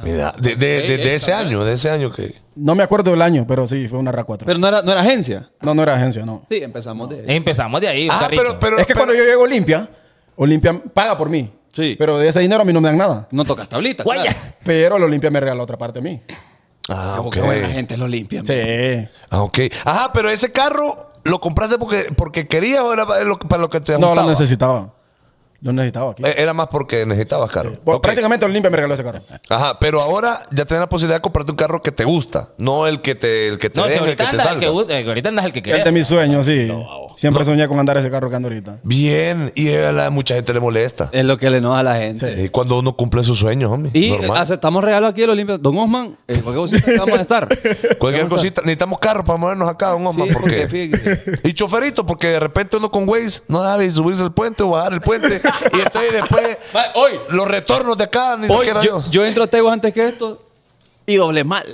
S1: Mira, de, de- de- de ese año, de ese año que.
S7: No me acuerdo del año, pero sí, fue una RA4.
S3: Pero no era, no era agencia.
S7: no, no era agencia, no.
S3: Sí, empezamos de
S4: Eh, Empezamos de ahí. un
S1: Ah,
S4: carrito.
S1: pero, pero,
S7: es que
S1: pero-
S7: cuando yo llego a Olimpia, Olimpia paga por mí.
S3: Sí.
S7: Pero de ese dinero a mí no me dan nada.
S3: No tocas tablita.
S4: Guaya.
S3: Claro.
S7: Pero la Olimpia me regala otra parte a mí.
S1: Ah, ok.
S3: Qué buena gente lo limpia.
S7: Sí.
S1: Ah, ok. Ajá, pero ese carro lo compraste porque, porque querías o era para lo, para lo que te
S7: No,
S1: gustaba.
S7: lo necesitaba. Lo necesitaba aquí.
S1: Eh, Era más porque necesitabas carro.
S7: Bueno,
S1: Ok.
S7: Prácticamente Olimpia me regaló ese carro.
S1: Ajá, pero ahora ya tienes la posibilidad de comprarte un carro que te gusta, no el que te el que te
S4: No, si
S1: deje, el
S4: ahorita,
S1: que te
S4: andas el
S1: salga.
S4: que, gu- eh, ahorita andas el que
S7: Es
S4: querés.
S7: de mis sueños, sí. Siempre soñé con andar ese carro que ando ahorita.
S1: Bien, y a la mucha gente le molesta.
S3: Es lo que le enoja a la gente.
S1: Eh, cuando uno cumple sus sueños, hombre.
S3: Y
S1: normal.
S3: aceptamos regalos aquí de los Olimpia. Don Osman, eh, ¿por qué vos siempre vamos a estar?
S1: Cualquier cosita, necesitamos carro para movernos acá, un hombre,
S3: Sí,
S1: porque.
S3: porque fíjate.
S1: y choferito, porque de repente uno con Waze no sabe si subirse el puente o bajar el puente. y entonces después
S3: Va, hoy.
S1: los retornos de acá ni
S3: Hoy,
S1: siquiera
S3: yo, yo entro a Tegu antes que esto y doble mal.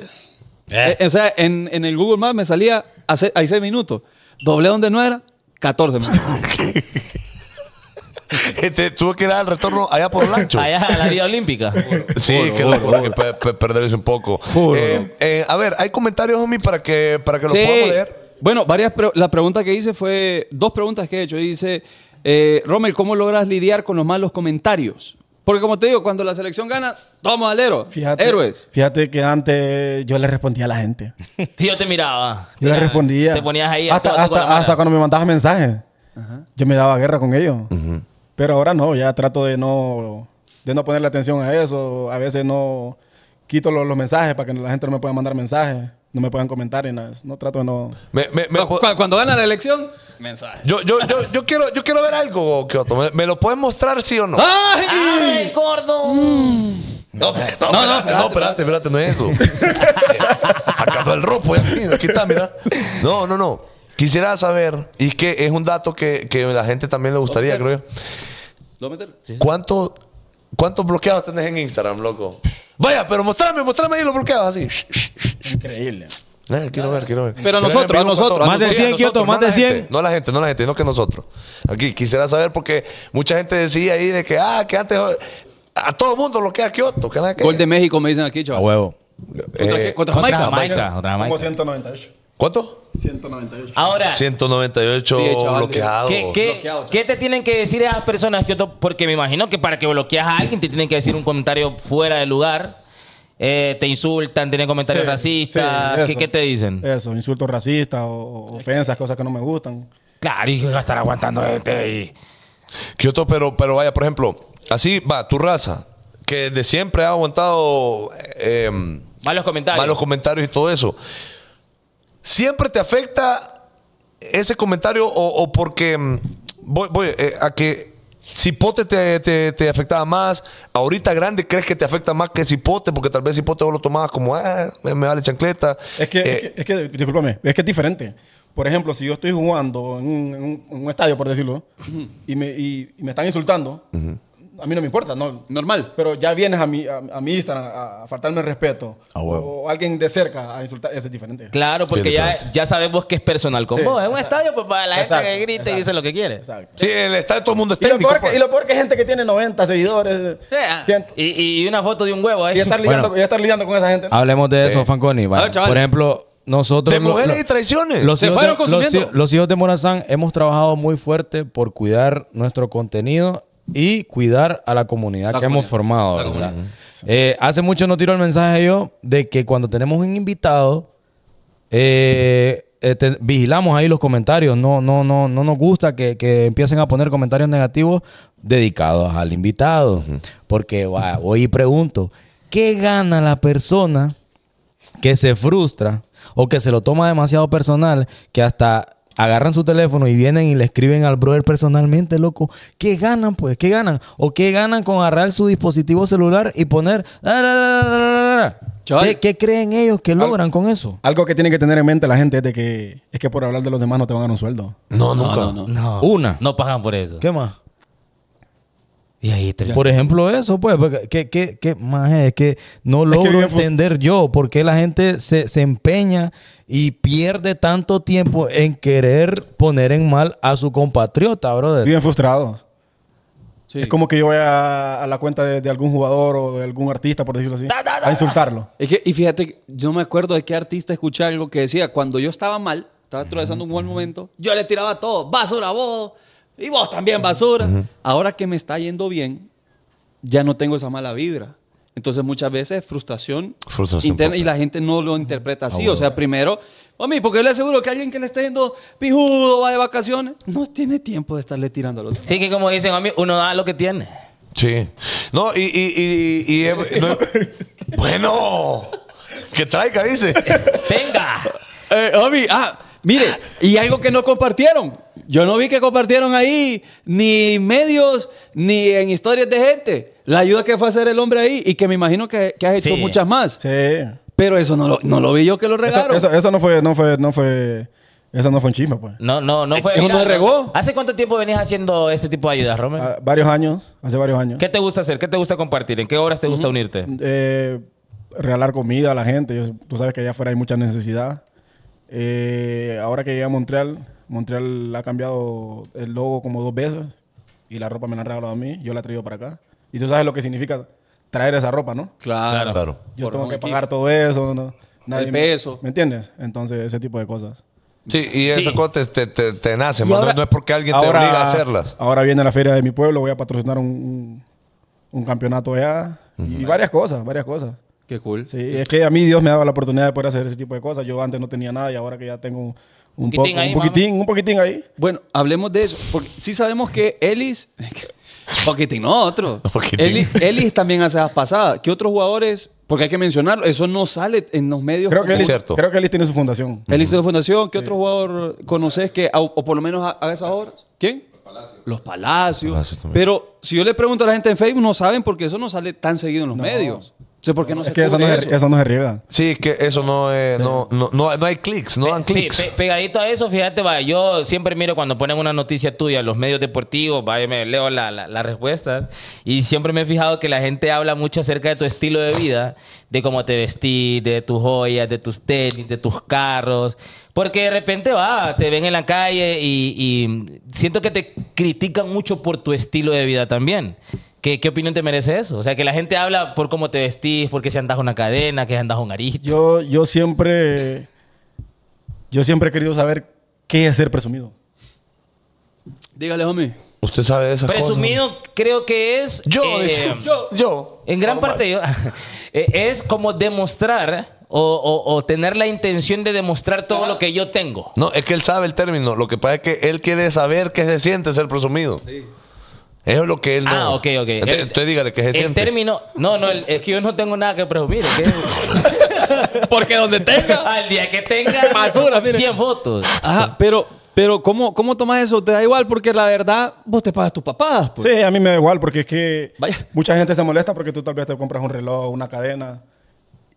S3: Eh, o sea, en, en el Google Maps me salía hace, ahí 6 minutos. Doble donde no era, 14 minutos.
S1: Este, tuve que ir al retorno allá por Lancho.
S4: Allá a la vida olímpica.
S1: Sí, que la verdad que pe- pe- perderse un poco. Eh, eh, a ver, hay comentarios, homie, para que, para que los
S3: Sí.
S1: podamos leer.
S3: Bueno, varias pre- la pregunta que hice fue dos preguntas que he hecho. Dice, eh, Rommel, ¿cómo logras lidiar con los malos comentarios? Porque como te digo, cuando la selección gana, todos alero,
S7: Fíjate,
S3: héroes.
S7: Fíjate que antes yo le respondía a la gente.
S4: Sí, yo te miraba.
S7: Yo le
S4: Mira,
S7: respondía.
S4: Te ponías ahí a
S7: Hasta,
S4: todo con la
S7: hasta,
S4: mano.
S7: hasta cuando me mandabas mensajes. Yo me daba guerra con ellos. Pero ahora no, ya trato de no, de no ponerle atención a eso. A veces no quito los, los mensajes para que la gente no me pueda mandar mensajes, no me puedan comentar y nada. No trato de no.
S1: Me- me- me-
S3: Cu- Cuando, gana la elección, mensaje.
S1: yo, yo, yo, yo quiero, yo quiero ver algo, Kioto. ¿Me, me lo pueden mostrar, sí o no?
S3: ¡Ay!
S1: Ah.
S4: ¡Ay, gordo!
S1: Mm. No, no, espérate, no, espérate, espérate, no es eso. Eh, Acá el ropo, ya, mira, aquí está, mira. No, no, no. Quisiera saber, y es que es un dato que, que a la gente también le gustaría, creo yo.
S3: ¿Lo voy a meter?
S1: ¿Cuánto- ¿Cuántos bloqueados tenés en Instagram, loco? Vaya, pero mostrame, mostrame ahí los bloqueados, así.
S7: Increíble.
S1: Eh, quiero ver, quiero ver.
S3: Pero
S1: Quiero
S3: a nosotros,
S1: ver en vivo
S3: a nosotros,
S1: cuánto-
S3: a Más de
S1: Sí, a
S5: 100, Kioto,
S1: nosotros,
S5: más
S1: no
S5: de
S1: a la
S5: 100.
S1: gente, No a la gente, no a la gente, no que nosotros. Aquí quisiera saber porque mucha gente decía ahí de que, ah, que antes a todo mundo bloquea a Kioto. Que nada que-
S3: Gol de México me dicen aquí,
S5: A
S3: chaval.
S5: huevo.
S3: ¿Contra,
S1: Eh,
S3: qué? ¿Contra
S4: Otra
S3: Jamaica?
S4: Jamaica, otra
S7: Como
S4: Jamaica.
S7: 198.
S1: ¿Cuánto?
S4: Ahora,
S1: 198
S3: Ah. Sí, chaval,
S1: bloqueados.
S4: ¿qué, qué,
S3: Bloqueado, chaval.
S4: qué te tienen que decir esas personas, Kioto? Porque me imagino que para que bloqueas a alguien te tienen que decir un comentario fuera de lugar. Eh, te insultan, tienen comentarios
S7: Sí,
S4: racistas.
S7: sí,
S4: ¿Qué,
S7: eso. Eh.
S4: qué te dicen?
S7: Eso, insultos racistas o, o ofensas, cosas que no me gustan.
S4: Claro, y va a estar aguantando gente ahí.
S1: Kioto, pero, pero vaya, por ejemplo, así va, tu raza, que de siempre ha aguantado eh, em,
S4: Malos comentarios.
S1: malos comentarios y todo eso. ¿Siempre te afecta ese comentario o, o porque mm, voy, voy, eh, a que Cipote te, te, te afectaba más? Ahorita grande crees que te afecta más que Cipote, porque tal vez Cipote vos lo tomabas como, ah, me, me vale chancleta.
S7: Es que,
S1: Eh,
S7: es que, es que, discúlpame, es que es diferente. Por ejemplo, si yo estoy jugando en un, en un- en un estadio, por decirlo, y, me, y- y me están insultando, a mí no me importa, no.
S3: Normal.
S7: Pero ya vienes a mi, a, a mi Instagram a, a faltarme el respeto. O alguien de cerca a insultar, ese es diferente.
S4: Claro, porque
S1: Sí,
S4: ya,
S1: diferente.
S4: ya sabemos que es personal con
S7: Sí,
S4: vos. Es un estadio pues, para la gente
S7: Exacto,
S4: que grita y
S7: exacto.
S4: dice lo que quiere.
S7: Exacto.
S1: sí, el estadio todo el mundo es
S7: Y lo,
S1: técnico.
S7: peor que,
S1: pues.
S7: y lo peor que es gente que tiene 90 seguidores.
S3: Yeah.
S7: 100,
S4: ah. Y, y una foto de un huevo ¿eh? ahí.
S7: y estar lidiando,
S5: Bueno. Ah.
S7: y estar lidiando con esa gente. ¿no?
S5: Hablemos de eso, Fanconi. vaya.
S3: ver, chaval.
S5: Por ejemplo, nosotros.
S1: De
S5: lo-
S1: mujeres
S5: lo-
S1: y traiciones.
S5: Los
S3: Se
S5: hijos,
S3: fueron
S5: de, los,
S3: consumiendo.
S5: hi- los hijos de Morazán hemos trabajado muy fuerte por cuidar nuestro contenido y cuidar a la comunidad
S3: La
S5: que hemos
S3: comunidad.
S5: formado. ¿verdad? Eh, hace mucho no tiro el mensaje yo de que cuando tenemos un invitado, eh, eh, te- vigilamos ahí los comentarios. No, no, no, no nos gusta que, que empiecen a poner comentarios negativos dedicados al invitado. Porque va, voy y pregunto, ¿qué gana la persona que se frustra o que se lo toma demasiado personal que hasta agarran su teléfono y vienen y le escriben al brother personalmente, loco. ¿Qué ganan, pues? ¿Qué ganan? ¿O qué ganan con agarrar su dispositivo celular y poner... "Ah, la, la, la, la, la, la"?
S3: Chaval.
S5: ¿Qué, qué creen ellos que logran con eso?
S7: Algo que tiene que tener en mente la gente es de que es que por hablar de los demás no te van a dar un sueldo.
S1: No, nunca.
S4: No.
S5: Una.
S4: No pagan por eso.
S5: ¿Qué más?
S4: Y ahí te-
S5: Por ejemplo, eso, pues, porque- que, que, que, maje, es que no
S7: que
S5: logro
S7: viven frus-
S5: entender yo por qué la gente se, se empeña y pierde tanto tiempo en querer poner en mal a su compatriota, brother.
S7: Viven frustrados.
S3: Sí.
S7: Es como que yo vaya a la cuenta de, de algún jugador o de algún artista, por decirlo así, a insultarlo.
S3: Es que, y fíjate, que yo me acuerdo de qué artista escuché algo que decía, cuando yo estaba mal, estaba atravesando un buen momento, yo le tiraba a todo, basura vos, y vos también basura. Ahora que me está yendo bien, ya no tengo esa mala vibra. Entonces muchas veces es frustración,
S1: Frustración
S3: interna
S1: propia.
S3: y la gente no lo interpreta así. o sea, primero, mí porque yo le aseguro que alguien que le esté yendo pijudo, va de vacaciones, no tiene tiempo de estarle tirando a los
S4: Sí, que como dicen a mí, uno da lo que tiene.
S1: Sí. No, y. y, y, y- y- no- bueno. Que traiga, dice.
S4: ¡Tenga!
S3: Eh, Obi, ah, mire, y algo que no compartieron. Yo no vi que compartieron ahí, ni medios, ni en historias de gente. La ayuda que fue a hacer el hombre ahí y que me imagino que, que has hecho
S4: Sí.
S3: muchas más.
S7: Sí.
S3: Pero eso no lo, no lo vi yo que lo
S7: Eso,
S3: regaron.
S7: eso- eh. eso no fue, no fue, no fue, eso no fue un chisme, pues.
S4: No, no, no fue.
S3: ¿Eso no
S4: Mira,
S3: regó?
S4: ¿Hace cuánto tiempo venís haciendo este tipo de ayudas, Romeo?
S7: Ah, varios años, hace varios años.
S4: ¿Qué te gusta hacer? ¿Qué te gusta compartir? ¿En qué horas te gusta unirte?
S7: Eh, regalar comida a la gente. Yo- Tú sabes que allá afuera hay mucha necesidad. Eh, ahora que llegué a Montreal, Montreal ha cambiado el logo como dos veces y la ropa me la han regalado a mí, yo la he traído para acá. Y tú sabes lo que significa traer esa ropa, ¿no?
S3: Claro.
S1: Claro.
S7: Yo
S3: Por
S7: tengo
S3: un
S7: que
S3: equipo.
S7: pagar todo eso. no- nadie me-
S3: peso.
S7: ¿Me entiendes? Entonces, ese tipo de cosas.
S1: Sí, y esas
S4: Sí.
S1: cosas te, te, te- te nacen,
S3: Y
S1: más. No-
S3: ahora-
S1: no, es porque alguien te obliga a hacerlas.
S7: Ahora viene la feria de mi pueblo, voy a patrocinar un, un- un campeonato allá y varias cosas, varias cosas.
S3: Qué cool.
S7: Sí, es que a mí Dios me ha dado la oportunidad de poder hacer ese tipo de cosas. Yo antes no tenía nada y ahora que ya tengo un, un
S4: Poquitín
S7: poco-
S4: ahí,
S7: un poquitín, un poquitín ahí.
S3: Bueno, hablemos de eso. Porque sí sabemos que Ellis. Poquitín, no, otro.
S1: Poquitín.
S3: Ellis, Ellis también hace las pasadas. ¿Qué otros jugadores? Porque hay que mencionarlo. Eso no sale en los medios.
S7: Creo que,
S3: como-
S7: él,
S1: cierto.
S7: creo que él tiene su fundación.
S3: El Instituto de Fundación, ¿qué otro jugador conoces que, o, o por lo menos haga esas obras? ¿Quién? Los Palacios. Los Palacios.
S1: Palacios también.
S3: Pero si yo le pregunto a la gente en Facebook, no saben porque eso no sale tan seguido en los medios. O sea, ¿por qué no
S7: es
S3: se
S7: que eso no,
S3: cubre
S7: se-
S3: eso?
S7: eso no se riega.
S1: Sí, es que eso no es. No, no, no, no hay clics, Pues no dan
S4: Sí,
S1: clics.
S4: pe- pegadito a eso, fíjate, va, yo siempre miro cuando ponen una noticia tuya en los medios deportivos, va, yo me leo la, la- las respuestas y siempre me he fijado que la gente habla mucho acerca de tu estilo de vida, de cómo te vestís, de tus joyas, de tus tenis, de tus carros, porque de repente va, te ven en la calle y, y siento que te critican mucho por tu estilo de vida también. ¿Qué, ¿Qué opinión te merece eso? O sea, que la gente habla por cómo te vestís, por qué si andas una cadena, que si andas un arito.
S7: Yo, yo siempre. Yo siempre he querido saber qué es ser presumido.
S3: Dígale, hombre.
S1: Usted sabe de esas
S4: Presumido creo que es...
S1: cosas. Yo,
S4: eh,
S1: dice. Yo. Yo.
S4: En gran parte yo, eh, es como demostrar o, o- o tener la intención de demostrar todo lo que yo tengo.
S1: No, es que él sabe el término. Lo que pasa es que él quiere saber qué se siente ser presumido. Eso es lo que él no.
S4: Ah, ok, ok.
S1: Entonces,
S4: El-
S1: usted dígale qué se
S4: el
S1: siente.
S4: término, no, no, el- es que yo no tengo nada que presumir. es que-
S3: Porque donde tenga.
S4: al día que tenga
S3: Basura, mire.
S4: 100 fotos.
S3: Ajá, pero, pero ¿cómo, ¿cómo tomas eso? Te da igual porque la verdad, vos te pagas tus papás. pues.
S7: Sí, a mí me da igual porque es que.
S3: Vaya.
S7: Mucha gente se molesta porque tú tal vez te compras un reloj, una cadena.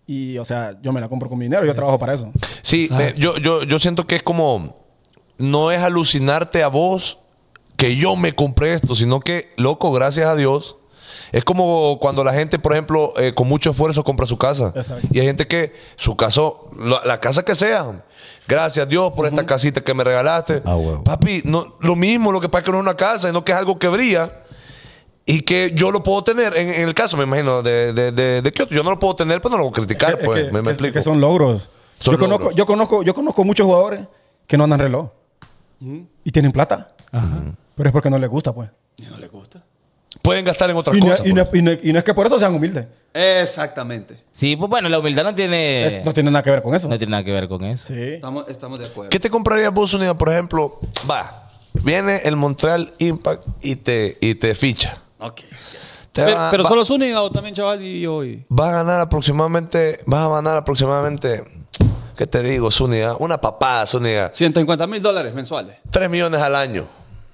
S7: Y, o sea, yo me la compro con mi dinero, yo trabajo para eso.
S1: Sí, me- yo, yo, yo siento que es como. No es alucinarte a vos que yo me compré esto, sino que, loco, gracias a Dios. Es como cuando la gente, por ejemplo, eh, con mucho esfuerzo compra su casa.
S7: Exacto.
S1: Y hay gente que su casa, la, la casa que sea, gracias a Dios por esta casita que me regalaste.
S5: Ah, huevo.
S1: Papi, no, lo mismo, lo que pasa es que no es una casa, sino que es algo que brilla. Y que yo lo puedo tener, en, en el caso, me imagino, de, de, de, de Kioto. Yo no lo puedo tener, pero no lo puedo criticar,
S7: Es que-
S1: pues.
S7: es
S1: me, me
S7: que- es
S1: explico.
S7: que son logros.
S1: Son
S7: yo, conozco,
S1: logros.
S7: yo conozco, yo conozco muchos jugadores que no andan reloj. Y tienen plata. Pero es porque no les gusta, pues.
S3: No le gusta.
S1: Pueden gastar en otras
S7: Y no,
S1: cosas.
S7: y no-
S1: pues.
S7: y no- y no es que por eso sean humildes.
S3: Exactamente.
S4: Sí, pues bueno, la humildad no tiene,
S7: Es- no tiene nada que ver con eso.
S4: Eh, no tiene nada que ver con eso.
S7: Sí.
S3: Estamos, estamos de acuerdo.
S1: ¿Qué te comprarías vos, Unida? Por ejemplo, va, viene el Montreal Impact y te, y te ficha.
S3: Ok.
S1: Te
S3: Pero,
S1: va-
S3: pero
S1: va-
S3: solo es único también, chaval, y hoy.
S1: Vas a ganar aproximadamente, vas a ganar aproximadamente ¿Qué te digo, Zúñiga? Una papada, Zúñiga.
S3: 150 mil dólares mensuales.
S1: Tres millones al año.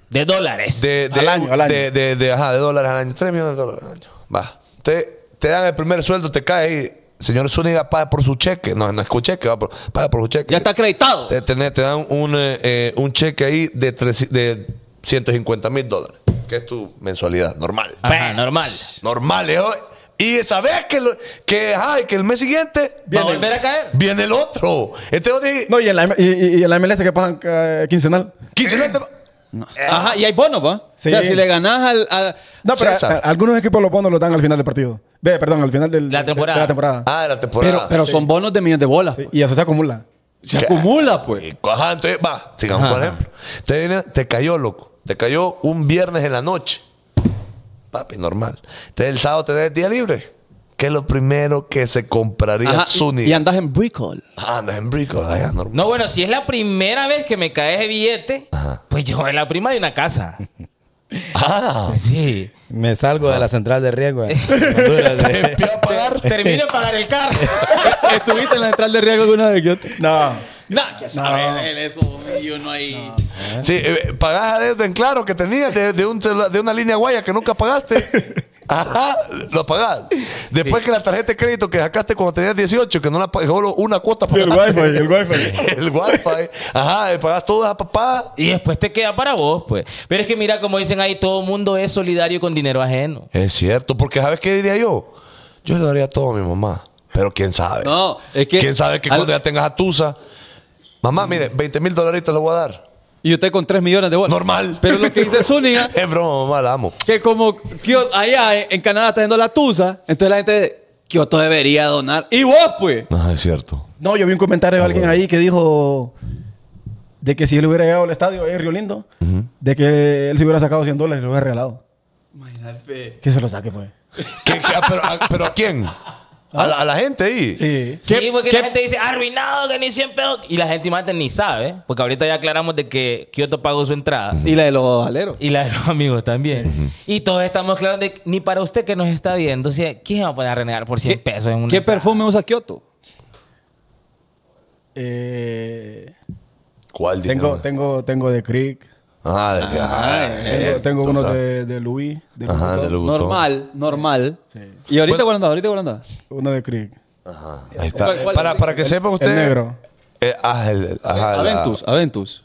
S4: De dólares.
S1: De, de,
S7: Al año, al año.
S1: De, de- de- ajá, de dólares al año. 3 millones de dólares al año. Va. Te, te dan el primer sueldo, te cae y señor Zúñiga paga por su cheque. No, no es con cheque, va por- paga por su cheque.
S8: Ya está acreditado.
S1: Te, te- te dan un, eh, eh, un cheque ahí de, tres- de 150 mil dólares, que es tu mensualidad normal.
S4: Ajá, normal.
S1: Normal, eh, oh. Y sabes que, lo- que, ajá, y que el mes siguiente
S4: ¿Va a volver a caer?
S1: viene el otro. Entonces,
S7: No, y en la, M- y, y- y en la MLS que pasan eh, quincenal.
S1: 15 mil te-
S8: Ajá, y hay bonos, ¿va?
S7: Sí.
S8: O sea, si le ganás al. al-
S7: No, pero
S1: César.
S7: a- a- algunos equipos los bonos los dan al final del partido. Ve, perdón, al final del-
S4: La
S7: de- de-
S4: temporada.
S7: de la temporada.
S1: Ah, de la temporada.
S8: pero pero son bonos de millones de bolas. pues.
S7: Y eso se acumula.
S8: Se acumula, pues.
S1: Y, Ajá, entonces, va, sigamos por ejemplo. Te, viene- te cayó, loco. Te cayó un viernes en la noche. Papi, normal. Entonces el sábado te da el día libre. ¿Qué es lo primero que se compraría
S8: Ajá, y,
S1: Zuni?
S8: y andas en Bricol.
S1: Ah, andas en brico, allá normal.
S4: No, bueno, si es la primera vez que me cae ese billete, pues yo es la prima de una casa.
S1: Ah,
S4: Sí.
S5: Me salgo de la central de riesgo. eh. en Honduras, de-
S1: voy a pagar.
S4: Termino de pagar el carro.
S8: E-, ¿Estuviste en la central de riesgo alguna vez? Yo-
S7: No.
S8: Nah, que sabe él eso. Y uno ahí.
S1: Sí, eh, pagás a deuda en claro que tenías de, de un celula- de una línea guaya que nunca pagaste. Ajá, lo pagás. Después que la tarjeta de crédito que sacaste cuando tenías 18, que no la pagaste, solo una cuota
S7: Y el wifi, el wifi.
S1: el wifi. Ajá, y pagás todas a papá.
S4: Y después te queda para vos, pues. Pero es que mira, como dicen ahí, todo mundo es solidario con dinero ajeno.
S1: Es cierto, porque ¿sabes qué diría yo? Yo le daría todo a mi mamá. Pero quién sabe.
S8: No, es que-
S1: ¿Quién sabe que
S8: al-
S1: cuando ya tengas a Tusa? Mamá, mire, 20 mil dolaritos le voy a dar.
S8: Y usted con 3 millones de bolas.
S1: Normal.
S8: Pero lo que dice Zúñiga,
S1: Es broma, mamá, la amo.
S8: que como Kio- allá en- en Canadá está yendo la tusa, entonces la gente. Kioto debería donar. Y vos, pues.
S1: Ah, es cierto.
S7: No, yo vi un comentario de alguien ahí que dijo de que si él hubiera llegado al estadio ahí en Río Lindo, de que él se hubiera sacado 100 dólares y lo hubiera regalado. Que se lo saque, pues.
S1: ¿Qué- qué- ah, pero, a, pero a quién? A la, a la gente ahí.
S7: Sí.
S4: Sí, porque la gente dice, arruinado, que ni 100 pesos. Y la gente más ni sabe, porque ahorita ya aclaramos de que Kioto pagó su entrada.
S8: Y la de los aleros.
S4: Y la de los amigos también. Y todos estamos claros de que ni para usted que nos está viendo, o sea, ¿quién va a poner a renegar por 100 pesos en un
S8: ¿Qué perfume usa Kioto?
S7: Eh,
S1: ¿Cuál
S7: tengo,
S1: dinero?
S7: tengo, tengo de Crick,
S1: Ah, de, ah, eh,
S7: tengo, tengo
S1: tú
S7: uno
S1: sabes.
S7: de, de Louis, de
S1: Ajá,
S7: Louboutin,
S1: de Louboutin.
S8: Normal, normal.
S7: Sí.
S8: ¿Y ahorita cuándo anda? ¿Ahorita cuándo anda?
S7: uno de Crick.
S1: Ajá, ahí está.
S8: ¿Cuál- cuál-
S1: para, para que sepa usted.
S7: el negro.
S1: Eh, ah, el, ajá, la-
S8: Aventus, Aventus.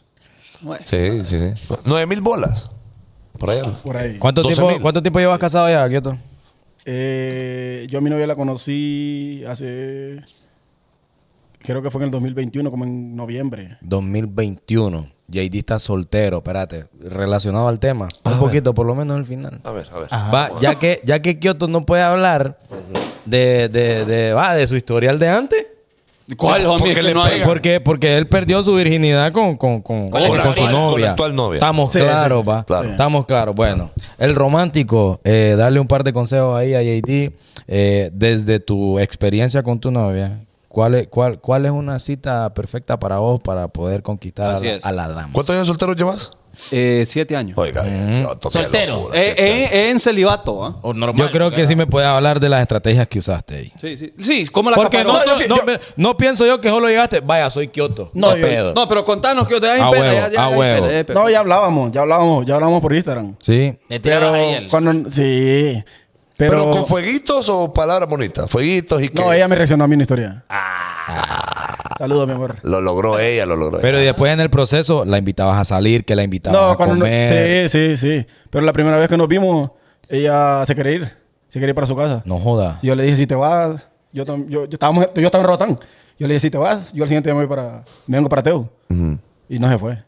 S1: Sí, sí, sí. 9 mil bolas. Por allá.
S7: Por ahí.
S5: ¿Cuánto
S1: 12
S5: tiempo,
S1: mil.
S5: ¿Cuánto tiempo llevas casado ya, Kioto?
S7: Eh, yo a mi novia la conocí hace, creo que fue en el 2021, como en noviembre.
S5: 2021. JD está soltero, espérate. Relacionado al tema. Ah, un poquito, por lo menos al final.
S1: A ver, a ver.
S5: Va, ya que, ya que Kioto no puede hablar de, de, de, va, de su historial de antes.
S8: ¿Cuál, homie?
S1: Porque
S8: Es que
S1: le
S8: no hay-
S1: pega.
S5: Porque, porque él perdió su virginidad con, con, con,
S4: Con la
S5: con
S4: actual-
S5: su
S4: con
S1: la
S5: novia.
S1: actual novia.
S5: Estamos
S7: Sí,
S5: claros,
S7: sí, sí.
S5: va.
S1: Claro.
S5: Estamos claros. Bueno, el romántico, eh, darle un par de consejos ahí a JD. eh, desde tu experiencia con tu novia, ¿cuál es, cuál, ¿cuál es una cita perfecta para vos para poder conquistar a
S8: Así
S5: la,
S8: es.
S5: a la dama?
S1: ¿Cuántos años solteros llevas?
S8: Eh, siete años.
S1: Oiga, no, toque
S4: Soltero.
S1: locura,
S8: Eh,
S1: siete
S8: eh, eh, en celibato, ¿ah?
S4: O normal,
S5: Yo creo que sí me puedes hablar de las estrategias que usaste ahí.
S8: Sí, sí. Sí, como la
S5: Porque no,
S8: caparota.
S5: no, no, me- no pienso yo que solo llegaste, vaya, soy Kioto.
S7: No, yo-
S5: pedo.
S8: No, pero contanos que te da
S5: A
S8: impera,
S5: huevo,
S8: ya- ya
S5: a
S8: da
S5: huevo.
S8: impera, eh, pero-
S7: No, ya hablábamos, ya hablábamos, ya hablábamos por Instagram.
S5: Sí.
S4: Le tirabas
S7: Pero
S4: ahí el-
S7: cuando sí, pero,
S1: ¿Pero con fueguitos o palabras bonitas? Fueguitos y que.
S7: no, ella me reaccionó a mi historia.
S4: Ah.
S7: Saludos, mi amor.
S1: Lo logró ella, lo logró
S5: Pero
S1: ella.
S5: y después en el proceso la invitabas a salir, que la invitabas
S7: No,
S5: a
S7: cuando no-
S5: comer.
S7: sí, sí, sí. Pero la primera vez que nos vimos, ella se quería ir, se quería ir para su casa.
S5: No joda.
S7: Y Yo le dije si te vas, yo, tam- yo, yo estábamos- yo estaba en Rotán. Yo le dije si te vas, yo al siguiente día me voy para, me vengo para Teu. Y no se fue.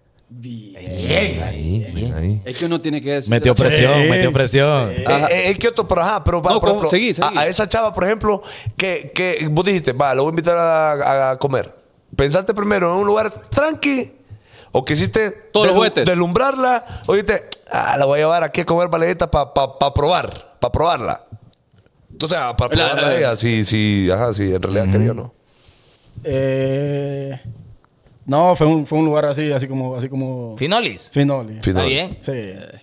S1: Mira ahí.
S8: Es que uno tiene que decir.
S5: Metió presión,
S7: Sí.
S5: metió presión.
S1: Eh, eh, es que otro, pero ajá, pero va,
S8: No,
S1: por ejemplo,
S8: seguí, seguí.
S1: A, a esa chava, por ejemplo, que, que vos dijiste, va, lo voy a invitar a, a comer. ¿Pensaste primero en un lugar tranqui? ¿O quisiste
S8: Todos los juguetes.
S1: deslumbrarla? ¿O dijiste, ah, la voy a llevar aquí a comer valedita para probar, para probarla? O sea, para
S8: La-
S1: probarla a
S8: la-
S1: ella, si, si, ajá, si en realidad quería o no.
S7: Eh, no, fue un, fue un lugar así, así como, así como.
S4: Finolis.
S7: Finoli.
S1: Fin-
S4: Está
S1: Finoli.
S4: bien.
S7: Sí.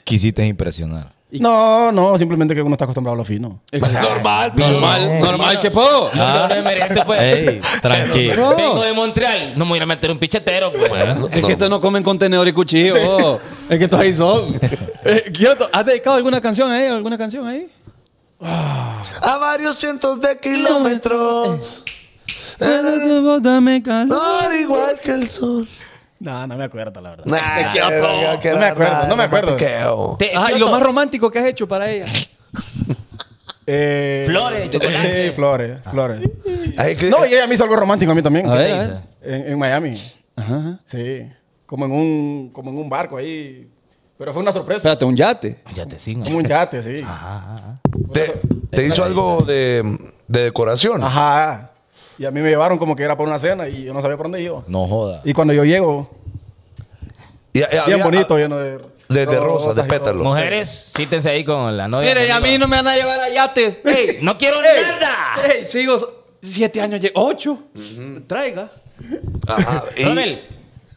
S5: Quisiste impresionar.
S7: No, no, simplemente que uno está acostumbrado a lo fino.
S1: Normal,
S3: Normal, normal que puedo.
S4: No, no, no, se puede.
S3: Ey, tranquilo.
S4: Vengo de Montreal. No me voy a meter un pichetero, pues.
S3: Es que estos no comen contenedor y cuchillo. vos. Es que estos ahí son. Eh, Kioto, ¿has dedicado alguna canción ahí? ¿Alguna canción ahí?
S1: A varios cientos de kilómetros.
S3: Dame calor.
S1: No, igual que el sol.
S7: No, no me acuerdo, la verdad.
S1: Nah, quiero- quiero
S7: No me acuerdo,
S1: nada,
S7: no me acuerdo.
S1: platiqueo.
S4: Te-
S3: Ah, y lo
S4: Kioto,
S3: más romántico que has hecho para ella.
S7: Eh,
S4: Flores, chocolate.
S7: Sí, flores, flores.
S1: Ay, que-
S7: No, y ella me hizo algo romántico a mí también.
S3: Ah. A ver, a ver.
S7: En, en Miami.
S3: Ajá, ajá.
S7: Sí. Como en un, como en un barco ahí. Pero fue una sorpresa.
S3: Espérate, un yate.
S4: Ya te sigo.
S7: Como un yate, sí.
S3: Ah.
S1: te, te hizo algo de, de decoración.
S7: Ajá. Y a mí me llevaron como que era para una cena y yo no sabía por dónde iba.
S5: No joda.
S7: Y cuando yo llego,
S1: Y- y había-
S7: bien bonito, lleno de...
S1: De, de rosas, de
S7: y todo.
S1: pétalos.
S4: Mujeres, sítense ahí con la novia.
S3: Miren, a mí no me van a llevar a yate. Ey,
S4: No quiero
S3: ey,
S4: nada.
S3: ey, sigo so- siete años, lle- ocho. Traiga.
S1: Ajá, y
S4: Ronel.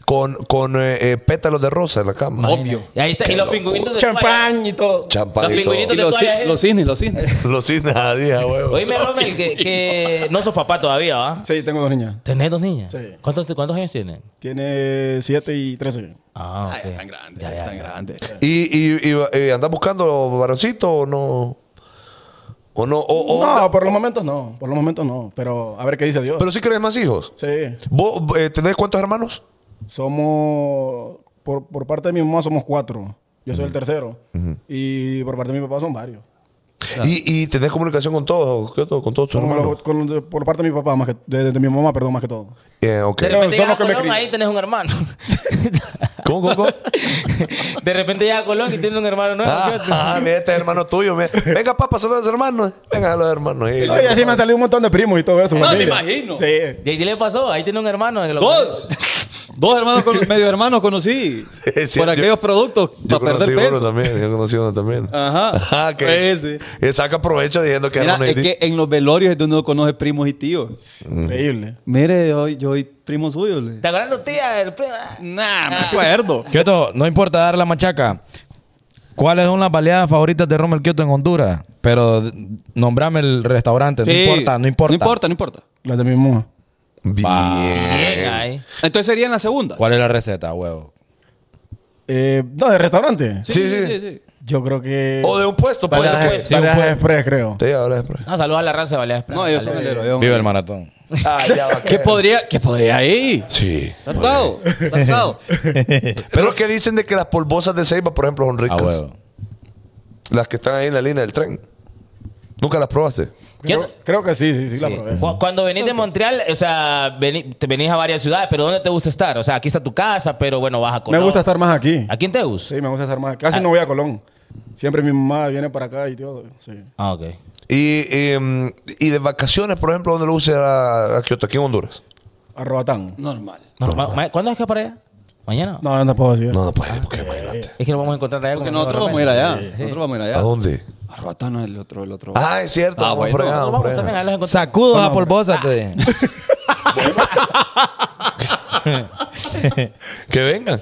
S1: con con eh, eh, pétalos de rosa en la cama.
S3: Obvio.
S4: Y ahí está. Y los pingüinitos de
S7: Champán y todo.
S1: Champán
S4: Los
S1: y todo.
S4: pingüinitos
S3: Y
S4: de
S3: los,
S4: toalla,
S3: ci-
S4: eh.
S3: los cisnes, los cisnes.
S1: Los sin nadie, a huevo.
S4: Oíme, Romel, que, que no sos papá todavía, ¿va?
S7: Sí, tengo dos niñas.
S4: ¿Tenés dos niñas?
S7: Sí.
S4: ¿Cuántos, ¿Cuántos años tienen?
S7: Tiene 7 y 13.
S4: Ah, ok.
S3: Tan grande,
S4: Ya, ya,
S3: tan
S4: ya.
S3: grande.
S1: ¿Y, y, y, y andas buscando varoncito o no? ¿O no? O, o-
S7: No, por los momentos no. Por los momentos no. Pero a ver qué dice Dios.
S1: ¿Pero sí querés más hijos?
S7: Sí.
S1: ¿Vos eh, tenés cuántos hermanos?
S7: Somos. Por, por parte de mi mamá somos cuatro. Yo soy el tercero. Y por parte de mi papá son varios.
S1: ¿Y, y tenés comunicación con todos? ¿Qué otro? ¿Con todos tus
S7: Con
S1: hermanos?
S7: los- con los- por parte de mi papá, más que. De, de mi mamá, perdón, más que todo.
S1: Eh, ok.
S4: De repente
S7: son
S4: llega
S7: los que me
S4: Colón,
S7: crían.
S4: ahí tenés un hermano.
S1: ¿Cómo, cómo, cómo?
S4: De repente llega Colón y tiene un hermano nuevo. fíjate.
S1: Ah, ah, mira, este es hermano tuyo. mira. Venga, papá, saluda a los hermanos. Venga, a los hermanos. eh.
S7: Oye, así me han salido un montón de primos y
S1: Ah,
S7: todo eso.
S3: No, me
S7: familia.
S3: imagino.
S7: Sí.
S4: ¿Y ahí le pasó? Ahí tiene un hermano. en lo-
S3: Dos. Dos hermanos, con, medio hermanos conocí.
S1: Sí,
S3: por
S1: yo-
S3: aquellos productos
S1: Yo
S3: para
S1: conocí
S3: perder
S1: uno
S3: peso. Ah,
S1: también. Yo conocí uno también. Ah,
S3: Ajá. Pues
S1: Ajá, que,
S3: Ese.
S1: que saca provecho diciendo que
S3: Mira,
S1: era una
S3: es que en los velorios es donde uno conoce primos y tíos.
S7: Increíble.
S3: Mire, yo, yo soy primo suyo. le- Ah.
S4: ¿Te acuerdas de tu tía? El primo? ah.
S3: Nah, me acuerdo.
S5: Kioto, no importa dar la machaca. ¿Cuáles son las baleadas favoritas de Rommel Kioto en Honduras? Pero d- nombrame el restaurante,
S3: Sí.
S5: no importa, no importa.
S3: No importa, no importa.
S7: Las de mi mamá.
S4: Bien,
S1: Bien.
S4: ahí.
S3: Entonces sería en la segunda.
S5: ¿Cuál es la receta, huevo?
S7: Eh, no, de restaurante.
S1: Sí, sí.
S3: sí.
S7: Yo creo que.
S1: O de un puesto, pues.
S4: Para-
S1: después.
S7: Sí, Varias express, creo.
S1: Sí, ahora es pues. pre-
S4: Ah, saludos a la raza de Baleadas Prado.
S3: No, yo soy el héroe.
S5: Vive el maratón.
S1: Ah, ya va.
S3: ¿Qué podría, ¿Qué podría ir?
S1: Sí.
S3: Tratado, tratado.
S1: Pero que dicen de que las polvosas de Ceiba, por ejemplo, son
S3: Ah,
S5: A
S1: ricas.
S5: huevo.
S1: Las que están ahí en la línea del tren. Nunca las probaste.
S7: Creo,
S4: ¿Qué-
S7: creo que sí, sí, sí, la
S4: Sí.
S7: probé.
S4: Cu- Cuando venís de Montreal, o sea, veni- te venís a varias ciudades, pero ¿dónde te gusta estar? O sea, aquí está tu casa, pero bueno, vas a
S7: Me
S4: Colón.
S7: gusta estar más aquí.
S4: ¿A quién te gusta?
S7: Sí, me gusta estar más. Casi no voy a Colón. Siempre mi mamá viene para acá y todo. Sí.
S4: Ah, ok.
S1: Y, y, mm, y de vacaciones, por ejemplo, ¿dónde lo usas a, a Kioto? Aquí en Honduras.
S7: A Roatán.
S3: Normal.
S4: No, ma- ma- ¿Cuándo es que para allá? ¿Mañana?
S7: No, no te puedo decir.
S1: No, no puede, porque imagínate.
S4: Es que nos vamos a encontrar allá.
S3: Porque
S4: con-
S3: nosotros
S4: con
S3: vamos a ir
S4: Ramel.
S3: allá.
S4: Sí.
S3: Nosotros vamos a ir
S1: ¿A
S3: allá.
S1: dónde?
S3: A Roatán el otro, el otro.
S1: Ah, es cierto.
S3: Ah,
S1: vamos
S3: bueno.
S1: por allá,
S4: Nos
S1: vamos
S4: vamos
S1: por allá.
S4: también, ahí los encontramos.
S5: Sacudos a polvosas, te dije.
S7: Ah.
S1: Que vengan.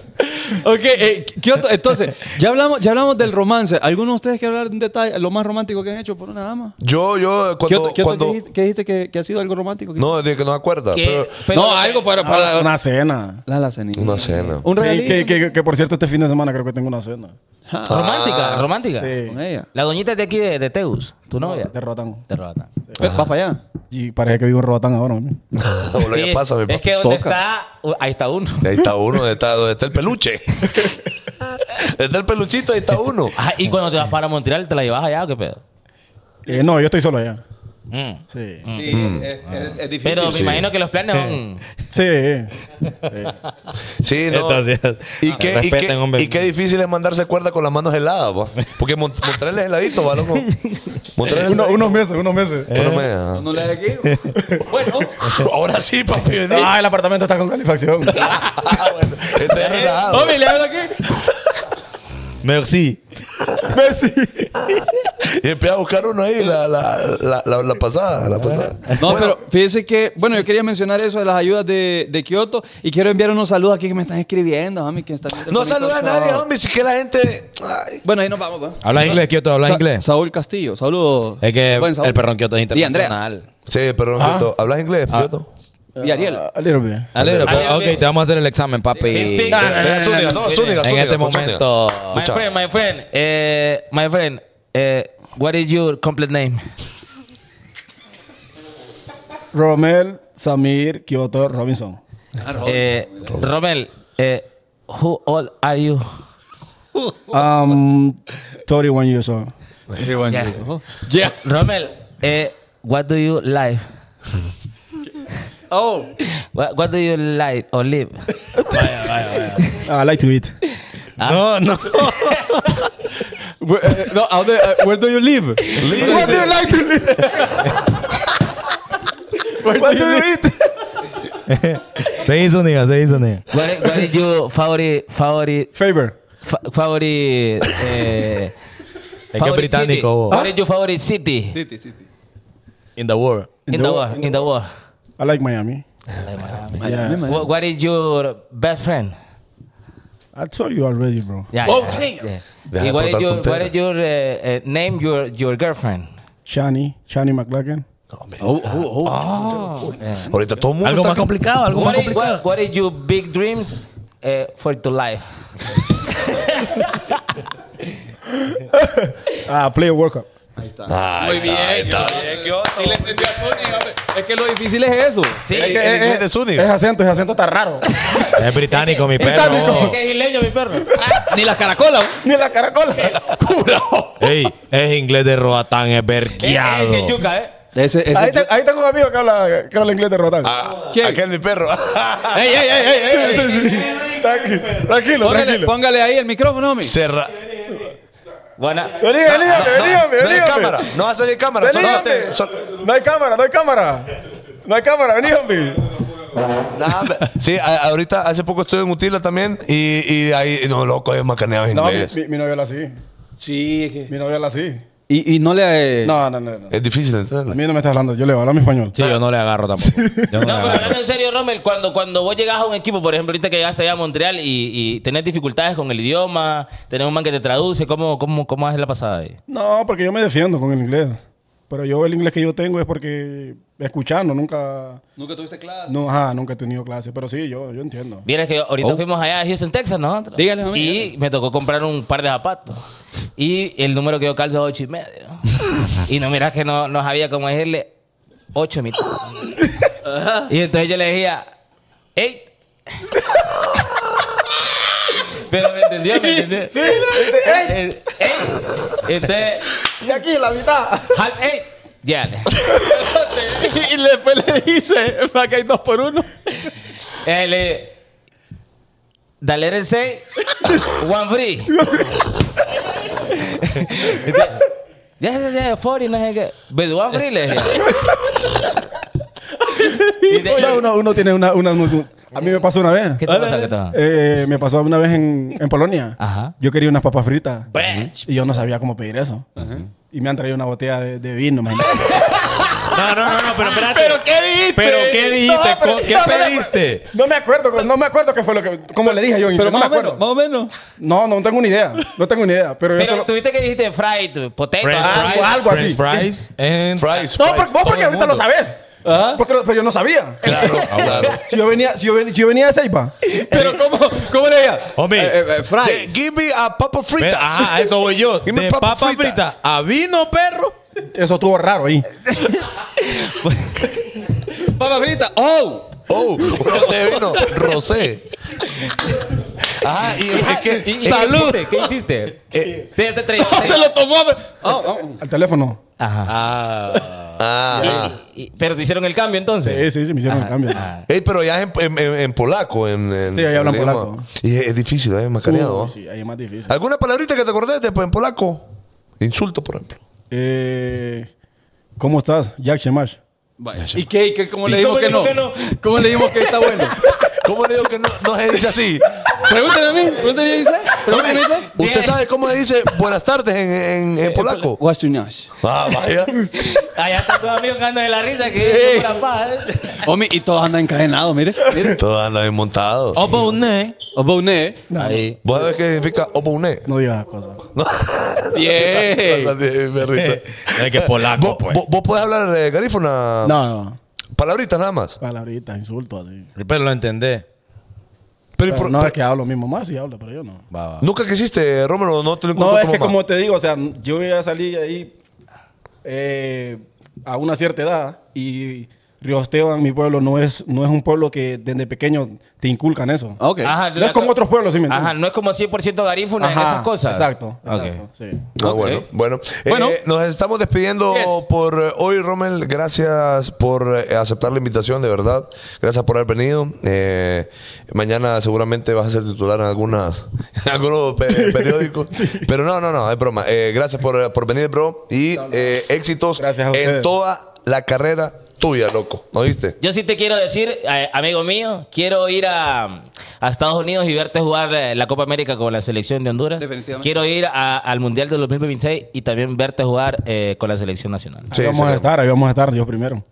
S3: Ok, eh, ¿qué otro? entonces, ya hablamos, ya hablamos del romance. ¿Alguno de ustedes quiere hablar en detalle lo más romántico que han hecho por una dama?
S1: Yo, yo, eh,
S3: ¿Qué
S1: cuando.
S3: otro- qué otro
S1: cuando
S3: que dijiste, que, dijiste que- que ha sido algo romántico?
S1: no, de que no me acuerda.
S4: Que-
S1: Pero
S4: pero-
S3: no, algo para,
S7: Ah,
S3: para la,
S7: una cena.
S3: la, Ah, la cenita.
S1: una cena.
S3: Un
S7: Sí,
S3: regalito.
S7: que, que- que por cierto, este fin de semana creo que tengo una cena.
S3: Ah,
S4: Romántica, romántica.
S7: Sí.
S3: Con ella.
S4: La doñita es de aquí, de, de Teus, tu novia.
S7: De Roatán.
S4: De Roatán.
S3: Ve, ¿Vas para Pues, allá?
S7: Y parece que vivo en Roatán ahora. mami.
S1: Hola, ya
S4: Sí,
S1: pasa, mi
S4: Es que
S1: papá.
S4: donde
S3: Toca.
S4: está, uh, ahí está uno.
S1: Ahí está uno, donde está, donde está el peluche. Donde está el peluchito, ahí está uno.
S4: Ah, y cuando te vas para Montreal, ¿te la llevas allá o qué pedo?
S7: Eh, no, yo estoy solo allá. Sí.
S3: Sí, es, es-
S1: Ah.
S3: es difícil.
S4: Pero me imagino que los planes son...
S7: Sí.
S1: Sí, no.
S5: Entonces,
S1: ¿Y, qué, y,
S5: respeten,
S1: qué-
S5: hombre.
S1: y qué difícil es mandarse cuerda con las manos heladas, po. Porque mon- Montreal es heladito, va, loco. Montreal es
S7: Uno-
S1: heladito.
S7: unos meses, unos meses.
S3: Eh.
S1: Bueno, me- ah.
S3: No le haré aquí. Bueno.
S1: Ahora sí, papi, vení.
S7: Ah, el apartamento está con calefacción.
S1: Ah, bueno. Este es relajado.
S3: Tommy, le hablo aquí.
S5: Merci.
S1: Y empecé a buscar uno ahí, la, la, la, la, la pasada, la pasada.
S3: No,
S1: Bueno,
S3: pero fíjese que, bueno, yo quería mencionar eso de las ayudas de, de Kioto y quiero enviar unos saludos aquí que me están escribiendo, mami, que están
S1: No saluda a nadie, hombre, si que la gente... Ay,
S3: Bueno, ahí nos vamos, va.
S5: Habla inglés, Kioto, habla
S3: Sa-
S5: inglés.
S3: Saúl Castillo, saludos.
S5: Es que
S3: Buen Saúl.
S5: el perrón Kioto es
S3: Y Andrea.
S5: internacional.
S1: Sí, pero
S5: Ah.
S1: Pioto, ¿hablas inglés, Pioto?
S3: Y Ariel.
S7: Ah, A little bit.
S5: Alero,
S4: Alero,
S5: pero-
S4: bien.
S5: ok, te vamos a hacer el examen, papi.
S4: Speak-
S5: Eh, En
S1: Mira, Zúñiga, no, Zúñiga, Zúñiga,
S5: este
S1: con Zúñiga.
S5: momento.
S4: My friend, my friend, eh, my friend, eh, what is your complete name?
S7: Romel, Samir, Kyoto, Robinson.
S5: Ah,
S4: Eh, Romel, eh, who old are you?
S7: Um, 31 years old.
S4: Yeah. Romel, eh, what do you like?
S3: Oh.
S4: What, what do you like or live?
S7: I like to eat.
S5: No, no.
S3: Where, eh, no, ¿a dónde- eh, where do you live? Where do you like to live? Where do you live?
S5: Se hizo, nigga, se hizo, nigga.
S4: What is, what is your favorite favorite
S7: Favor.
S4: fa- favorite? Eh,
S5: Es que es
S4: city?
S5: británico. vos.
S4: What is your favorite city in,
S3: City, city.
S5: In the world.
S4: the world? In the world.
S7: I like Miami.
S3: Miami, Miami.
S4: What, what is your best friend?
S7: I told you already, bro.
S4: Yeah.
S1: Oh,
S4: yeah,
S1: damn.
S4: yeah.
S1: Deja de
S4: Y what is
S1: contar
S4: your, what
S1: tonteras.
S4: is your eh, eh, name your your girlfriend?
S7: Shani, Shani McLagan.
S1: Ahorita todo el mundo
S5: Ah. Algo
S1: está
S5: más complicado, algo más
S4: What is,
S5: complicado.
S4: what, what is your big dreams eh, for to life?
S7: Ah, play a World Cup.
S1: Muy bien.
S3: Es que lo difícil es eso.
S4: Sí,
S1: Es
S5: Eh,
S1: que- El inglés de Zúñiga.
S7: Es acento, ese acento está raro.
S5: Es británico, mi perro.
S4: Es
S5: vos.
S4: que es isleño, mi perro.
S3: Ni las caracolas.
S7: Ni la caracola.
S5: Ey, es inglés de Roatán, es
S4: Es, es
S5: verqueado.
S4: yuca, ¿eh?
S3: Ese, ese
S7: Ahí, te- ahí tengo un amigo que habla, que habla inglés de Roatán.
S1: Ah,
S3: ¿Quién?
S1: Aquel mi perro.
S3: ey, ey, ey, ey, ey, ey.
S7: Tranqui- Tranquilo,
S3: Póngale,
S7: tranquilo.
S3: póngale ahí el micrófono, mi.
S1: Cerra.
S4: Buena.
S7: Vení, veníame, veníame,
S1: No hay
S7: veníame.
S1: cámara. No va a salir cámara. Solo
S7: Veníame.
S1: te- sol-
S7: No hay cámara, no hay cámara. No hay cámara, vení, hombre.
S1: Nah, hombre. sí, a- ahorita hace poco estuve en Utila también y, y ahí, no, loco, es macaneado en
S7: No, mi,
S1: inglés.
S7: mi, mi novio habla así.
S3: Sí, es que.
S7: Mi novio habla así.
S3: Y, y no le.
S7: No, no, no. no.
S1: Es difícil
S7: A
S1: entenderlo.
S7: mí no me estás hablando, yo le hablo a mi español.
S5: Sí, yo no le agarro tampoco. Yo no le
S4: No, pero
S5: agarro.
S4: hablando en serio, Rommel, cuando, cuando vos llegas a un equipo, por ejemplo, ahorita que llegas allá a Montreal y, y tenés dificultades con el idioma, tenés un man que te traduce, ¿cómo, cómo, cómo haces la pasada ahí?
S7: No, porque yo me defiendo con el inglés. Pero yo el inglés que yo tengo es porque escuchando, nunca...
S3: Nunca tuviste clase.
S7: No, ajá, nunca he tenido clases, pero sí, yo, yo entiendo.
S4: Vieras que ahorita fuimos allá a Houston, Texas, nosotros.
S3: Dígale, homie,
S4: Y
S3: dígale.
S4: me tocó comprar un par de zapatos. Y el número que yo calzo es ocho y medio. y no miras que no, no sabía cómo decirle ocho y mitad. y entonces yo le decía, eight. Pero me entendió, me entendió. Sí, eight. Entonces,
S3: Y aquí la mitad.
S4: half eight. Ya.
S3: y después le dice, para que hay dos por uno.
S4: Eh, le The letter say one free. Ya, ya, ya, 40, no sé qué. But one free, le dije. Y de-
S7: Oye, uno, uno tiene una, una- una- A mí me pasó una vez.
S4: ¿Qué te pasa? ¿Qué te pasa?
S7: Eh, me pasó una vez en, en Polonia.
S4: Ajá.
S7: Yo quería unas papas fritas. Y yo no sabía cómo pedir eso. Y me han traído una botella de, de vino, man.
S5: No, no, no, no, pero espérate. ¿Pero qué dijiste? ¿Pero qué dijiste?
S7: No, pero-
S5: ¿Con- ¿Qué
S7: no, no, no.
S5: pediste?
S7: No me acuerdo, no me acuerdo qué fue lo que... Como le dije yo. en
S3: Pero
S7: inglés, no
S3: más
S7: me
S3: o menos,
S7: acuerdo.
S3: más o menos.
S7: No, no tengo ni idea. No tengo ni idea. Pero, eso...
S4: Pero tuviste que dijiste fried, tu- potato.
S5: French
S4: ah,
S5: fries,
S7: algo- algo así.
S5: French fries and
S1: Fries.
S7: No,
S1: fries.
S7: por- vos porque
S5: el
S7: ahorita lo
S5: mundo.
S7: sabés. Porque lo- pero yo no sabía.
S1: Claro, claro.
S7: Si yo venía, si yo venía, si yo venía de Seipa.
S3: Pero ¿cómo, cómo le diga?
S5: Hombre.
S3: Eh, eh, eh,
S1: De-
S3: fries.
S1: give me a papa
S5: Pero,
S1: frita.
S5: ajá, ah, a eso voy yo.
S1: Dime
S5: De
S1: papas
S5: papa
S1: fritas.
S5: frita a vino, perro.
S7: Eso estuvo raro ahí.
S3: Papa frita. ¡Oh!
S1: Oh, ron de vino. Rosé. Ajá, y es
S7: ah,
S1: que...
S4: ¿Y- y-
S5: Salud.
S4: ¿Qué hiciste? ¿Qué
S7: Eh,
S4: hiciste? Te hace tres-
S3: Se lo tomó.
S7: Al teléfono.
S4: Ajá.
S5: Ah.
S1: Ajá.
S4: Y- y- pero te hicieron el cambio entonces.
S7: Sí, sí, sí, me hicieron el cambio.
S1: Ey, pero ya es en, en- en- en polaco. En, en-
S7: Sí, ahí hablan
S1: en idioma.
S7: polaco.
S1: Y es, es difícil, es macaneado.
S7: Uy,
S1: ¿no?
S7: sí, ahí es más difícil.
S1: ¿Alguna palabrita que te acordés de, pues, en polaco? Insulto, por ejemplo.
S7: Eh, ¿Cómo estás, Jack Shemash?
S3: ¿Y qué? ¿Y qué? ¿Cómo le dijimos que no? ¿Cómo le dijimos que está bueno?
S1: ¿Cómo le digo que no, no se dice así?
S3: Pregúntame a mí, pregúntame a Isaac. Pregúntame a Isaac.
S1: ¿Usted sabe cómo se dice buenas tardes en, en- en polaco?
S3: Guasuñash.
S1: Ah, vaya.
S4: Allá están tus amigos cagando de la risa que es pura paja.
S3: Homie, y todos andan encadenados, mire. mire.
S1: Todo anda bien montado.
S5: Obone.
S3: Obone.
S7: Ahí.
S1: ¿Vos sabés qué significa obone?
S7: No digas cosas.
S1: No.
S3: Yeah.
S5: Es que es polaco,
S1: ¿Vos,
S5: pues.
S1: vos- vos podés hablar eh, garífuna?
S7: No, no.
S1: Palabritas nada más.
S7: Palabritas, insultos así.
S5: Pero lo entendés.
S1: Pero,
S7: Pero
S1: por-
S7: no
S1: pero-
S7: es que hablo mismo más y habla, pero yo no.
S5: Va, va.
S1: nunca quisiste, eh, Rómulo, no te lo encuentro
S7: No, es que
S1: mamá.
S7: como te digo, o sea, yo ya salí ahí eh, a una cierta edad y Río Esteban, mi pueblo, no es, no es un pueblo que desde pequeño te inculcan eso.
S4: Ah,
S3: Ok.
S7: No es como otros pueblos, ¿sí me entiendes?
S4: Ajá, no es como 100% garífuna en
S7: Ajá,
S4: esas cosas.
S7: Exacto,
S4: Ok.
S7: exacto, sí.
S1: Ah,
S3: Ok.
S1: bueno, bueno. Eh,
S3: Bueno.
S1: nos estamos despidiendo
S3: Yes.
S1: por eh, hoy, Rommel. Gracias por eh, aceptar la invitación, de verdad. Gracias por haber venido. Eh, mañana seguramente vas a ser titular en algunas en algunos pe- periódicos. Pero no, no, no, es broma. Eh, gracias por, eh, por venir, bro. Y eh, éxitos
S7: Gracias a
S1: en
S7: ustedes.
S1: toda la carrera tuya, loco. ¿No viste?
S4: Yo sí te quiero decir, eh, amigo mío, quiero ir a, a Estados Unidos y verte jugar eh, la Copa América con la selección de Honduras.
S3: Definitivamente.
S4: Quiero ir a- al Mundial del 2026 y también verte jugar eh, con la selección nacional.
S1: Sí,
S7: Ahí vamos
S1: señor.
S7: a estar, ahí vamos a estar, yo primero.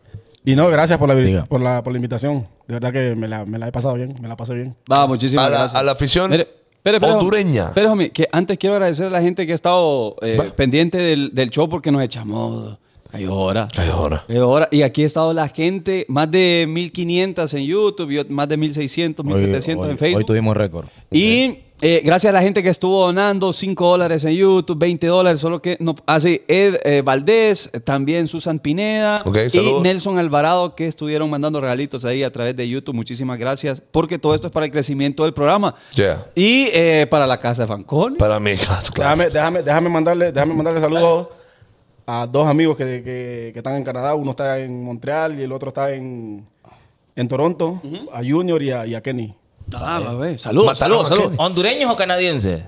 S7: Y no, gracias por la,
S5: Diga.
S7: por la, por la invitación. De verdad que me la, me la he pasado bien, me la pasé bien.
S3: Va, muchísimas
S1: A la-
S3: gracias.
S1: a la afición
S3: espere, espere,
S1: hondureña.
S3: Pero, homie, que antes quiero agradecer a la gente que ha estado eh, pendiente del, del show porque nos echamos. Hay hora.
S1: Ay, ahora.
S3: Hay hora. Y aquí ha estado la gente, más de 1500 en YouTube, y más de 1600, 1700
S5: Hoy-
S3: en
S5: hoy-
S3: Facebook.
S5: Hoy tuvimos récord.
S3: Y eh, gracias a la gente que estuvo donando 5 dólares en YouTube, 20 dólares, solo que no. Así, Ed eh, Valdés, también Susan Pineda
S1: Ok,
S3: y
S1: saludos.
S3: Nelson Alvarado que estuvieron mandando regalitos ahí a través de YouTube. Muchísimas gracias, porque todo esto es para el crecimiento del programa.
S1: Yeah.
S3: Y eh, para la casa de Fanconi.
S1: Para mí, claro.
S7: Déjame, déjame, déjame mandarle, déjame mandarle saludos a dos amigos que, que- que están en Canadá. Uno está en Montreal y el otro está en, en Toronto. A Junior y a, y a Kenny.
S3: Ah, a ver, Saludos,
S1: Mataron
S3: saludos,
S1: a
S3: saludos.
S4: ¿Hondureños o canadienses?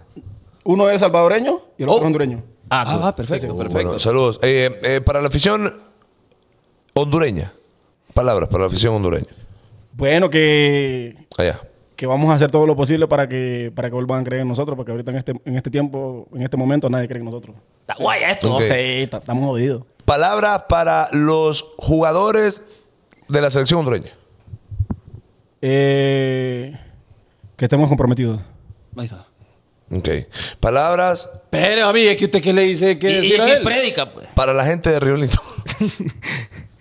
S7: Uno es salvadoreño y el otro
S3: Oh.
S7: es hondureño.
S4: Ah,
S3: Ah,
S4: cool.
S3: va, perfecto,
S1: Oh,
S3: perfecto.
S1: bueno, saludos. Eh, eh, para la afición hondureña. Palabras para la afición hondureña.
S7: Bueno, que,
S1: Allá.
S7: que vamos a hacer todo lo posible para que, para que vuelvan a creer en nosotros, porque ahorita en este, en este tiempo, en este momento, nadie cree en nosotros.
S4: Está guay esto.
S1: Ok.
S7: Sí, está- estamos jodidos.
S1: Palabras para los jugadores de la selección hondureña.
S7: Eh, que estemos comprometidos.
S3: Ahí está.
S1: Ok. Palabras
S3: Pero a mí, es que usted qué le dice
S4: ¿Y,
S3: que
S4: y
S3: decir a
S4: qué
S3: él?
S4: predica, pues?
S1: para la gente de Riolito.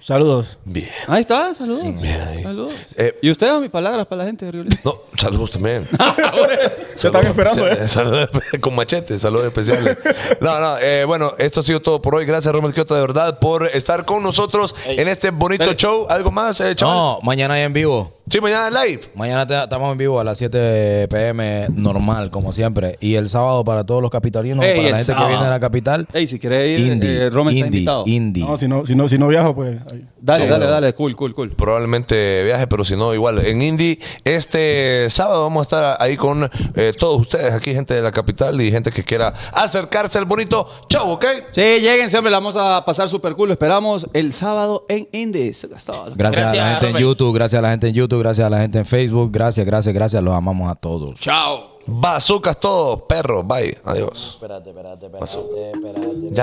S7: Saludos.
S1: Bien.
S3: Ahí está, saludos.
S1: ahí.
S3: Saludos.
S1: Eh,
S3: Y usted a mis palabras para la gente de Río Lindo.
S1: No, saludos también.
S7: Se están esperando, ¿eh?
S1: especiales, saludos espe- con machete, saludos especiales. No, no, eh, bueno, esto ha sido todo por hoy. Gracias, Romel Kioto, de verdad, por estar con nosotros en este bonito
S3: Espere.
S1: show. ¿Algo más, eh, chaval?
S5: No, mañana hay en vivo.
S1: Sí, mañana live.
S5: Mañana te- estamos en vivo a las 7 pm, normal, como siempre. Y el sábado para todos los capitalinos,
S3: Ey,
S5: para
S3: el
S5: la gente
S3: sábado.
S5: que viene a la capital.
S3: ¿eh? Ey, si querés ir,
S5: indie,
S3: eh, Rommel está
S5: indie,
S3: invitado.
S5: indie.
S7: No, si no, si no, si no viajo, pues. ahí.
S3: Dale, dale, dale. Cool, cool, cool.
S1: probablemente viaje, pero si no, igual. En Indy, este sábado vamos a estar ahí con eh, todos ustedes, aquí gente de la capital y gente que quiera acercarse al bonito show, ¿ok?
S3: Sí, lleguen siempre, la vamos a pasar super cool. Lo esperamos el sábado en Indies. El sábado.
S5: Gracias, a la
S4: Gracias,
S5: gente en
S4: Rommel.
S5: YouTube, gracias a la gente en YouTube, gracias a la gente en Facebook. Gracias, gracias, gracias. Los amamos a todos.
S1: Bazucas todos, perros, bye, adiós.
S9: Espérate, espérate, espérate, espérate.